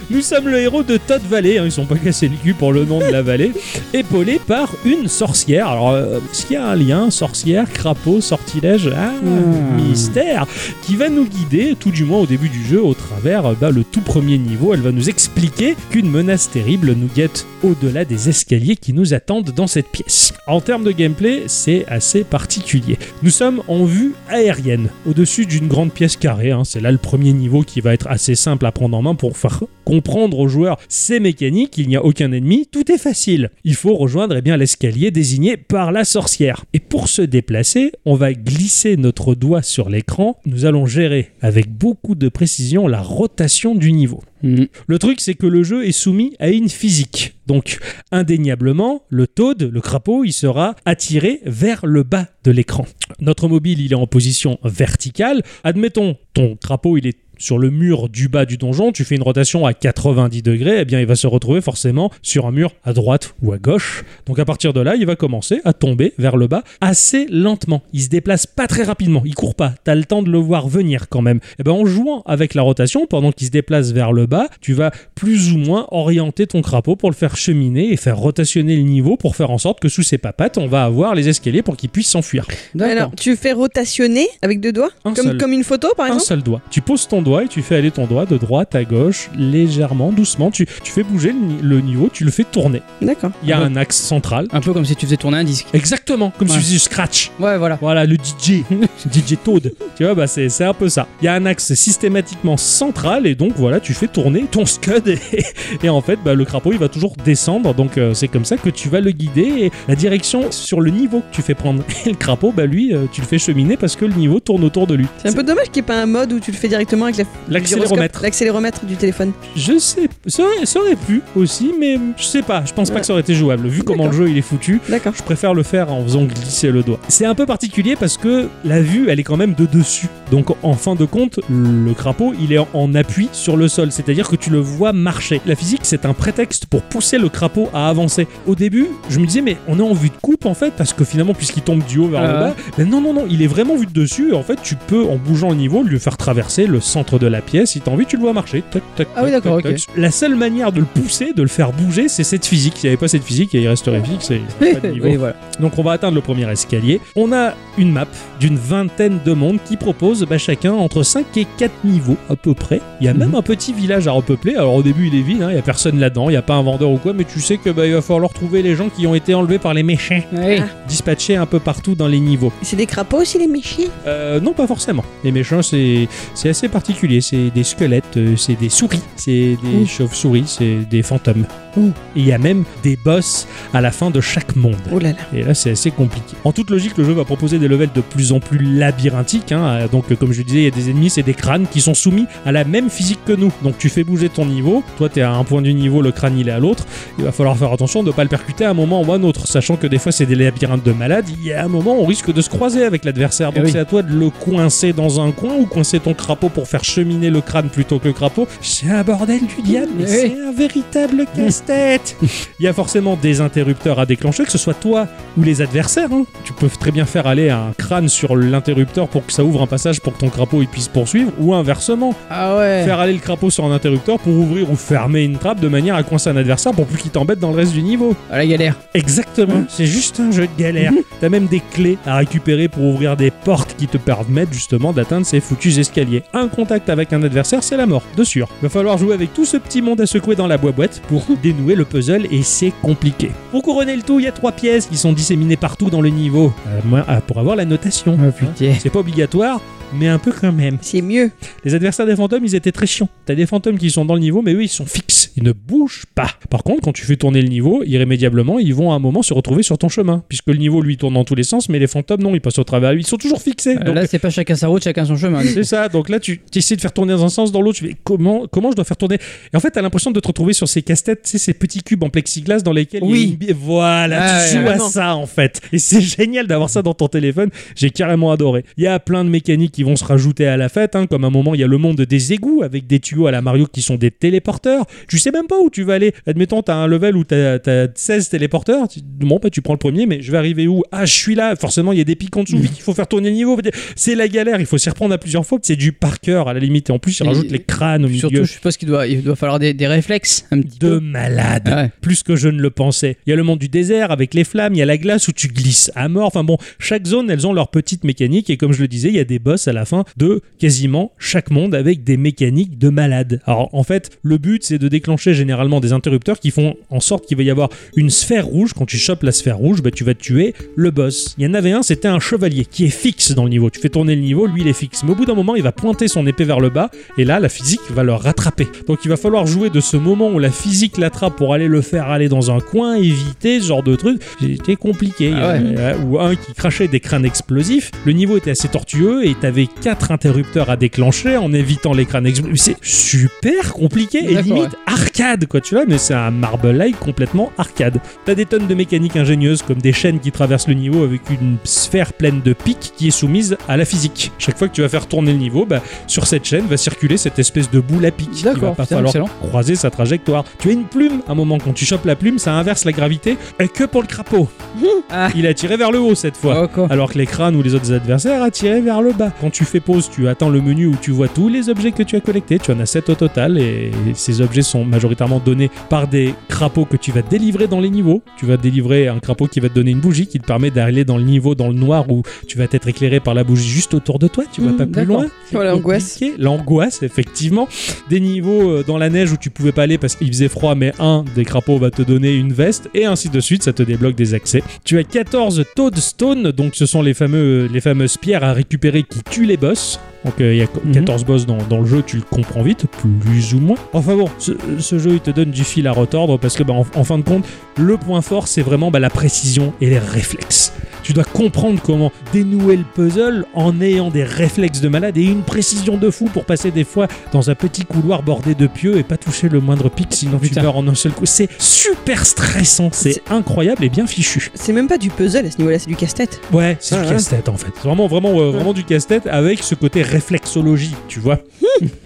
S1: Nous sommes le héros de Todd Valley, hein, ils sont pas cassés le cul pour le nom de la vallée, épaulé par une sorcière. Alors, euh, est-ce qu'il y a un lien sorcière, crapaud, sortilège Ah,
S4: Hmm.
S1: mystère Qui va nous guider, tout du moins au début du jeu, au travers euh, bah, le tout premier niveau. Elle va nous expliquer qu'une menace terrible nous guette au-delà des escaliers qui nous attendent dans cette pièce. En termes de gameplay, c'est assez particulier. Nous sommes en vue aérienne, au-dessus d'une grande pièce carrée. hein. C'est là le premier niveau qui va être assez simple à prendre en main pour faire comprendre aux joueurs ces mécaniques. Il n'y a aucun ennemi, tout est facile. Il faut rejoindre eh bien l'escalier désigné par la sorcière. Et pour se déplacer, on va glisser notre doigt sur l'écran. Nous allons gérer avec beaucoup de précision la rotation du niveau. Le truc, c'est que le jeu est soumis à une physique. Donc, indéniablement, le toad, le crapaud, il sera attiré vers le bas de l'écran. Notre mobile, il est en position verticale. Admettons, ton crapaud, il est sur le mur du bas du donjon, tu fais une rotation à 90 degrés, eh bien il va se retrouver forcément sur un mur à droite ou à gauche. Donc à partir de là, il va commencer à tomber vers le bas assez lentement. Il se déplace pas très rapidement, il court pas, t'as le temps de le voir venir quand même. Eh ben en jouant avec la rotation, pendant qu'il se déplace vers le bas, tu vas plus ou moins orienter ton crapaud pour le faire cheminer et faire rotationner le niveau pour faire en sorte que sous ses papates, on va avoir les escaliers pour qu'il puisse s'enfuir.
S4: D'accord.
S3: Alors, tu fais rotationner avec deux doigts
S1: Un
S3: comme,
S1: seul.
S3: comme une photo,
S4: Ah
S3: par
S1: un
S3: exemple
S1: seul doigt. Tu poses ton doigt et tu fais aller ton doigt de droite à gauche, légèrement, doucement. Tu, tu fais bouger le, ni- le niveau, tu le fais tourner.
S3: D'accord.
S1: Il y a
S4: Ah ouais.
S1: un axe central.
S4: Un peu comme si tu faisais tourner un disque.
S1: Exactement, comme si
S4: Ouais.
S1: tu faisais du scratch.
S4: Ouais, voilà.
S1: Voilà, le DJ, DJ Toad. Tu vois, bah c'est c'est un peu ça. Il y a un axe systématiquement central et donc voilà, tu fais tourner ton scud et, et en fait, bah, le crapaud il va toujours descendre. Donc euh, c'est comme ça que tu vas le guider et la direction sur le niveau que tu fais prendre. Et le crapaud, bah lui, euh, tu le fais cheminer parce que le niveau tourne autour de lui.
S3: C'est un peu dommage qu'il n'y ait pas un mode où tu le fais directement avec avec la-
S1: L'accéléromètre.
S3: L'accéléromètre du téléphone.
S1: Je sais, ça aurait, ça aurait pu aussi, mais je sais pas. Je pense pas que ça aurait été jouable. Vu comment le jeu il est foutu,
S3: D'accord.
S1: je préfère le faire en faisant glisser le doigt. C'est un peu particulier parce que la vue, elle est quand même de dessus. Donc en fin de compte, le crapaud, il est en, en appui sur le sol, c'est-à-dire que tu le vois marcher. La physique, c'est un prétexte pour pousser le crapaud à avancer. Au début, je me disais, mais on est en vue de coupe en fait, parce que finalement, puisqu'il tombe du haut vers le
S4: Ah.
S1: bas, mais non, non, non, il est vraiment vu de dessus. En fait, tu peux, en bougeant le niveau, lui faire traverser le centre de la pièce. Si t'as envie, tu le vois marcher. Tac, tac,
S4: Ah oui,
S1: tac,
S4: d'accord,
S1: tac,
S4: ok.
S1: tac. La seule manière de le pousser, de le faire bouger, c'est cette physique. S'il n'y avait pas cette physique, il resterait fixe et il n'y a pas de niveau.
S4: oui, voilà.
S1: Donc on va atteindre le premier escalier. On a une map d'une vingtaine de mondes qui propose bah, chacun entre 5 et 4 niveaux à peu près. Il y a même un petit village à repeupler. Alors au début il est vide, hein, il n'y a personne là-dedans, il n'y a pas un vendeur ou quoi, mais tu sais que bah, il va falloir trouver les gens qui ont été enlevés par les méchants,
S4: Ouais.
S1: Ah. dispatchés un peu partout dans les niveaux.
S3: C'est des crapauds aussi, les méchants
S1: Euh, non, pas forcément. Les méchants, c'est c'est assez particulier. C'est des squelettes, euh, c'est des souris, c'est des
S3: Ouh.
S1: chauves-souris, c'est des fantômes.
S3: Ouh.
S1: Et Il y a même des boss à la fin de chaque monde.
S3: Oh là là.
S1: Et là, c'est assez compliqué. En toute logique, le jeu va proposer des levels de plus en plus labyrinthiques. hein. Euh, Donc, euh, comme je disais, il y a des ennemis, c'est des crânes qui sont soumis à la même physique que nous. Donc, tu fais bouger ton niveau. Toi, t'es à un point du niveau, le crâne, il est à l'autre. Il va falloir faire attention de ne pas le percuter à un moment ou à un autre, sachant que des fois, c'est des labyrinthes de malades. Il y a un moment, on risque de se croiser avec l'adversaire. Donc,
S4: Eh oui.
S1: c'est à toi de le coincer dans un coin ou coincer ton crapaud pour faire cheminer le crâne plutôt que le crapaud. C'est un bordel du diable, mais
S4: Eh oui.
S1: c'est un véritable casse-tête. Il y a forcément des interrupteurs à déclencher, que ce soit toi ou les adversaires. hein. Tu peux très bien faire aller un crâne sur l'interrupteur pour que ça ouvre un passage pour que ton crapaud il puisse poursuivre, ou inversement,
S4: Ah ouais.
S1: faire aller le crapaud sur un interrupteur pour ouvrir ou fermer une trappe de manière à coincer un adversaire pour plus qu'il t'embête dans le reste du niveau.
S4: Ah, la galère.
S1: Exactement, c'est juste un jeu de galère. T'as même des clés à récupérer pour ouvrir des portes qui te permettent justement d'atteindre ces foutus escaliers. Un contact avec un adversaire, c'est la mort, de sûr. Va falloir jouer avec tout ce petit monde à secouer dans la boîte pour dénouer le puzzle et c'est compliqué. Pour couronner le tout, il y a trois pièces qui sont disséminées partout dans le niveau. Euh, moi, ah, pour avoir la notation.
S4: Ah, putain.
S1: C'est pas obligatoire, mais un peu quand même.
S3: C'est mieux.
S1: Les adversaires des fantômes, ils étaient très chiants. T'as des fantômes qui sont dans le niveau, mais eux, ils sont fixes. Ils ne bougent pas. Par contre, quand tu fais tourner le niveau, irrémédiablement, ils vont à un moment se retrouver sur ton chemin. Puisque le niveau, lui, tourne dans tous les sens, mais les fantômes, non, ils passent au travers. Ils sont toujours fixés.
S4: Euh,
S1: Donc,
S4: Là, c'est pas chacun sa route, chacun son chemin.
S1: c'est ça. Donc là, tu tu essaies de faire tourner dans un sens, dans l'autre. Tu fais comment, comment je dois faire tourner Et en fait, t'as l'impression de te retrouver sur ces casse-têtes, tu sais, ces petits cubes en plexiglas dans lesquels. il y a
S4: Oui.
S1: une bi- Voilà,
S4: Ah,
S1: tu
S4: ouais,
S1: joues à
S3: vraiment.
S1: ça en fait. Et c'est génial d'avoir ça dans ton téléphone. J'ai carrément adoré. Il y a plein de mécaniques qui vont se rajouter à la fête. hein. Comme à un moment, il y a le monde des égouts avec des tuyaux à la Mario qui sont des téléporteurs. Tu sais même pas où tu vas aller. Admettons, t'as un level où t'as as 16 téléporteurs. Tu- Bon, bah, tu prends le premier, mais je vais arriver où Ah, je suis là. Forcément, il y a des pics en dessous. Vite, il faut faire tourner le niveau. C'est la galère. Il faut s'y reprendre à plusieurs fois. C'est du par cœur à la limite. Et en plus, ils
S4: Et-
S1: rajoutent les crânes au milieu.
S4: Surtout, je suppose qu'il doit, il doit falloir des, des réflexes un petit
S1: de
S4: peu.
S1: malade
S4: Ah ouais.
S1: plus que je ne le pensais. Il y a le monde du désert avec les flammes, il y a la glace où tu glisses à mort. Enfin bon, chaque zone, elles ont leur petite mécanique et comme je le disais, il y a des boss à la fin de quasiment chaque monde avec des mécaniques de malade. Alors en fait, le but c'est de déclencher généralement des interrupteurs qui font en sorte qu'il va y avoir une sphère rouge. Quand tu chopes la sphère rouge, bah, tu vas tuer le boss. Il y en avait un, c'était un chevalier qui est fixe dans le niveau. Tu fais tourner le niveau, lui il est fixe. Mais au bout d'un moment, il va pointer son épée vers le bas et là, la physique va le rattraper. Donc il va falloir jouer de ce moment où la physique l'attrape pour aller le faire aller dans un coin, éviter ce genre de truc. C'était compliqué.
S4: Ah ouais.
S1: Il y en a- Ou un qui crachait des crânes explosifs. Le niveau était assez tortueux et t'avais quatre interrupteurs à déclencher en évitant les crânes explosifs. C'est super compliqué et
S4: D'accord,
S1: limite
S4: ouais.
S1: arcade quoi, tu vois. Mais c'est un Marble-like complètement arcade. T'as des tonnes de mécaniques ingénieuses comme des chaînes qui traversent le niveau avec une sphère pleine de pics qui est soumise à la physique. Chaque fois que tu vas faire tourner le niveau, bah, sur cette chaîne va circuler cette espèce de boule à pic. Il va
S4: D'accord,
S1: pas
S4: putain,
S1: falloir
S4: excellent.
S1: croiser sa trajectoire. Tu as une plume, à un moment quand tu chopes la plume, ça inverse la gravité, et que pour le crapaud.
S4: Ah.
S1: Il a tiré vers le haut cette fois.
S4: Oh, quoi.
S1: Alors que les crânes ou les autres adversaires attiraient vers le bas. Quand tu fais pause, tu attends le menu où tu vois tous les objets que tu as collectés. Tu en as 7 au total et ces objets sont majoritairement donnés par des crapauds que tu vas délivrer dans les niveaux. Tu vas délivrer un crapaud qui va te donner une bougie qui te permet d'aller dans le niveau, dans le noir où tu vas être éclairé par la bougie juste autour de toi. Tu vas
S4: Mmh,
S1: pas plus
S4: d'accord.
S1: loin.
S3: Oh, l'angoisse.
S1: Compliqué. L'angoisse, effectivement. Des niveaux euh, dans la neige où tu pouvais pas aller parce qu'il faisait froid, mais un des crapauds va te donner une veste et ainsi de suite. Ça te débloque des accès. Tu as euh, 14 Toadstone, donc ce sont les, fameux, les fameuses pierres à récupérer qui tuent les boss. Donc euh, il y a
S4: Mhm.
S1: 14 boss dans, dans le jeu, tu le comprends vite, plus ou moins. Enfin bon, ce, ce jeu il te donne du fil à retordre parce que bah, en, en fin de compte, le point fort c'est vraiment bah, la précision et les réflexes. Tu dois comprendre comment dénouer le puzzle en ayant des réflexes de malade et une précision de fou pour passer des fois dans un petit couloir bordé de pieux et pas toucher le moindre pic sinon tu
S4: Putain.
S1: meurs en un seul coup. C'est super stressant, c'est incroyable et bien fichu.
S3: C'est même pas du puzzle à ce niveau-là, c'est du casse-tête.
S1: Ouais, c'est
S3: Ah,
S1: du
S3: ouais.
S1: casse-tête en fait. C'est vraiment, vraiment, euh, vraiment du casse-tête avec ce côté réflexologie, tu vois.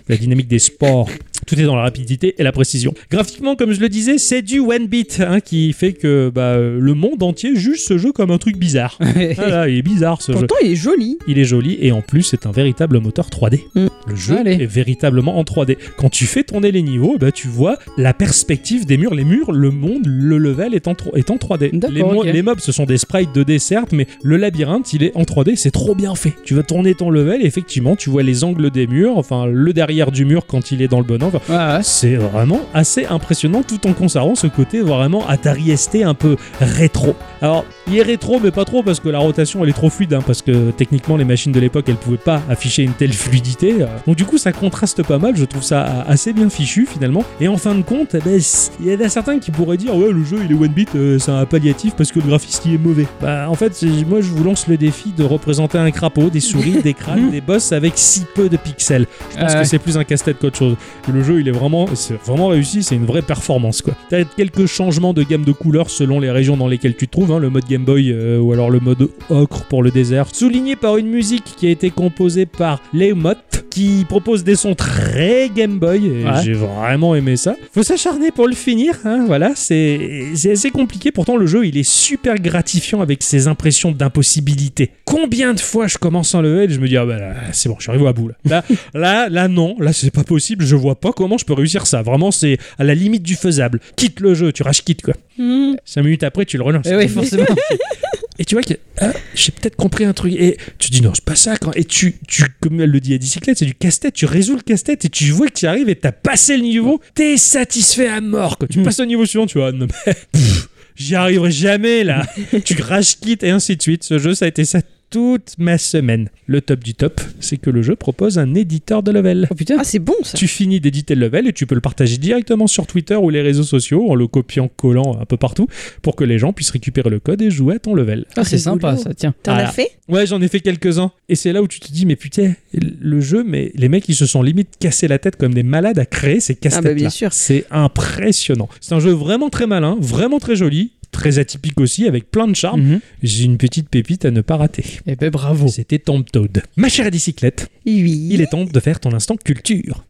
S1: la dynamique des sports. Tout est dans la rapidité et la précision. Graphiquement, comme je le disais, c'est du one beat hein, qui fait que bah, euh, le monde entier juge ce jeu comme un truc bizarre. Ah là, il est bizarre ce jeu.
S3: Pourtant, il est joli.
S1: Il est joli et en plus c'est un véritable moteur 3D.
S3: Mm.
S1: Le jeu
S4: Allez.
S1: est véritablement en 3D. Quand tu fais tourner les niveaux, bah, tu vois la perspective des murs, les murs, le monde, le level est en, tro- est en 3D.
S4: D'accord,
S1: Les, mo-
S4: ok.
S1: les mobs ce sont des sprites 2D certes, mais le labyrinthe il est en 3D, c'est trop bien fait. Tu vas tourner ton level et effectivement tu vois les angles des murs, enfin le derrière du mur quand il est dans le bon angle.
S4: Ouais, ouais.
S1: C'est vraiment assez impressionnant tout en conservant ce côté vraiment Atari ST un peu rétro. Alors, il est rétro, mais pas trop parce que la rotation elle est trop fluide, hein, parce que techniquement les machines de l'époque elles pouvaient pas afficher une telle fluidité. euh. Donc, du coup, ça contraste pas mal, je trouve ça euh, assez bien fichu finalement. Et en fin de compte, eh ben, c- il y en a certains qui pourraient dire Ouais, le jeu il est one bit, euh, c'est un palliatif parce que le graphiste il est mauvais. Bah, en fait, c'est- moi je vous lance le défi de représenter un crapaud, des souris, des crânes, des boss avec si peu de pixels. Je pense
S4: Ah ouais.
S1: que c'est plus un casse-tête qu'autre chose. Le jeu, il est vraiment, c'est vraiment réussi, c'est une vraie performance. quoi. T'as quelques changements de gamme de couleurs selon les régions dans lesquelles tu te trouves, hein, le mode Game Boy euh, ou alors le mode ocre pour le désert, souligné par une musique qui a été composée par Leo Mott, qui propose des sons très Game Boy, et
S4: Ouais.
S1: j'ai vraiment aimé ça. Faut s'acharner pour le finir, hein, voilà, c'est c'est assez compliqué, pourtant le jeu, il est super gratifiant avec ses impressions d'impossibilité. Combien de fois je commence un level, je me dis, ah bah là, c'est bon, je suis arrivé à bout là. Là, Là, là, non, là, c'est pas possible. Je vois pas comment je peux réussir ça. Vraiment, c'est à la limite du faisable. Quitte le jeu, tu rage quitte quoi.
S3: Hmm.
S1: Cinq minutes après, tu le relances.
S4: Eh oui, forcément.
S1: Et tu vois que ah, j'ai peut-être compris un truc. Et tu dis non, c'est pas ça. Quand... Et tu, tu, comme elle le dit à bicyclette, c'est du casse-tête. Tu résous le casse-tête et tu vois que tu y arrives et t'as passé le niveau. T'es satisfait à mort. Quand tu
S4: Mm.
S1: passes au niveau suivant, tu vois, non, mais, pff, j'y arriverai jamais là. tu rage quitte et ainsi de suite. Ce jeu, ça a été ça toute ma semaine. Le top du top, c'est que le jeu propose un éditeur de level.
S4: Oh putain.
S3: Ah, c'est bon ça.
S1: Tu finis d'éditer le level et tu peux le partager directement sur Twitter ou les réseaux sociaux en le copiant, collant un peu partout pour que les gens puissent récupérer le code et jouer à ton level.
S4: Ah, c'est
S3: rigolo.
S4: sympa ça, tiens.
S3: T'en
S1: Voilà.
S3: as fait
S1: Ouais, j'en ai fait quelques-uns. Et c'est là où tu te dis, mais putain, le jeu, mais les mecs, ils se sont limite cassés la tête comme des malades à créer ces casse-têtes.
S3: Ah bah, bien sûr.
S1: C'est impressionnant. C'est un jeu vraiment très malin, vraiment très joli, très atypique aussi, avec plein de charme.
S4: Mhm.
S1: J'ai une petite pépite à ne pas rater.
S4: Eh ben bravo.
S1: C'était Tomb Toad. Ma chère bicyclette,
S3: Oui.
S1: il est temps de faire ton instant culture.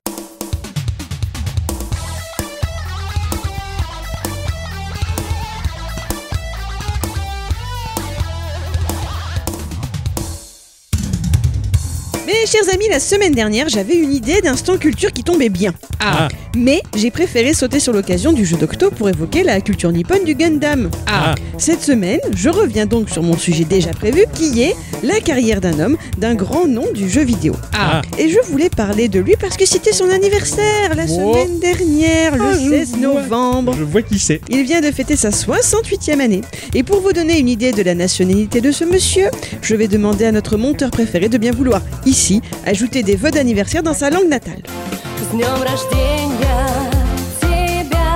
S3: Mais chers amis, la semaine dernière, j'avais une idée d'instant culture qui tombait bien.
S4: Ah.
S3: Mais j'ai préféré sauter sur l'occasion du jeu d'Octo pour évoquer la culture nippone du Gundam.
S4: Ah.
S3: Cette semaine, je reviens donc sur mon sujet déjà prévu qui est la carrière d'un homme, d'un grand nom du jeu vidéo.
S4: Ah.
S3: Et je voulais parler de lui parce que c'était son anniversaire la
S1: Wow.
S3: semaine dernière, le
S1: Oh. Ah, je
S3: 16
S1: vois.
S3: novembre.
S1: Je vois qui c'est.
S3: Il vient de fêter sa 68e année. Et pour vous donner une idée de la nationalité de ce monsieur, je vais demander à notre monteur préféré de bien vouloir, ici, ajouter des vœux d'anniversaire dans sa langue natale.
S8: С днем рождения тебя!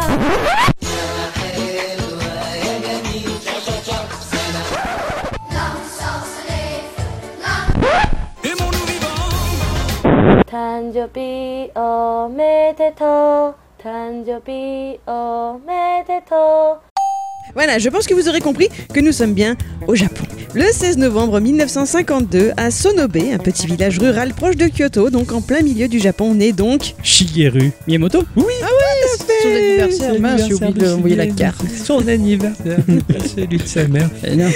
S8: Tanjobi o medeto, Tanjobi o medeto.
S3: Voilà, je pense que vous aurez compris que nous sommes bien au Japon. Le 16 novembre 1952, à Sonobe, un petit village rural proche de Kyoto, donc en plein milieu du Japon, on est donc...
S1: Shigeru.
S4: Miyamoto
S3: Son anniversaire,
S4: mince, j'ai oublié d'envoyer la carte.
S1: Son anniversaire, celui de sa mère.
S4: Eh non.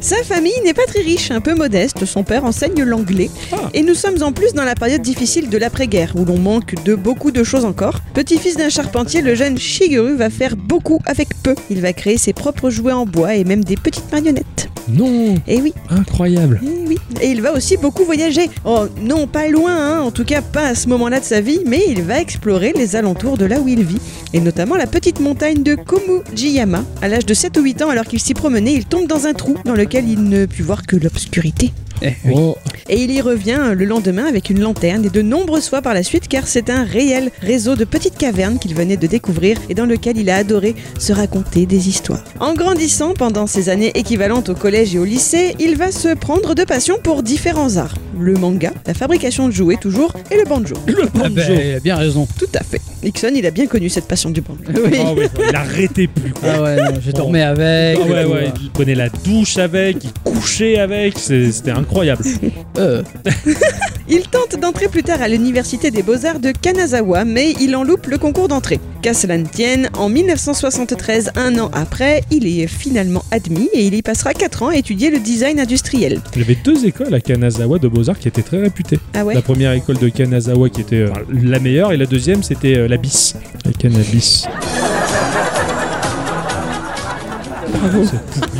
S3: Sa famille n'est pas très riche, un peu modeste, son père enseigne l'anglais.
S1: Ah.
S3: Et nous sommes en plus dans la période difficile de l'après-guerre, où l'on manque de beaucoup de choses encore. Petit-fils d'un charpentier, le jeune Shigeru va faire beaucoup avec peu. Il va créer ses propres jouets en bois et même des petites marionnettes.
S1: Non,
S3: Et oui,
S1: incroyable.
S3: eh oui. Et il va aussi beaucoup voyager. Oh non, pas loin, hein, en tout cas pas à ce moment-là de sa vie, mais il va explorer les alentours de là où il vit, et notamment la petite montagne de Komujiyama. À l'âge de 7 ou 8 ans, alors qu'il s'y promenait, il tombe dans un trou dans lequel il ne put voir que l'obscurité.
S4: Eh, oui.
S1: Oh.
S3: Et il y revient le lendemain avec une lanterne et de nombreuses fois par la suite car c'est un réel réseau de petites cavernes qu'il venait de découvrir et dans lequel il a adoré se raconter des histoires. En grandissant pendant ses années équivalentes au collège et au lycée, il va se prendre de passion pour différents arts. Le manga, la fabrication de jouets toujours et le banjo.
S4: Ah ben, il a bien raison.
S3: Tout à fait. Nixon, il a bien connu cette passion du banjo.
S4: Oui.
S1: Ah ouais, il arrêtait plus quoi.
S4: Ah ouais, non, je dormais avec.
S1: Ah ouais,
S4: euh,
S1: ouais, il prenait la douche avec, il couchait avec, c'est- c'était incroyable.
S4: euh,
S3: Il tente d'entrer plus tard à l'université des beaux-arts de Kanazawa, mais il en loupe le concours d'entrée. Qu'à cela ne tienne, en 1973, un an après, il est finalement admis et il y passera 4 ans à étudier le design industriel.
S1: Il y avait deux écoles à Kanazawa de Beaux-Arts qui étaient très réputées.
S3: Ah ouais
S1: La première école de Kanazawa qui était euh, la meilleure et la deuxième c'était euh, la bis. La cannabis.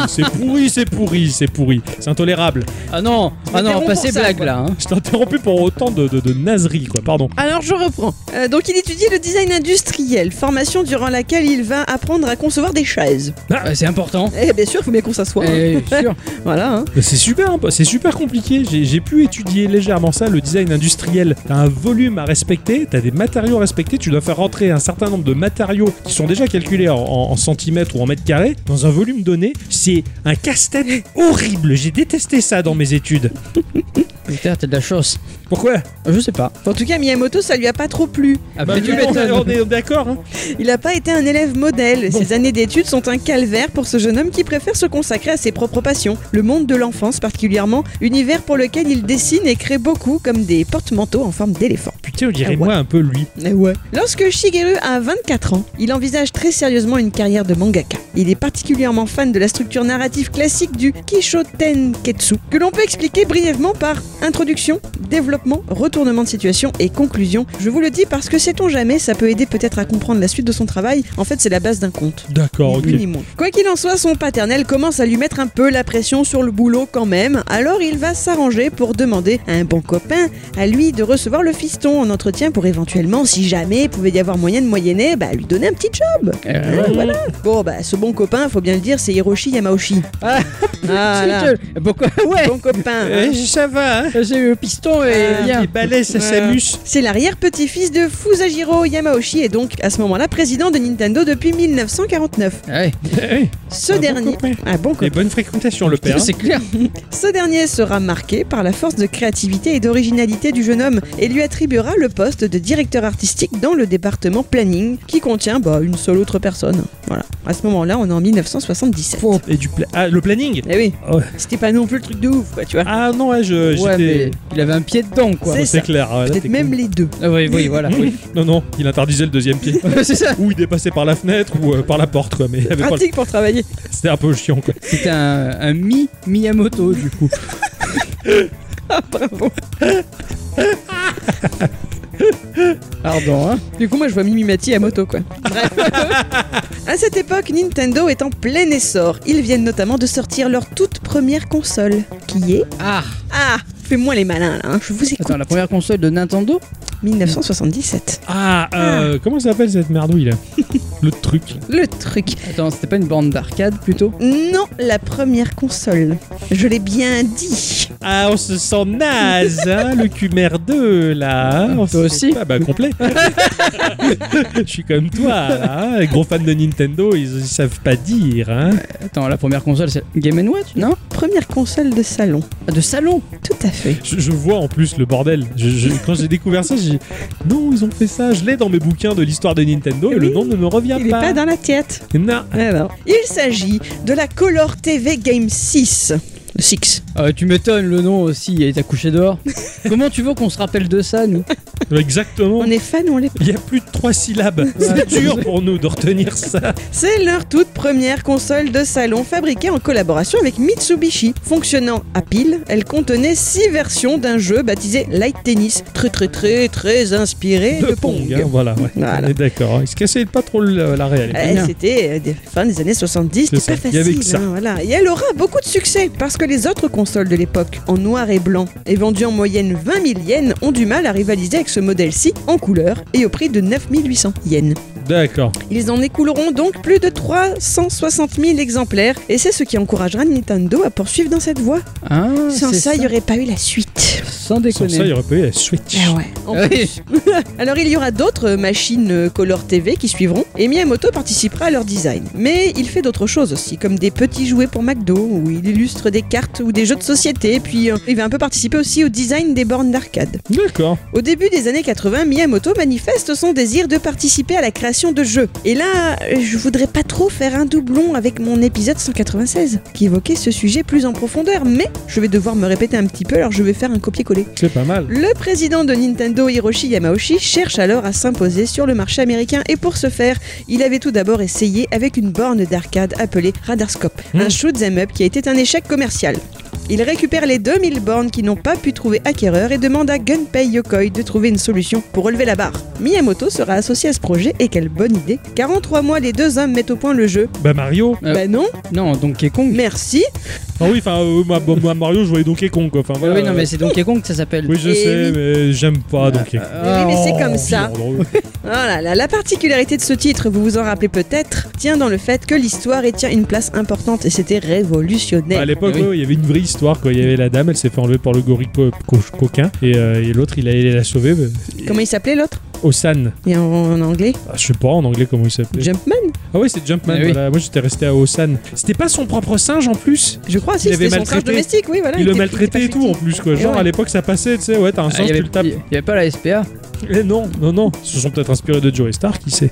S1: C'est pourri, c'est pourri, c'est pourri, c'est pourri. C'est intolérable.
S4: Ah non, ah non,
S3: Interromps
S4: passez
S3: pour ça,
S4: blague
S3: quoi.
S4: là. hein.
S1: Je t'ai interrompu pour autant de, de, de naseries, quoi, pardon.
S3: Alors je reprends. Euh, donc il étudie le design industriel, formation durant laquelle il va apprendre à concevoir des chaises.
S4: Ah, c'est important.
S3: Eh bien sûr, faut bien qu'on s'assoie.
S4: Eh, sûr.
S3: Voilà. hein.
S1: Mais C'est super, imp- c'est super compliqué. J'ai j'ai pu étudier légèrement ça, le design industriel. T'as un volume à respecter, t'as des matériaux à respecter. Tu dois faire rentrer un certain nombre de matériaux qui sont déjà calculés en, en- en centimètres ou en mètres carrés dans un volume donné. C'est un casse-tête horrible. J'ai détesté ça dans mes études.
S4: Putain, t'as de la chance.
S1: Pourquoi
S4: Je sais pas.
S3: En tout cas, Miyamoto, ça lui a pas trop plu.
S4: Ah
S1: Bah,
S4: bah, tu
S1: on-
S4: m'étonnes.
S1: On est d'accord. hein.
S3: Il n'a pas été un élève modèle. Ses années d'études sont un calvaire pour ce jeune homme qui préfère se consacrer à ses propres passions. Le monde de l'enfance particulièrement, univers pour lequel il dessine et crée beaucoup comme des porte-manteaux en forme d'éléphant.
S1: Putain, on dirait
S3: Ah ouais.
S1: moi un peu lui.
S3: Eh ouais. Lorsque Shigeru a 24 ans, il envisage très sérieusement une carrière de mangaka. Il est particulièrement fan de la structure narrative classique du Kishotenketsu, que l'on peut expliquer brièvement par introduction, développement, retournement de situation et conclusion. Je vous le dis parce que sait-on jamais, ça peut aider peut-être à comprendre la suite de son travail. En fait, c'est la base d'un conte.
S1: D'accord,
S3: Ni
S1: ok.
S3: plus ni moins. Quoi qu'il en soit, son paternel commence à lui mettre un peu la pression sur le boulot quand même, alors il va s'arranger pour demander à un bon copain, à lui, de recevoir le fiston en entretien pour éventuellement, si jamais pouvait y avoir moyen de moyenner, bah, lui donner un petit job.
S4: Euh,
S3: Hein, voilà. Bon, bah, ce bon copain, faut bien le dire, c'est Hiroshi Yamauchi.
S4: Ah,
S3: Voilà.
S4: c'est le- Pourquoi Ouais.
S3: Bon copain. hein.
S1: Eh, ça va, hein
S4: J'ai eu le piston et
S3: Ah,
S4: viens.
S1: Les balais, ça
S3: Ouais.
S1: s'amuse.
S3: C'est l'arrière-petit-fils de Fusajiro Yamauchi et donc à ce moment-là président de Nintendo depuis 1949.
S4: Ah Ouais.
S1: Eh, eh,
S3: Ce
S1: Un bon
S3: dernier,
S1: copain.
S3: un bon copain.
S1: Et bonne fréquentation, le père. hein.
S4: Putain, C'est clair.
S3: Ce dernier sera marqué par la force de créativité et d'originalité du jeune homme et lui attribuera le poste de directeur artistique dans le département planning qui contient bah, une seule autre personne. Voilà. À ce moment-là, on est en 1977.
S1: Et du pla- ah, le planning
S3: Eh oui,
S1: Ouais.
S3: c'était pas non plus le truc de ouf, quoi, tu vois.
S1: Ah non, ouais, je-
S4: Ouais,
S1: j'étais.
S4: mais il avait un pied dedans quoi.
S3: C'est
S1: C'est
S3: ça.
S1: clair. hein, ouais, là,
S3: Peut-être
S1: t'es
S3: même
S1: con.
S3: les deux.
S4: Ah oui, oui, voilà. oui.
S1: Non, non, il interdisait le deuxième pied.
S4: c'est ça.
S1: ou il dépassait par la fenêtre ou euh, par la porte, quoi. Mais il y avait pas le-
S3: Pratique pour travailler.
S1: c'était un peu chiant, quoi.
S4: C'était un, un mi Miyamoto du coup.
S3: Bravo.
S4: Ardent, hein.
S3: Du coup, moi, je vois Mimimati à moto, quoi. Bref. à cette époque, Nintendo est en plein essor. Ils viennent notamment de sortir leur toute première console, qui est...
S4: Ah.
S3: Ah Fais-moi les malins, là. hein. Je vous écoute.
S4: Attends, la première console de Nintendo
S3: 1977.
S1: Ah, euh, comment ça s'appelle cette merdouille là Le truc.
S3: Le truc.
S4: Attends, c'était pas une bande d'arcade plutôt
S3: Non, la première console. Je l'ai bien dit.
S1: Ah, on se sent naze, hein, le QMR2 là. hein, on se
S4: Toi
S1: sent
S4: aussi
S1: pas- Bah, complet. Je suis comme toi, là, hein, gros fan de Nintendo, ils, ils savent pas dire, hein.
S4: Attends, la première console c'est Game Watch, non
S3: Première console de salon.
S4: Ah, De salon
S3: Tout à fait.
S1: Je, je vois en plus le bordel. Je- je- quand j'ai découvert ça, j'ai dit, non, ils ont fait ça. Je l'ai dans mes bouquins de l'histoire de Nintendo et le
S3: Oui.
S1: nom ne me revient
S3: Il n'est
S1: pas.
S3: pas dans la tête.
S1: Non.
S4: Ah.
S3: Alors, il s'agit de la Color TV Game 6. Le 6.
S4: Ah, Tu m'étonnes, le nom aussi, il t'a couché dehors. Comment tu veux qu'on se rappelle de ça, nous
S1: Exactement.
S3: On est fan ou on l'est pas
S1: Il y a plus de trois syllabes. C'est dur pour nous de retenir ça.
S3: C'est leur toute première console de salon fabriquée en collaboration avec Mitsubishi. Fonctionnant à pile, elle contenait 6 versions d'un jeu baptisé Light Tennis. Très très très très inspiré de, Pong.
S1: hein, voilà, ouais.
S3: Voilà.
S1: On est d'accord. hein. Il se cassait pas trop le- la réelle.
S3: Eh,
S4: Bien.
S3: c'était euh, des fin des années 70,
S1: C'est
S3: c'était pas
S1: ça, il y
S3: facile.
S1: avait que ça.
S3: hein, voilà. Et elle aura beaucoup de succès parce que les autres consoles de l'époque, en noir et blanc et vendues en moyenne 20 000 yens, ont du mal à rivaliser avec ce ce modèle-ci en couleur et au prix de 9800 yens.
S1: D'accord.
S3: Ils en écouleront donc plus de 360 000 exemplaires et c'est ce qui encouragera Nintendo à poursuivre dans cette voie.
S4: Ah,
S3: Sans
S4: c'est
S3: ça, il n'y aurait pas eu la suite.
S4: Sans
S1: Sans ça,
S4: déconner.
S1: il aurait pas eu la Switch.
S3: Eh, ouais.
S4: Ah oui.
S3: Alors il y aura d'autres euh, machines euh, Color TV qui suivront et Miyamoto participera à leur design. Mais il fait d'autres choses aussi, comme des petits jouets pour McDo où il illustre des cartes ou des jeux de société. Puis euh, il va un peu participer aussi au design des bornes d'arcade.
S1: D'accord.
S3: Au début des années 80, Miyamoto manifeste son désir de participer à la création de jeux. Et là, euh, je voudrais pas trop faire un doublon avec mon épisode 196 qui évoquait ce sujet plus en profondeur, mais je vais devoir me répéter un petit peu, alors je vais faire un copier-coller.
S1: C'est pas mal.
S3: Le président de Nintendo, Hiroshi Yamauchi, cherche alors à s'imposer sur le marché américain et pour ce faire, il avait tout d'abord essayé avec une borne d'arcade appelée Radarscope,
S1: Mm.
S4: Hmm.
S3: un shoot'em up qui a été un échec commercial. Il récupère les 2000 bornes qui n'ont pas pu trouver acquéreur et demande à Gunpei Yokoi de trouver une solution pour relever la barre. Miyamoto sera associé à ce projet et quelle bonne idée, car en trois mois, les deux hommes mettent au point le jeu.
S1: Bah Mario.
S4: Euh.
S3: Bah non,
S4: Non, Donkey Kong.
S3: merci,
S1: Ah oui, enfin, euh, ma- ma- ma Mario, je voyais Donkey Kong, quoi. Enfin,
S4: Oui,
S1: voilà.
S4: non, mais euh, c'est Donkey Kong que ça s'appelle.
S1: Oui, je
S3: Et
S1: sais,
S3: oui.
S1: mais j'aime pas Donkey Kong.
S4: Ah,
S3: mais c'est
S1: Oh,
S3: comme ça.
S1: c'est drôle.
S3: Ah là là, la particularité de ce titre, vous vous en rappelez peut-être, tient dans le fait que l'histoire y tient une place importante et c'était révolutionnaire.
S1: À l'époque,
S4: Oui.
S1: ouais, il y avait une vraie histoire. Quoi. Il y avait la dame, elle s'est fait enlever par le gorille co- co- coquin. Et, euh, et l'autre, il allait la sauver. mais-
S3: Comment il s'appelait l'autre
S1: Osan.
S3: Et en, en anglais
S1: Ah, je sais pas en anglais comment il s'appelait.
S3: Jumpman
S1: Ah ouais, c'est Jumpman.
S4: Eh oui.
S1: voilà. Moi, j'étais resté à Osan. C'était pas son propre singe en plus
S3: Je crois, si,
S1: Il avait
S3: c'était son
S1: maltraité.
S3: singe domestique, oui, voilà.
S1: il
S3: Ah,
S1: le
S3: était-
S1: maltraitait
S3: était
S1: et
S3: pas
S1: tout en
S3: gentil.
S1: plus quoi.
S3: Et
S1: Genre
S3: ouais.
S1: à l'époque ça passait, tu sais, ouais, t'as un
S4: ah, Il
S1: singe,
S4: n'y
S1: tu le tapes.
S4: avait, il y avait pas la SPA.
S1: Eh non, non, non, ils se sont peut-être inspirés de Joe Star, qui sait.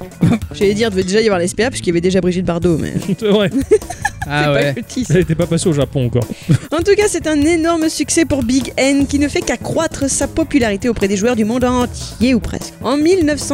S3: J'allais dire, devait déjà y avoir les SPA puisqu'il y avait déjà Brigitte Bardot, mais
S1: ouais,
S4: Ah
S3: c'est
S4: ouais.
S3: pas petit. ça.
S1: elle était pas passée au Japon encore.
S3: En tout cas, c'est un énorme succès pour Big N qui ne fait qu'accroître sa popularité auprès des joueurs du monde entier ou presque. En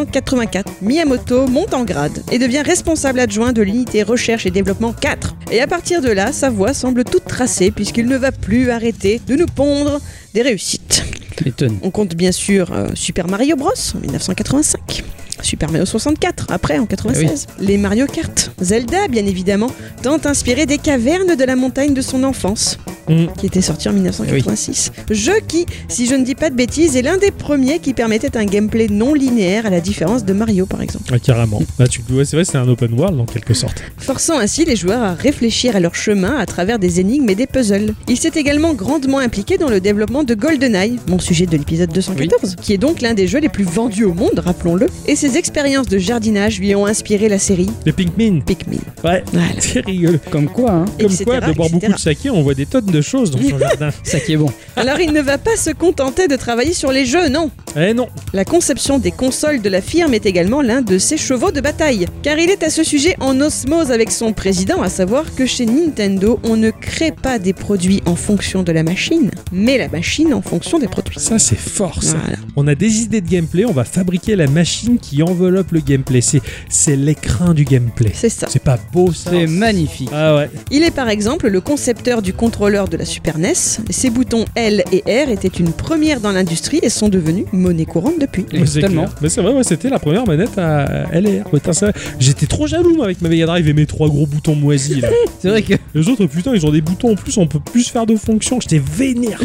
S3: 1984, Miyamoto monte en grade et devient responsable adjoint de l'unité recherche et développement 4. Et à partir de là, sa voie semble toute tracée puisqu'il ne va plus arrêter de nous pondre des réussites.
S4: Étonne.
S3: On compte bien sûr euh, Super Mario Bros. en 1985. Super Mario 64, après en 96. Les Mario Kart. Zelda, bien évidemment, tant inspiré des cavernes de la montagne de son enfance,
S1: Mm.
S3: qui était sorti en 1986. Jeu qui, si je ne dis pas de bêtises, est l'un des premiers qui permettait un gameplay non linéaire, à la différence de Mario par exemple.
S1: Ah, carrément. Bah, tu... ouais, c'est vrai, c'est un open world en quelque sorte.
S3: forçant ainsi les joueurs à réfléchir à leur chemin à travers des énigmes et des puzzles. Il s'est également grandement impliqué dans le développement de GoldenEye, mon sujet de l'épisode 214, qui est donc l'un des jeux les plus vendus au monde, rappelons-le, et ses expériences de jardinage lui ont inspiré la série
S1: Les Pinkmin,
S3: Pikmin.
S1: ouais,
S3: Voilà.
S1: c'est rigolo.
S4: Comme quoi, hein.
S1: Comme
S3: Etc.,
S1: quoi, de boire
S3: etc..
S1: beaucoup de saké, on voit des tonnes de choses dans son jardin.
S4: Ça qui est bon.
S3: Alors il ne va pas se contenter de travailler sur les jeux, non
S1: Eh non,
S3: La conception des consoles de la firme est également l'un de ses chevaux de bataille, car il est à ce sujet en osmose avec son président, à savoir que chez Nintendo, on ne crée pas des produits en fonction de la machine, mais la machine en fonction des produits.
S1: ça c'est fort ça.
S3: Voilà.
S1: On a des idées de gameplay, on va fabriquer la machine qui enveloppe le gameplay. C'est, c'est l'écran du gameplay.
S3: C'est ça.
S1: C'est pas beau ça
S4: C'est magnifique.
S1: Ah ouais.
S3: Il est par exemple le concepteur du contrôleur de la Super NES. Ses boutons L et R étaient une première dans l'industrie et sont devenus monnaie courante depuis.
S4: Et
S1: c'est
S4: tellement.
S1: clair. Ah, Mais c'est vrai, ouais, c'était la première manette à LR. Putain, ça- J'étais trop jaloux moi, avec ma Mega Drive et mes trois gros boutons moisis là.
S4: C'est vrai que
S1: Les autres, putain, ils ont des boutons en plus, on peut plus faire de fonctions. J'étais vénère.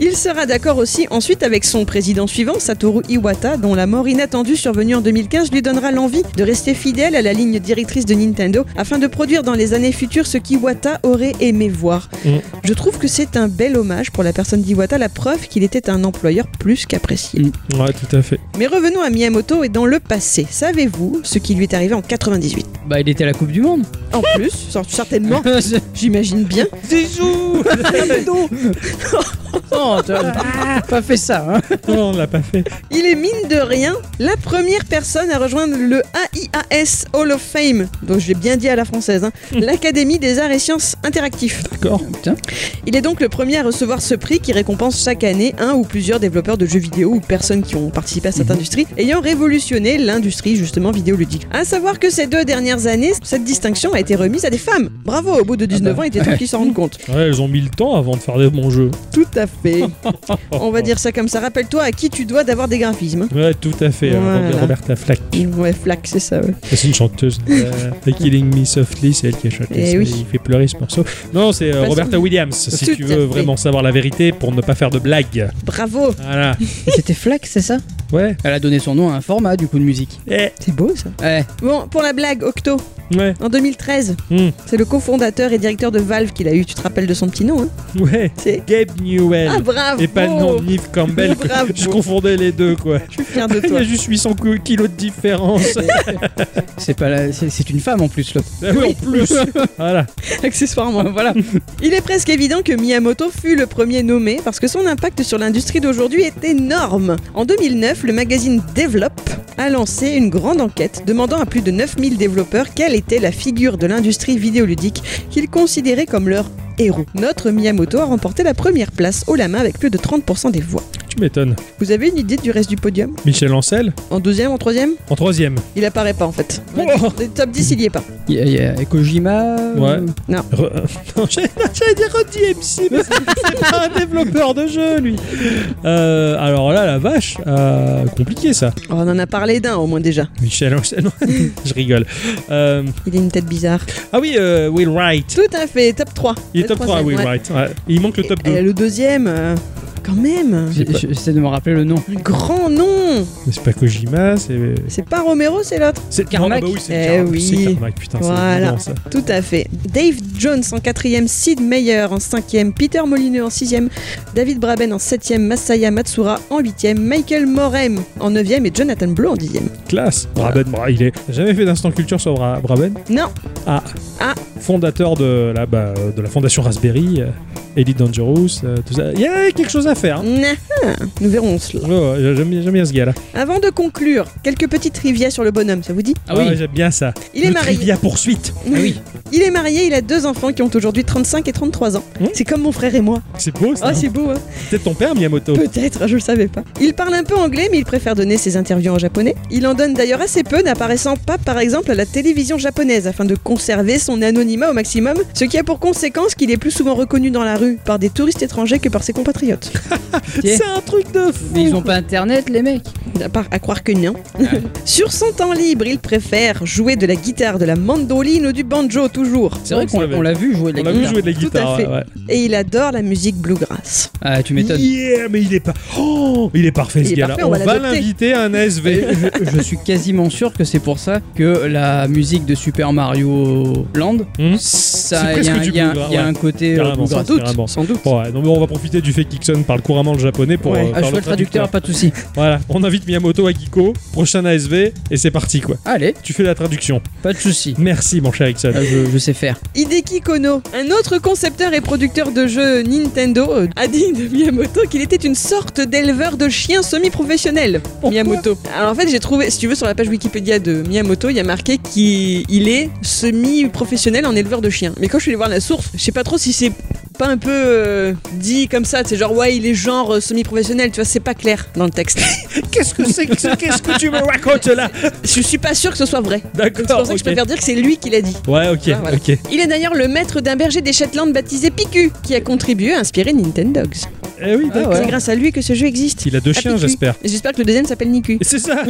S3: Il sera d'accord aussi ensuite avec son président suivant, Satoru Iwata, dont la mort inattendue survenue en 2015 lui donnera l'envie de rester fidèle à la ligne directrice de Nintendo afin de produire dans les années futures ce qu'Iwata aurait aimé voir.
S1: Mm.
S3: Je trouve que c'est un bel hommage pour la personne d'Iwata, la preuve qu'il était un employeur plus qu'apprécié.
S1: Ouais, tout à fait.
S3: Mais revenons à Miyamoto et dans le passé. Savez-vous ce qui lui est arrivé en 98
S4: bah il était à la Coupe du Monde.
S3: En plus, cer- certainement,
S4: Je-
S3: j'imagine bien.
S4: Zizou Non, tu as Oh, pas fait ça. Hein.
S1: Non, on l'a pas fait.
S3: Il est mine de rien la première personne à rejoindre le AIAS Hall of Fame, donc je l'ai bien dit à la française, hein, l'Académie des arts et sciences interactifs.
S1: D'accord.
S4: Putain.
S3: Il est donc le premier à recevoir ce prix qui récompense chaque année un ou plusieurs développeurs de jeux vidéo ou personnes qui ont participé à cette industrie, ayant révolutionné l'industrie justement vidéoludique. À savoir que ces deux dernières années, cette distinction a été remise à des femmes. Bravo, au bout de 19 ans, il était temps qu'ils s'en rendent compte.
S1: Ouais, elles ont mis le temps avant de faire des bons jeux.
S3: Tout à fait. On va dire ça comme ça. Rappelle-toi à qui tu dois d'avoir des graphismes.
S1: Ouais, tout à fait. euh,
S3: Voilà.
S1: Robert- Roberta Flack.
S3: Ouais, flac, c'est ça. ouais.
S1: C'est une chanteuse. Et Killing Me Softly, c'est elle qui a chanté.
S3: Eh
S1: ça,
S3: oui.
S1: Il fait pleurer ce morceau. Non, c'est euh,
S3: Façon-
S1: Roberta Williams, si
S3: Tout
S1: tu
S3: à
S1: veux
S3: fait.
S1: vraiment savoir la vérité pour ne pas faire de blagues.
S3: Bravo,
S1: Voilà.
S4: C'était Flack, c'est ça
S1: Ouais.
S4: Elle a donné son nom à un format du coup de musique.
S1: Eh.
S3: c'est beau ça.
S4: Ouais,
S3: Bon, pour la blague, Octo,
S1: Ouais.
S3: en 2013,
S1: Hmm.
S3: c'est le cofondateur et directeur de Valve qu'il a eu. Tu te rappelles de son petit nom hein
S1: Ouais.
S3: C'est
S1: Gabe Newell.
S3: ah bravo.
S1: Et pas non, Nive Campbell. quoi.
S3: Bravo.
S1: Je confondais les deux, quoi.
S3: Je suis fier de
S1: Il y
S3: toi.
S1: a juste 800 co- kilos de différence.
S4: c'est pas la- c'est c'est une femme en plus l'autre.
S1: Ah oui, en plus. Voilà.
S3: Accessoirement.
S4: voilà.
S3: Il est presque évident que Miyamoto fut le premier nommé parce que son impact sur l'industrie d'aujourd'hui est énorme. En 2009, le magazine Develop a lancé une grande enquête demandant à plus de 9000 développeurs quelle était la figure de l'industrie vidéoludique qu'ils considéraient comme leur héros. Notre Miyamoto a remporté la première place haut la main avec plus de 30% des voix.
S1: Tu m'étonnes.
S3: Vous avez une idée du reste du podium
S1: Michel Ancel,
S3: En deuxième, en troisième
S1: en troisième.
S3: Il apparaît pas en fait.
S1: Oh
S3: Le top 10, il y est pas.
S4: Il y a- il y a Kojima. euh,
S1: Ouais.
S3: Non.
S1: Re- non, J'allais j'allais dire Rod DMC, mais c'est c'est pas un développeur de jeu, lui. Euh, alors là, la vache, euh, compliqué ça.
S3: Oh, on en a parlé d'un au moins déjà.
S1: Michel Ancel, non, je rigole. Euh,
S3: Il a une tête bizarre.
S1: ah oui, euh, Will Wright.
S3: Tout à fait, top 3.
S1: Il est top 3, Will Wright. ouais. Il manque le top
S3: Et
S1: 2.
S3: le deuxième, euh, quand même,
S1: C'est pas-
S4: J'essaie de me rappeler le nom.
S3: un grand nom.
S1: C'est pas Kojima, c'est.
S3: C'est pas Romero, c'est l'autre.
S1: C'est
S4: Carmack.
S1: Ah bah oui, c'est
S3: Eh
S1: Carmack,
S3: oui.
S1: c'est Carmack, putain, c'est
S3: Voilà.
S1: évident, ça.
S3: Tout à fait. Dave Jones en quatrième, Sid Meier en cinquième, Peter Molineux en sixième, David Braben en septième, Masaya Matsura en huitième, Michael Morem en neuvième et Jonathan Blow en dixième.
S1: Classe. Braben, bra- il est. T'as jamais fait d'instant culture sur Bra- Braben Ah.
S3: Non, Ah.
S1: fondateur de la, bah, euh, de la fondation Raspberry, euh, Elite Dangerous, euh, tout ça. Il y a quelque chose à faire. hein.
S3: nah, nous verrons cela.
S1: Ouais, ouais, j'aime bien- j'aime bien ce gars-là.
S3: Avant de conclure, quelques petites trivia sur le bonhomme, ça vous dit
S4: Ah oui.
S1: ouais, j'aime bien ça.
S3: Il est
S1: Le
S3: marié.
S1: Trivia poursuite.
S3: oui. Il est marié, il a deux enfants qui ont aujourd'hui 35 et 33 ans.
S1: Hmm.
S3: C'est comme mon frère et moi.
S1: C'est beau
S3: Ah,
S1: ça.
S3: c'est beau, hein
S1: Peut-être ton père Miyamoto.
S3: Peut-être, je le savais pas. Il parle un peu anglais, mais il préfère donner ses interviews en japonais. Il en donne d'ailleurs assez peu, n'apparaissant pas par exemple à la télévision japonaise, afin de conserver son anonymat au maximum, ce qui a pour conséquence qu'il est plus souvent reconnu dans la rue par des touristes étrangers que par ses compatriotes.
S1: C'est un truc de fou.
S4: Mais ils ont pas internet les mecs.
S3: À part à croire que non. Sur son temps libre, il préfère jouer de la guitare, de la mandoline ou du banjo toujours.
S4: C'est vrai
S1: On
S4: qu'on
S1: savait.
S4: on l'a vu jouer de
S1: On
S4: la
S1: l'a vu
S4: guitare.
S1: jouer de la guitare.
S3: fait.
S1: ouais, ouais.
S3: Et il adore la musique bluegrass.
S4: Ah tu m'étonnes.
S1: Yeah, mais il est pas. Oh, il est parfait ce
S3: Il est
S1: gars-là.
S3: parfait, on va l'adopter.
S1: l'inviter à un ASV.
S4: Et je, je suis quasiment sûr que c'est pour ça que la musique de Super Mario Land,
S1: Hmm C'est
S4: ça, il y a,
S1: presque
S4: un-
S1: du
S4: il y a un-
S1: bluegrass,
S4: il y a
S1: ouais.
S4: un côté euh,
S1: Carrément,
S4: bluegrass.
S1: sans doute, Carrément.
S4: Sans doute.
S1: Ouais, non, mais on va profiter du fait qu'Ixon parle couramment le japonais pour.
S3: Ouais.
S1: euh,
S4: Ah, je
S1: faire
S4: suis le traducteur, pas de souci.
S1: Voilà, on invite Miyamoto à Kiko, prochain ASV, et c'est parti quoi.
S4: Allez,
S1: Tu fais la traduction.
S4: pas de souci.
S1: Merci mon cher Ixon.
S4: Ah, je, je sais faire.
S3: Hideki Kono, un autre concepteur et producteur de jeux Nintendo, euh, a dit de Miyamoto qu'il était une sorte d'éleveur de chiens semi-professionnel. Miyamoto. Alors en fait, j'ai trouvé, si tu veux, sur la page Wikipédia de Miyamoto, il y a marqué qu'il il est semi-professionnel en éleveur de chiens. Mais quand je suis allé voir la source, je sais pas trop si c'est pas un peu euh, dit comme ça, c'est genre ouais, il est genre euh, semi-professionnel, tu vois, c'est pas clair dans le texte.
S1: Qu'est-ce que c'est que ça Qu'est-ce que tu me racontes là
S3: je suis pas sûr que ce soit vrai.
S1: D'accord.
S3: Donc c'est pour ça que
S1: ok.
S3: je préfère dire que c'est lui qui l'a dit.
S1: Ouais, ok,
S3: Ah, voilà.
S1: ok.
S3: Il est d'ailleurs le maître d'un berger des Shetland baptisé Piku, qui a contribué à inspirer Nintendogs.
S1: Eh oui, d'accord.
S3: C'est grâce à lui que ce jeu existe.
S1: Il a deux
S3: Ah,
S1: chiens,
S3: Piku.
S1: j'espère.
S3: Et J'espère que le deuxième s'appelle Niku.
S1: C'est ça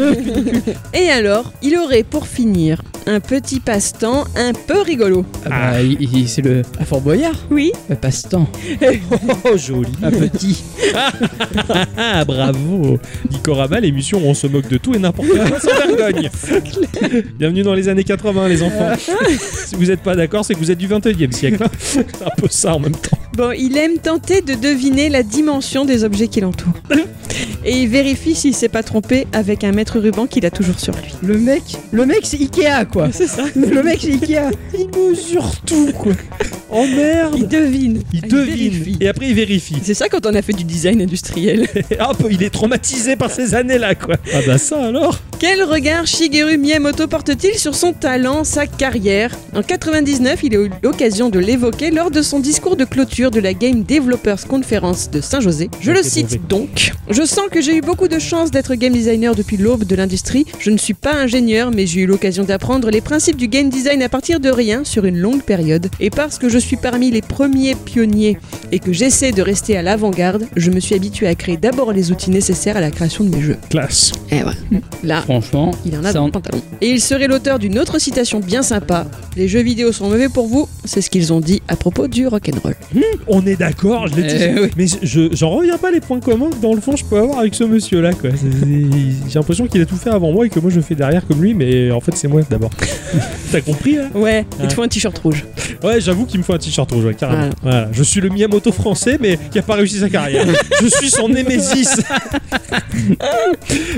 S3: Et alors, il aurait pour finir un petit passe-temps un peu rigolo.
S4: Ah bah, il- il- c'est le à Fort Boyard.
S3: Oui.
S4: Euh, Passe-temps.
S1: Oh, joli
S4: Un petit.
S1: Ah, bravo Dicorama, l'émission où on se moque de tout et n'importe quoi sans vergogne Bienvenue dans les années 80, les enfants Si vous n'êtes pas d'accord, c'est que vous êtes du 21e siècle. hein. C'est un peu ça en même temps.
S3: Bon, il aime tenter de deviner la dimension des objets qui l'entourent. Et il vérifie s'il s'est pas trompé avec un maître ruban qu'il a toujours sur lui.
S4: Le mec, le mec c'est Ikea quoi.
S1: Ah.
S3: C'est ça.
S4: Le mec c'est Ikea.
S1: Il mesure tout, quoi Oh merde
S3: Il devine.
S1: il
S3: Ah,
S1: devine
S3: vérifie.
S1: et après il vérifie.
S3: C'est ça quand on a fait du design industriel.
S1: Et hop, il est traumatisé par ces années-là, quoi. Ah bah ça alors
S3: Quel regard Shigeru Miyamoto porte-t-il sur son talent, sa carrière En 99, il a eu l'occasion de l'évoquer lors de son discours de clôture de la Game Developers Conference de Saint-José. Je le
S1: Ok,
S3: cite donc Je sens que j'ai eu beaucoup de chance d'être game designer depuis l'aube de l'industrie. Je ne suis pas ingénieur, mais j'ai eu l'occasion d'apprendre les principes du game design à partir de rien sur une longue période. Et parce que je suis parmi les premiers pionniers et que j'essaie de rester à l'avant-garde, je me suis habitué à créer d'abord les outils nécessaires à la création de mes jeux.
S1: Classe.
S3: Eh ouais. Là,
S4: Franchement,
S3: il en a
S4: ça
S3: dans le pantalon. Et il serait l'auteur d'une autre citation bien sympa. Les jeux vidéo sont mauvais pour vous, c'est ce qu'ils ont dit à propos du rock'n'roll.
S1: On est d'accord, je l'ai dit.
S4: Eh oui.
S1: Mais je- j'en reviens pas les points communs que dans le fond je peux avoir avec ce monsieur là quoi. C'est- c'est- J'ai l'impression qu'il a tout fait avant moi et que moi je fais derrière comme lui, mais en fait c'est moi d'abord. T'as compris là
S3: Ouais, il
S1: Ouais.
S3: te faut un t-shirt rouge.
S1: Ouais, j'avoue qu'il me faut un t-shirt rouge, ouais, carrément.
S3: Voilà.
S1: Voilà. Je suis le Miyamoto français, mais qui a pas réussi sa carrière. je suis son némésis. Ah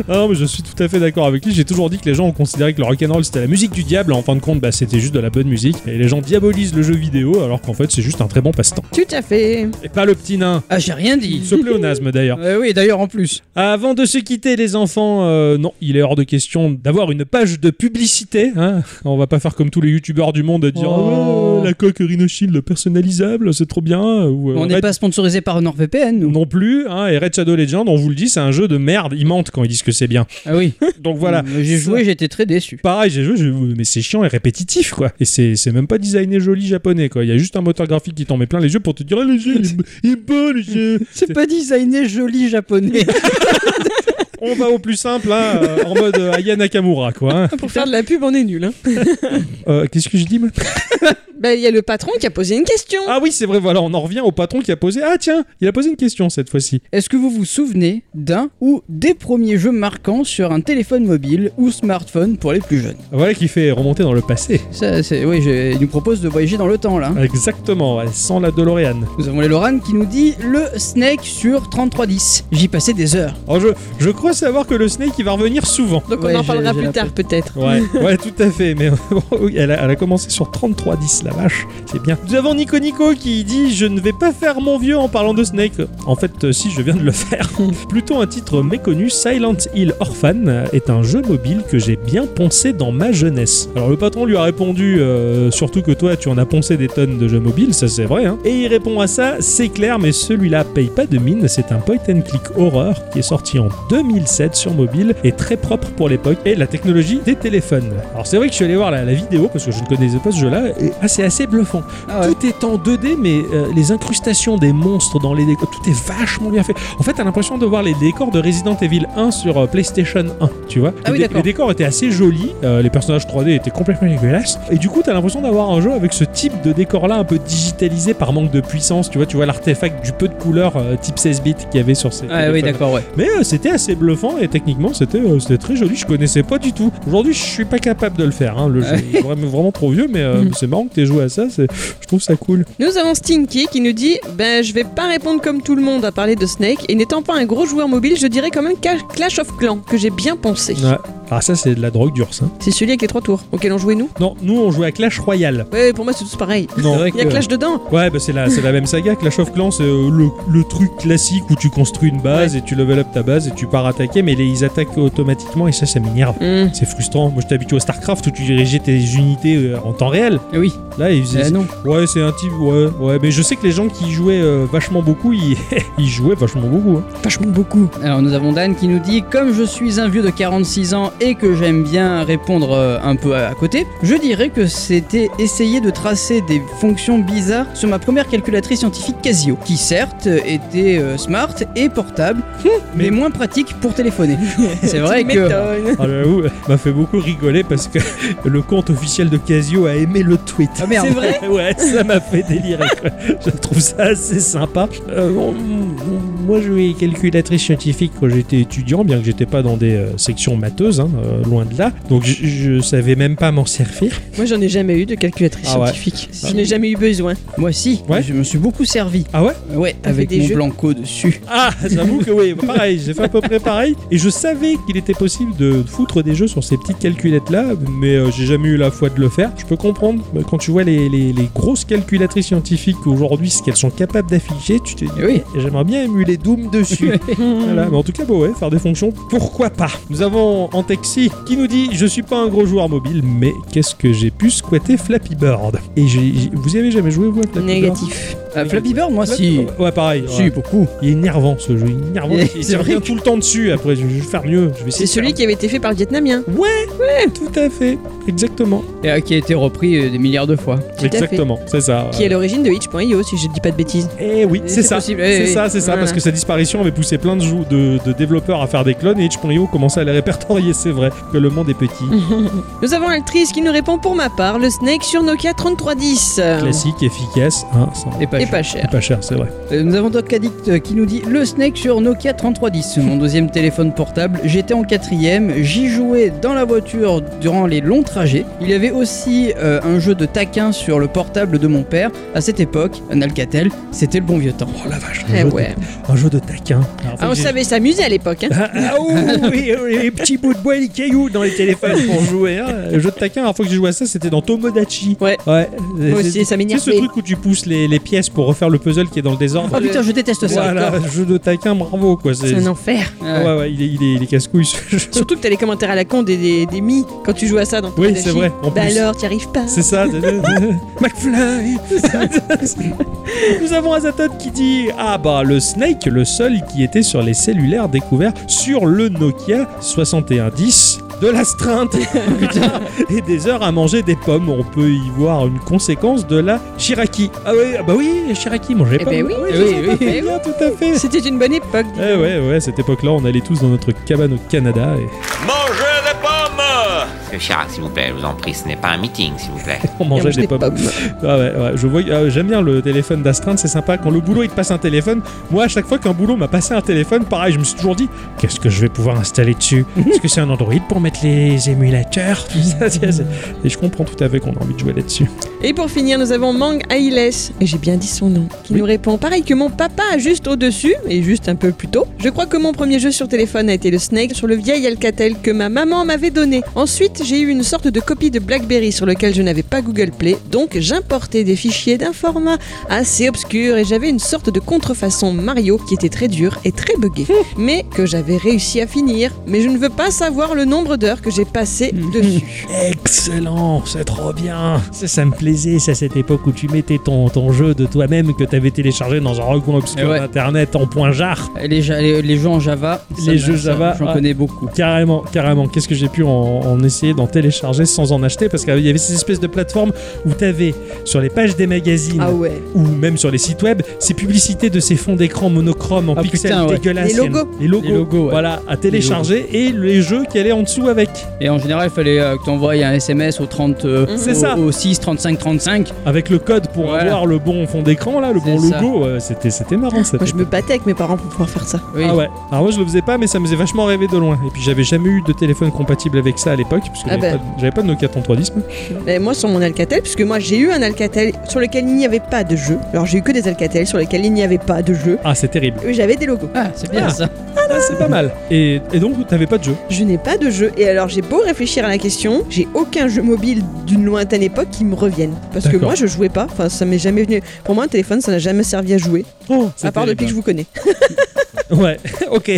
S1: non, mais je suis tout à fait d'accord avec lui. J'ai toujours dit que les gens ont considéré que le rock'n'roll c'était la musique du diable. En fin de compte, bah, c'était juste de la bonne musique. Et les gens diabolisent le jeu vidéo alors qu'en fait c'est juste un très bon passe-temps.
S3: Tout à fait.
S1: Et pas le petit nain.
S4: Ah, j'ai rien dit.
S1: Ce pléonasme d'ailleurs.
S4: Euh, oui, d'ailleurs, en plus.
S1: Avant de se quitter, les enfants, euh, non, il est hors de question d'avoir une page de publicité. Hein On va pas faire comme tous les youtubeurs du monde à dire
S4: Oh.
S1: Ah ouais, la coque Rhinoshield le personnalisable, c'est trop bien. Ou, euh,
S4: on n'est
S1: Red-
S4: pas sponsorisé par NordVPN, nous.
S1: non plus. hein, et Red Shadow Legend, on vous le dit, c'est un jeu de merde. Ils mentent quand ils disent que c'est bien.
S4: Ah oui.
S1: Donc voilà.
S4: Euh, J'ai joué, j'étais très déçu.
S1: Pareil, j'ai joué, j'ai- mais c'est chiant et répétitif, quoi. Et c'est c'est même pas designé joli japonais, quoi. Il y a juste un moteur graphique qui t'en met plein les yeux pour te dire, Ah, le jeu, il est, il est beau, le jeu.
S4: C'est pas designé joli japonais.
S1: On va au plus simple, hein, euh, en mode euh, Aya Nakamura, quoi. hein.
S3: Pour faire de la pub, on est nul. Hein.
S1: Euh, Qu'est-ce que j'ai dit, moi
S3: Bah, il y a le patron qui a posé une question.
S1: Ah oui, c'est vrai, voilà, on en revient au patron qui a posé. Ah tiens, il a posé une question cette fois-ci.
S4: Est-ce que vous vous souvenez d'un ou des premiers jeux marquants sur un téléphone mobile ou smartphone pour les plus jeunes
S1: Voilà qui fait remonter dans le passé.
S4: Ça, c'est. Oui, je- il nous propose de voyager dans le temps, là. hein.
S1: Exactement, ouais, sans la DeLorean.
S4: Nous avons les Loran qui nous dit le Snake sur 3310. J'y passais des heures.
S1: Alors je, je crois savoir que le Snake, il va revenir souvent.
S3: Donc
S4: Ouais,
S3: on en
S4: j'ai-
S3: parlera
S4: j'ai
S3: plus
S4: la
S3: tard, peut-être.
S1: Ouais, ouais, tout à fait. Mais bon, oui, elle, a, elle a commencé sur 33-10, la vache. C'est bien. Nous avons Nico Nico qui dit Je ne vais pas faire mon vieux en parlant de Snake. En fait, euh, si, je viens de le faire. Plutôt un titre méconnu Silent Hill Orphan est un jeu mobile que j'ai bien poncé dans ma jeunesse. Alors, le patron lui a répondu euh, Surtout que toi, tu en as poncé des tonnes de jeux mobiles, ça c'est vrai. hein. Et il répond à ça C'est clair, mais celui-là paye pas de mine. C'est un point and click horror qui est sorti en 2007 sur mobile et très propre pour l'époque et la technologie des téléphones. Alors, c'est vrai que je suis allé voir la, la vidéo parce que je ne connaissais pas ce jeu-là. et- Ah, c'est assez bluffant.
S4: Ah ouais.
S1: Tout est en 2D, mais euh, les incrustations des monstres dans les décors, tout est vachement bien fait. En fait, t'as l'impression de voir les décors de Resident Evil 1 sur euh, PlayStation 1, tu vois.
S4: Ah
S1: les,
S4: oui,
S1: dé-
S4: d'accord.
S1: les décors étaient assez jolis, euh, les personnages 3D étaient complètement dégueulasses. Et du coup, t'as l'impression d'avoir un jeu avec ce type de décor-là, un peu digitalisé par manque de puissance. Tu vois, tu vois l'artefact du peu de couleurs euh, type 16 bits qu'il y avait sur ces.
S4: Ah oui,
S1: téléphones.
S4: d'accord, ouais.
S1: Mais euh, c'était assez bluffant et techniquement c'était euh, c'était très joli. Je connaissais pas du tout. Aujourd'hui, je suis pas capable de le faire. hein, le jeu est vraiment, vraiment trop vieux, mais euh, c'est marrant que t'aies joué à ça. c'est- Je trouve ça cool.
S3: Nous avons Stinky qui nous dit Ben, je vais pas répondre comme tout le monde à parler de Snake, et n'étant pas un gros joueur mobile, je dirais quand même Ca- Clash of Clans, que j'ai bien pensé.
S1: Ouais. Ah ça c'est de la drogue dure ça.
S3: C'est celui avec les trois tours auquel on jouait nous
S1: Non, nous on jouait à Clash Royale.
S3: Ouais, pour moi, c'est tous pareil.
S1: Non.
S3: Il y a Clash dedans
S1: Ouais, bah c'est la, c'est la même saga. Clash of Clans, c'est euh, le, le truc classique où tu construis une base et tu level up ta base et tu pars attaquer, mais les, ils attaquent automatiquement et ça, ça m'énerve.
S3: Hmm.
S1: C'est frustrant. Moi, j'étais habitué à StarCraft où tu dirigeais tes unités euh, en temps réel.
S4: Ah oui,
S1: Là, ils faisaient
S4: euh, non.
S1: Ouais, c'est un type, ouais, ouais. Mais je sais que les gens qui y jouaient euh, vachement beaucoup, ils, ils jouaient vachement beaucoup. hein.
S3: Vachement beaucoup.
S4: Alors nous avons Dan qui nous dit comme je suis un vieux de 46 ans et que j'aime bien répondre euh, un peu à, à côté, je dirais que c'était essayer de tracer des fonctions bizarres sur ma première calculatrice scientifique Casio, qui certes était euh, smart et portable, Hum, mais moins pratique pour téléphoner. C'est vrai
S3: Tu
S4: que
S3: m'étonnes.
S1: Ah, j'avoue, m'a fait beaucoup rigoler parce que le compte officiel de Casio a aimé le tweet.
S4: Ah merde. C'est
S1: vrai Ouais, ça m'a fait délirer. quoi. je trouve ça assez sympa. Euh, on- on- moi, je suis calculatrice scientifique quand j'étais étudiant, bien que j'étais pas dans des euh, sections matheuses, hein, euh, loin de là. Donc, je, je savais même pas m'en servir.
S3: Moi, j'en ai jamais eu de calculatrice
S1: Ah ouais.
S3: scientifique. J'en ai jamais eu besoin.
S4: moi aussi,
S1: Ouais.
S4: je me suis beaucoup servi. euh,
S1: Ah ouais
S4: Ouais,
S3: T'as
S4: avec
S3: fait des
S4: mon
S3: jeux
S4: blanco dessus.
S1: Ah, j'avoue que oui, pareil, j'ai fait à peu près pareil. Et je savais qu'il était possible de foutre des jeux sur ces petites calculettes-là, mais euh, j'ai jamais eu la foi de le faire. Je peux comprendre, euh, quand tu vois les, les- les grosses calculatrices scientifiques aujourd'hui, ce qu'elles sont capables d'afficher, tu te dis,
S4: Eh oui. Mmh.
S1: j'aimerais bien émuler Doom dessus. voilà, mais en tout cas, bah ouais, faire des fonctions, pourquoi pas. Nous avons Ante Pexi qui nous dit Je suis pas un gros joueur mobile, mais qu'est-ce que j'ai pu squatter Flappy Bird Et j'ai- j'ai- vous y avez jamais joué, vous, à Flappy
S3: Négatif.
S4: Euh, Flappy Bird, moi,
S1: Bird
S4: si.
S1: Ouais, pareil.
S4: Si,
S1: ouais.
S4: beaucoup.
S1: Il est énervant ce jeu, il est énervant.
S4: Et
S1: Il
S4: c'est
S1: revient
S4: vrai
S1: tout le temps dessus après. Je je vais faire mieux. Je vais essayer
S3: C'est
S1: de faire
S3: celui qui avait été fait par le Vietnamien.
S1: Ouais, ouais, tout à fait, exactement,
S4: Et euh, qui a été repris euh, des milliards de fois.
S3: à fait.
S1: exactement, c'est ça.
S3: Qui est à l'origine de itch.io, si je ne dis pas de bêtises.
S1: Eh oui, c'est
S4: C'est
S1: ça,
S4: possible, eh
S1: c'est
S4: oui.
S1: ça, c'est ça,
S3: Voilà.
S1: parce que sa disparition avait poussé plein de, jou- de, de développeurs à faire des clones et itch.io commençait à les répertorier. C'est vrai que le monde est petit,
S3: Nous avons Altrice qui nous répond pour ma part le Snake sur Nokia Ah, 3310.
S1: classique, efficace, hein, ça
S4: Et pas
S3: Et
S4: cher.
S3: pas cher.
S1: c'est pas cher, c'est vrai.
S4: Euh, Nous avons Doc Addict euh, qui nous dit Le Snake sur Nokia 3310, mon deuxième téléphone portable. J'étais en quatrième, j'y jouais dans la voiture durant les longs trajets. Il y avait aussi euh, un jeu de taquin sur le portable de mon père. À cette époque, un Alcatel, c'était le bon vieux temps.
S1: Oh la vache, un,
S3: Eh
S1: jeu,
S3: ouais.
S1: de, un jeu de taquin. Alors, faut
S3: Ah,
S1: que
S3: on
S1: j'ai-
S3: savait s'amuser à l'époque. Hein.
S1: Ah, ah, ouh, oui, oui, les petits bouts de bois, les cailloux dans les téléphones pour jouer. hein. Le jeu de taquin, la dernière fois que j'ai joué à ça, c'était dans Tomodachi.
S3: Ouais.
S1: ouais.
S3: Moi aussi, ça
S1: Tu
S3: m'énerve. Ah,
S1: sais ce truc où tu pousses les, les pièces pour refaire le puzzle qui est dans le désordre
S4: Oh putain, je déteste ça.
S1: Voilà, jeu de taquin, bravo quoi. C'est
S3: C'est un enfer.
S4: Euh,
S1: Ouais, ouais, il est, il est, il est casse-couille ce jeu.
S3: Surtout que t'as les commentaires à la con des, des, des mi quand tu joues à ça dans
S1: Oui,
S3: Kodachi.
S1: c'est vrai, en
S3: Bah
S1: plus.
S3: alors, t'y arrives pas.
S1: C'est ça, c'est- McFly Nous avons Azathoth qui dit Ah bah le Snake, le seul qui était sur les cellulaires découverts sur le Nokia 6110 de l'astreinte Putain. et des heures à manger des pommes. On peut y voir une conséquence de la Chiraki. Ah oui, ah bah oui, les Chiraki mangeaient
S3: Eh
S1: pommes.
S3: ben oui,
S1: Ah
S4: oui,
S1: je sais pas,
S4: oui.
S1: c'est bien, tout à fait.
S3: C'était une bonne époque.
S1: Eh ouais, ouais, cette époque-là, on allait tous dans notre cabane au Canada et
S6: Mangez des pommes
S9: Monsieur Euh, Chirac, s'il vous plaît, je vous en prie, ce n'est pas un meeting, s'il vous plaît.
S1: on mangeait des pommes. Ah ouais, ouais, je vois, ah, j'aime bien le téléphone d'astreinte, c'est sympa. Quand le boulot il te passe un téléphone, moi à chaque fois qu'un boulot m'a passé un téléphone, pareil, je me suis toujours dit qu'est-ce que je vais pouvoir installer dessus Est-ce que c'est un Android pour mettre les émulateurs Tout ça, c'est- c'est- Et je comprends tout à fait qu'on a envie de jouer là-dessus.
S3: Et pour finir, nous avons Mang Ailes, et j'ai bien dit son nom, qui nous répond pareil que mon papa juste au-dessus, et juste un peu plus tôt. Je crois que mon premier jeu sur téléphone a été le Snake sur le vieil Alcatel que ma maman m'avait donné. Ensuite, j'ai eu une sorte de copie de Blackberry sur lequel je n'avais pas Google Play, donc j'importais des fichiers d'un format assez obscur et j'avais une sorte de contrefaçon Mario qui était très dure et très buggée, mais que j'avais réussi à finir. Mais je ne veux pas savoir le nombre d'heures que j'ai passé dessus.
S1: Excellent, c'est trop bien. Ça, ça me plaisait, c'est à cette époque où tu mettais ton, ton jeu de toi-même que t'avais téléchargé dans un recoin obscur
S4: Eh ouais.
S1: d'internet en point jar.
S4: les, ja- les- les jeux en Java, ça
S1: Les
S4: me-
S1: jeux
S4: ça-
S1: Java,
S4: j'en
S1: ah.
S4: connais beaucoup.
S1: Carrément, carrément. Qu'est-ce que j'ai pu en, en essayer d'en télécharger sans en acheter Parce qu'il y avait ces espèces de plateformes où t'avais sur les pages des magazines
S3: Ah ouais.
S1: ou même sur les sites web ces publicités de ces fonds d'écran monochrome en
S4: Ah,
S1: pixels
S4: putain, ouais.
S1: dégueulasses.
S3: Les logos.
S1: Les logos.
S4: Les logos, ouais.
S1: Voilà, à télécharger et les jeux qui allaient en dessous avec.
S4: Et en général, il fallait euh, que tu envoies un SMS au 30, euh,
S1: C'est
S4: au-
S1: ça.
S4: au 6 35 35.
S1: Avec le code pour
S4: Voilà.
S1: avoir le bon fond d'écran, là, le
S4: C'est
S1: bon
S4: ça.
S1: logo. Euh, C'était c'était marrant ça.
S3: Moi, je me battais avec mes parents pour pouvoir faire ça.
S4: Oui.
S1: Ah ouais. Alors moi je le faisais pas, mais ça me faisait vachement rêver de loin. Et puis j'avais jamais eu de téléphone compatible avec ça à l'époque, puisque
S3: Ah
S1: j'avais
S3: bah.
S1: pas de- j'avais pas de Nokia 3310. moi.
S3: Mais Ben, moi, sur mon Alcatel, puisque moi, j'ai eu un Alcatel sur lequel il n'y avait pas de jeu. Alors, j'ai eu que des Alcatel sur lesquels il n'y avait pas de jeu.
S1: Ah c'est terrible.
S3: Et J'avais des logos.
S4: Ah, c'est bien
S1: Ah.
S4: ça.
S1: Ah, c'est pas mal. Et, et donc t'avais pas de jeu.
S3: Je n'ai pas de jeu. Et alors, j'ai beau réfléchir à la question, j'ai aucun jeu mobile d'une lointaine époque qui me revienne. Parce que
S1: D'accord.
S3: moi, je jouais pas. Enfin, ça m'est jamais venu. Pour moi, un téléphone, ça n'a jamais servi à jouer.
S1: Oh,
S3: À part depuis que je vous connais.
S1: vous. Ouais. ok.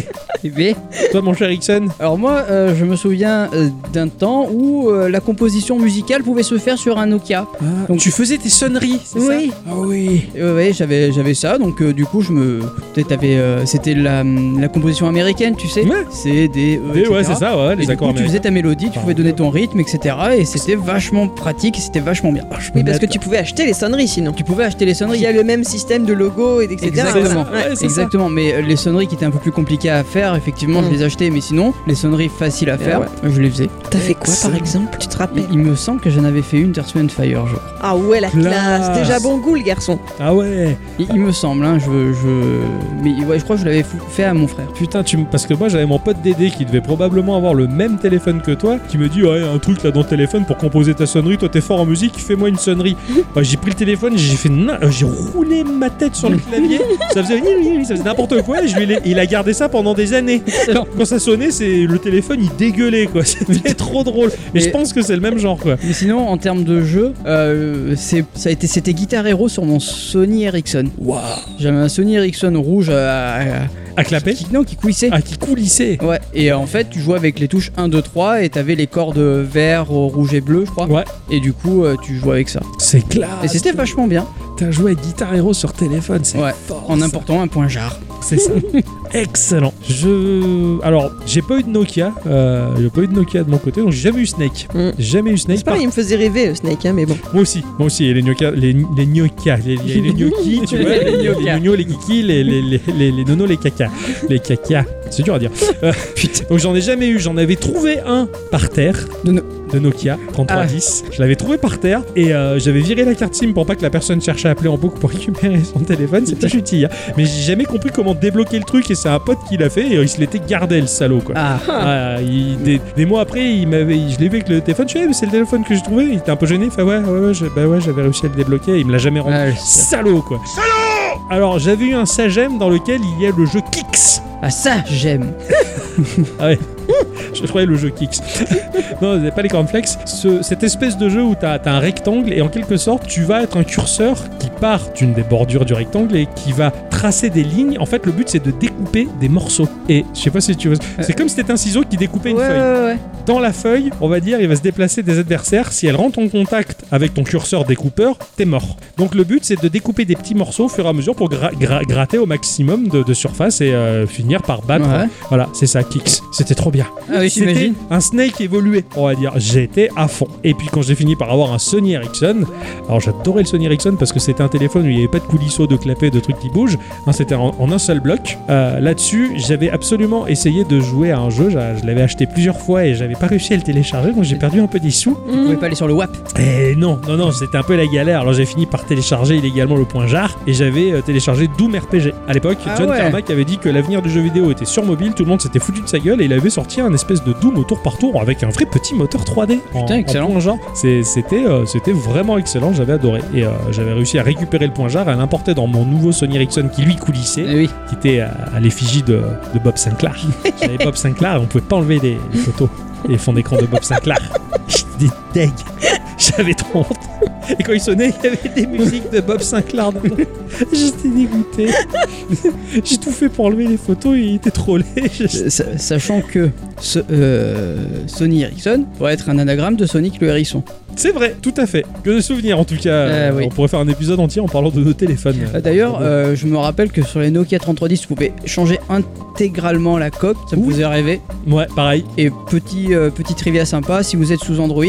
S4: Eh bien,
S1: Toi mon cher Ixon.
S4: Alors moi, euh, je me souviens euh, d'un temps où euh, la composition musicale pouvait se faire sur un Nokia. Donc-
S1: tu faisais tes sonneries. c'est ça
S4: Oui.
S1: Ah oui.
S4: Euh, ouais, j'avais j'avais ça, donc euh, du coup je me, peut-être t'avais, euh, c'était la, la composition américaine, tu sais.
S1: Ouais.
S4: C'est des.
S1: Et ouais c'est ça ouais
S4: Et
S1: les
S4: du
S1: accords
S4: coup, tu faisais
S1: américains.
S4: ta mélodie, tu
S1: Ah.
S4: pouvais donner ton rythme, etc. Et c'était vachement pratique, et c'était vachement bien.
S1: Ah, je me
S3: Oui, parce que
S1: mate,
S3: tu pouvais acheter les sonneries sinon.
S4: Tu pouvais acheter les
S3: Il
S4: sonneries.
S3: y a le même système de logos et etc.
S4: Exactement.
S1: là. Ouais, c'est ça.
S4: Exactement, mais euh, les sonneries qui étaient un peu plus compliquées à faire, effectivement,
S3: Mm.
S4: je les achetais, mais sinon, les sonneries faciles à faire, je les faisais.
S3: T'as fait quoi par exemple Tu te
S4: Il,
S3: rappelles
S4: il me semble que j'en avais fait une Earth, Wind and Fire, je crois.
S3: Ah ouais, la
S1: Classe.
S3: classe. Déjà bon goût, le garçon.
S1: Ah ouais.
S4: Il, il me semble, hein, je, je. Mais ouais, je crois que je l'avais fou- fait à mon frère.
S1: Putain tu me- parce que moi j'avais mon pote Dédé qui devait probablement avoir le même téléphone que toi qui me dit ouais un truc là dans le téléphone pour composer ta sonnerie toi t'es fort en musique fais-moi une sonnerie. Bah, j'ai pris le téléphone j'ai fait na- euh, j'ai roulé ma tête sur le clavier ça faisait ça faisait n'importe quoi et je lui ai- il a gardé ça pendant des années. Quand ça sonnait, c'est le téléphone il dégueulait quoi. C'était trop drôle. Et,
S4: Et-
S1: je pense que c'est le même genre quoi.
S4: Mais sinon, en termes de jeu, euh, c'est- ça a été- c'était Guitar Hero sur mon Sony Ericsson. J'avais un Sony Ericsson rouge à, à-
S1: À clapper
S4: Qui- Non, qui couissait.
S1: Ah, qui coulissait
S4: Ouais, et en fait, tu jouais avec les touches 1, 2, 3 et t'avais les cordes vert, au rouge et bleu, je crois.
S1: Ouais,
S4: Et du coup, euh, tu jouais avec ça.
S1: Ah, c'est clair.
S4: et c'était vachement bien.
S1: T'as joué à Guitar Hero sur téléphone, c'est
S4: Ouais,
S1: fort.
S4: en
S1: Oh, ça.
S4: important un point jar.
S1: C'est ça. Excellent. Je. Alors, j'ai pas eu de Nokia. euh, j'ai pas eu de Nokia de mon côté, donc j'ai jamais eu Snake.
S3: Mm.
S1: Jamais eu Snake.
S3: C'est pareil, il me faisait rêver, euh, Snake, hein, mais bon.
S1: Par- Moi aussi. Moi aussi. Et les Nokia, les, les Nokia, les, les, les gnocchis, tu vois, les, les,
S4: Nokia.
S1: nonos, les kikis, les, les, les, les, les nonos, les caca. Les caca. C'est dur à dire. Euh, donc j'en ai jamais eu. J'en avais trouvé un par terre.
S4: De no- Ah.
S1: de Nokia 3310. Je l'avais trouvé par terre et euh, j'avais viré la carte SIM pour pas que la personne cherche à appeler en boucle pour récupérer son téléphone. C'était utile. hein. Mais j'ai jamais compris comment débloquer le truc et c'est un pote qui l'a fait et euh, il se l'était gardé le salaud quoi.
S4: Ah,
S1: Ah, il- des, des mois après, il m'avait, je l'ai vu avec le téléphone. Je fais, Eh, mais c'est le téléphone que j'ai trouvé. Il était un peu gêné. Il fait, ouais, ouais, ouais, je- bah ouais, j'avais réussi à le débloquer. Il me l'a jamais rendu.
S4: ah,
S1: Salaud, quoi. Salaud Alors, j'avais eu un sagem dans lequel il y a le jeu Kicks.
S4: ah, ça, j'aime.
S1: Je croyais le jeu Kicks. non, c'est pas les cornflakes. Ce- cette espèce de jeu où t'as as un rectangle et en quelque sorte, tu vas être un curseur qui part d'une des bordures du rectangle et qui va tracer des lignes. En fait, le but, c'est de découper des morceaux. Et je sais pas si tu vois. C'est comme si c'était un ciseau qui découpait
S4: Ouais,
S1: une
S4: ouais,
S1: feuille.
S4: ouais.
S1: dans la feuille, on va dire, il va se déplacer des adversaires. Si elle rentre en contact avec ton curseur découpeur, t'es mort. Donc le but, c'est de découper des petits morceaux au fur et à mesure pour gra- gra- gratter au maximum de, de surface et euh, finir par battre.
S4: Ouais.
S1: Voilà, c'est ça, Kicks. C'était trop bien.
S4: Ah oui,
S1: C'était
S4: j'imagine.
S1: un Snake évolué, on va dire. J'étais à fond. Et puis quand j'ai fini par avoir un Sony Ericsson, alors j'adorais le Sony Ericsson parce que c'était un téléphone où il n'y avait pas de coulisseaux, de clapets, de trucs qui bougent. Hein, c'était en, en un seul bloc. Euh, Là-dessus, j'avais absolument essayé de jouer à un jeu. J'a- Je, l'avais acheté plusieurs fois et j'avais pas réussi à le télécharger, donc j'ai perdu un peu des sous.
S4: Tu pouvais pas aller sur le WAP.
S1: Et Eh non, non, non, c'était un peu la galère. Alors j'ai fini par télécharger illégalement le point jar et j'avais euh, téléchargé Doom RPG. À l'époque,
S4: Ah
S1: John
S4: ouais.
S1: Carmack avait dit que l'avenir du jeu vidéo était sur mobile, tout le monde s'était foutu de sa gueule et il avait sorti un espèce de Doom au tour par tour avec un vrai petit moteur 3D. en-
S4: Putain,
S1: en
S4: excellent.
S1: point jar. C'est- C'était euh, c'était vraiment excellent, j'avais adoré. Et euh, j'avais réussi à récupérer le point jar, à l'importer dans mon nouveau Sony Ericsson qui lui coulissait
S4: Eh oui.
S1: qui était à, à l'effigie de, de Bob Sinclair. J'avais Bob Sinclair et on pouvait pas enlever les, les photos et les fonds d'écran de Bob Sinclair. J'étais deg. J'avais trop honte. Et quand il sonnait, il y avait des musiques de Bob Sinclair. dedans. J'étais dégoûté. J'ai tout fait pour enlever les photos et il était trollé.
S4: Euh, sa- Sachant que ce- euh, Sony Ericsson doit être un anagramme de Sonic le hérisson.
S1: C'est vrai, tout à fait. Que de souvenirs en tout cas.
S3: Ah
S4: Euh, oui.
S1: On pourrait faire un épisode entier en parlant de nos téléphones.
S4: Ah, D'ailleurs, euh, je me rappelle que sur les Nokia 3310, tu pouvais changer intégralement la coque, ça me
S1: Oui.
S4: faisait rêver.
S1: Ouais, pareil.
S4: Et petit, euh, petit trivia sympa, si vous êtes sous Android,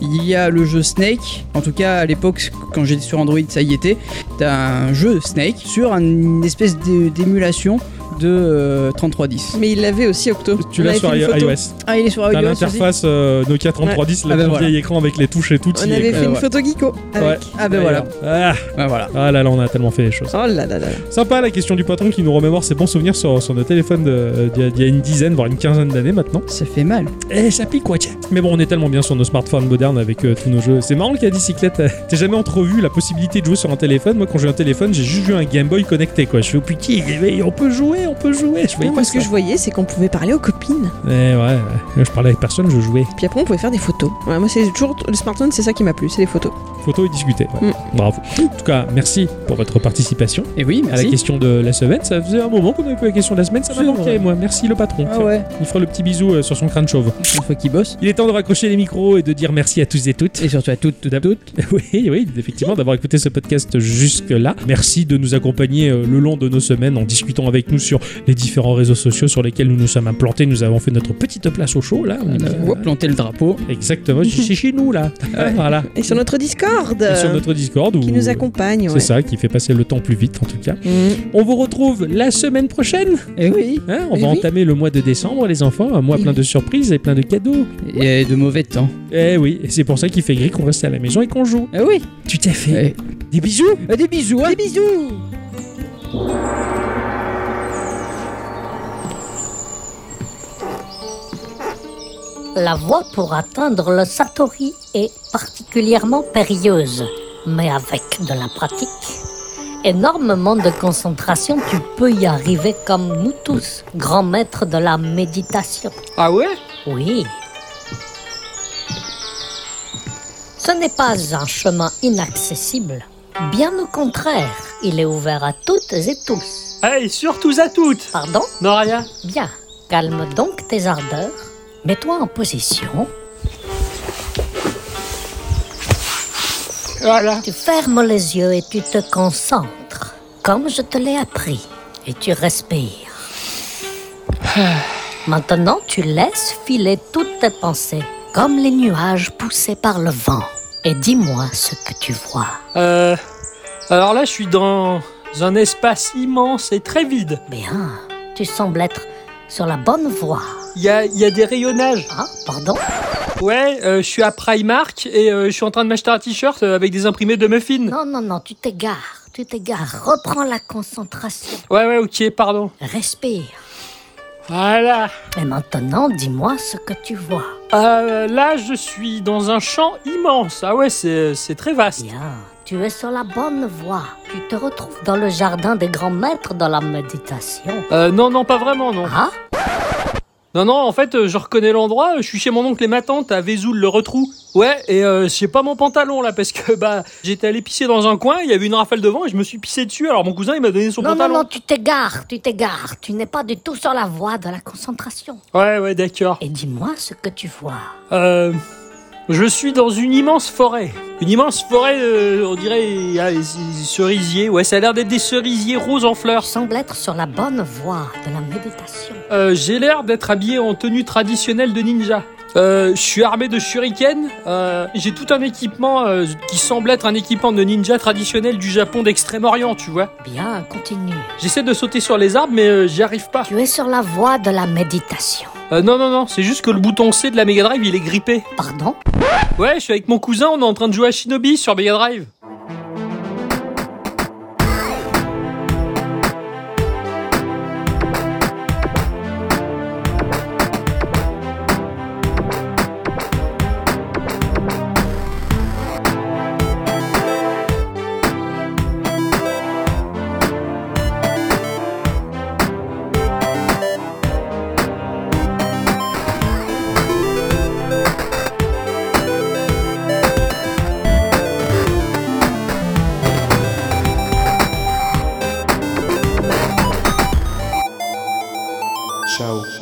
S4: il y a le jeu Snake. En tout cas, à l'époque, quand j'étais sur Android, ça y était. T'as un jeu Snake sur un- une espèce d'é- d'émulation de euh, 3310.
S3: Mais il l'avait aussi, Octo.
S1: Tu
S3: On
S1: l'as
S3: avait
S1: sur
S3: fait une
S1: iOS.
S3: photo. Oh,
S4: Ah, il est sur
S1: T'as
S4: iOS aussi
S1: l'interface euh, Nokia 3310,
S4: Ah
S1: la
S4: ben
S1: petite
S4: voilà.
S1: vieille écran avec les touches et tout.
S3: On
S1: il est
S3: avait
S1: comme-
S3: fait
S4: Euh,
S3: une
S4: ouais.
S3: photo Geeko. avec.
S4: Ah ben voilà.
S1: Ah.
S4: Ben voilà.
S1: Ah là là, on a tellement fait les choses.
S3: Oh là là là. là.
S1: Sympa la question du patron qui nous remémore ses bons souvenirs sur, sur nos téléphones de- d'il y, a- d'il y a une dizaine, voire une quinzaine d'années maintenant.
S4: Ça fait mal.
S1: Eh, ça pique quoi, tiens. Mais bon, on est tellement bien sur nos smartphones modernes avec euh, tous nos jeux. C'est marrant qu'il y a bicyclette. euh, T'es jamais entrevu la possibilité de jouer sur un téléphone. Moi, quand j'ai un téléphone, j'ai juste vu un Game Boy connecté, quoi. Je fais, oh, putain, mais on peut jouer, on peut jouer. Je
S3: Non,
S1: voyais pas
S3: moi, ce que je voyais, c'est qu'on pouvait parler aux copines.
S1: Eh ouais, ouais. Moi, je parlais avec personne, je jouais.
S3: Puis après, on pouvait faire des photos. Ouais, moi, c'est toujours le smartphone, c'est ça qui m'a plu, c'est les photos.
S1: Photo et discuter. ouais.
S3: Mm.
S1: Bravo. En tout cas, merci pour votre participation
S4: Et oui,
S1: à la
S4: merci.
S1: question de la semaine. Ça faisait un moment qu'on avait plus la question de la semaine. Ça m'a
S4: C'est
S1: manqué,
S4: vrai.
S1: moi. Merci le patron.
S4: Ah ouais,
S1: Il fera le petit bisou euh, sur son crâne chauve.
S4: une fois qu'il bosse.
S1: Il est temps de raccrocher les micros et de dire merci à tous et toutes.
S4: Et surtout à toutes, toutes, toutes.
S1: Oui, oui, effectivement, d'avoir écouté ce podcast jusque-là. Merci de nous accompagner euh, le long de nos semaines en discutant avec nous sur les différents réseaux sociaux sur lesquels nous nous sommes implantés. Nous avons fait notre petite place au chaud, là. On est bien-
S4: Hop, planter le drapeau.
S1: Exactement, c'est chez nous, là. Ah, Voilà.
S3: Et sur notre Discord,
S1: Et sur
S3: euh,
S1: notre Discord. Où...
S3: qui nous accompagne.
S1: C'est
S3: ouais.
S1: ça, qui fait passer le temps plus vite, en tout cas.
S3: Mm.
S1: On vous retrouve la semaine prochaine.
S4: Et oui.
S1: hein. on
S3: Eh
S1: va
S3: oui.
S1: entamer le mois de décembre, les enfants. Un mois
S3: Eh
S1: plein
S3: oui.
S1: de surprises et plein de cadeaux.
S4: Et de mauvais temps.
S1: Eh oui, et c'est pour ça qu'il fait gris qu'on reste à la maison et qu'on joue.
S4: Eh oui.
S1: Tu t'es fait.
S4: Eh,
S1: Des bisous
S4: Des bisous. hein.
S3: Des bisous
S8: La voie pour atteindre le Satori est particulièrement périlleuse, mais avec de la pratique, énormément de concentration, tu peux y arriver comme nous tous, grands maîtres de la méditation.
S5: Ah ouais
S8: Oui. Ce n'est pas un chemin inaccessible. Bien au contraire, il est ouvert à toutes et tous.
S10: Hey, surtout à toutes
S8: Pardon
S10: Non, rien.
S8: Bien, calme donc tes ardeurs, mets-toi en position,
S10: Voilà.
S8: tu fermes les yeux et tu te concentres, comme je te l'ai appris, et tu respires. Maintenant, tu laisses filer toutes tes pensées, comme les nuages poussés par le vent, et dis-moi ce que tu vois.
S10: Euh... Alors là, je suis dans un espace immense et très vide.
S8: Bien, tu sembles être sur la bonne voie.
S10: Il y a, il y a des rayonnages.
S8: Ah, pardon
S10: Ouais, euh, je suis à Primark et euh, je suis en train de m'acheter un t-shirt euh, avec des imprimés de muffins.
S8: Non, non, non, tu t'égares, tu t'égares, reprends la concentration,
S10: Ouais, ouais, ok, pardon.
S8: respire.
S10: Voilà.
S8: Et maintenant, dis-moi ce que tu vois.
S10: Euh, là, je suis dans un champ immense. Ah ouais, c'est c'est très vaste.
S8: Bien, tu es sur la bonne voie. Tu te retrouves dans le jardin des grands maîtres dans la méditation.
S10: Euh, non, non, pas vraiment, non.
S8: Ah
S10: Non, non, en fait, euh, je reconnais l'endroit. Je suis chez mon oncle et ma tante à Vesoul, le retrou. Ouais, et euh, j'ai pas mon pantalon là parce que bah j'étais allé pisser dans un coin, il y avait une rafale de vent et je me suis pissé dessus. Alors mon cousin il m'a donné son
S8: Non, non,
S10: pantalon.
S8: non, tu t'égares, tu t'égares. Tu n'es pas du tout sur la voie de la concentration.
S10: Ouais, ouais, d'accord.
S8: Et dis-moi ce que tu vois.
S10: Euh, je suis dans une immense forêt. Une immense forêt, euh, on dirait ah, les- les cerisiers. Ouais, ça a l'air d'être des cerisiers roses en
S8: Tu
S10: fleurs.
S8: sembles être sur la bonne voie de la méditation.
S10: Euh, J'ai l'air d'être habillé en tenue traditionnelle de ninja. Euh, je suis armé de shurikens. euh, J'ai tout un équipement euh, qui semble être un équipement de ninja traditionnel du Japon d'Extrême-Orient, tu vois.
S8: Bien, continue.
S10: J'essaie de sauter sur les arbres, mais euh, j'y arrive pas.
S8: Tu es sur la voie de la méditation.
S10: Euh, non, non, non, c'est juste que le bouton C de la Mega Drive, il est grippé.
S8: Pardon
S10: Ouais, je suis avec mon cousin, on est en train de jouer à Shinobi sur Mega Drive.
S6: Ciao.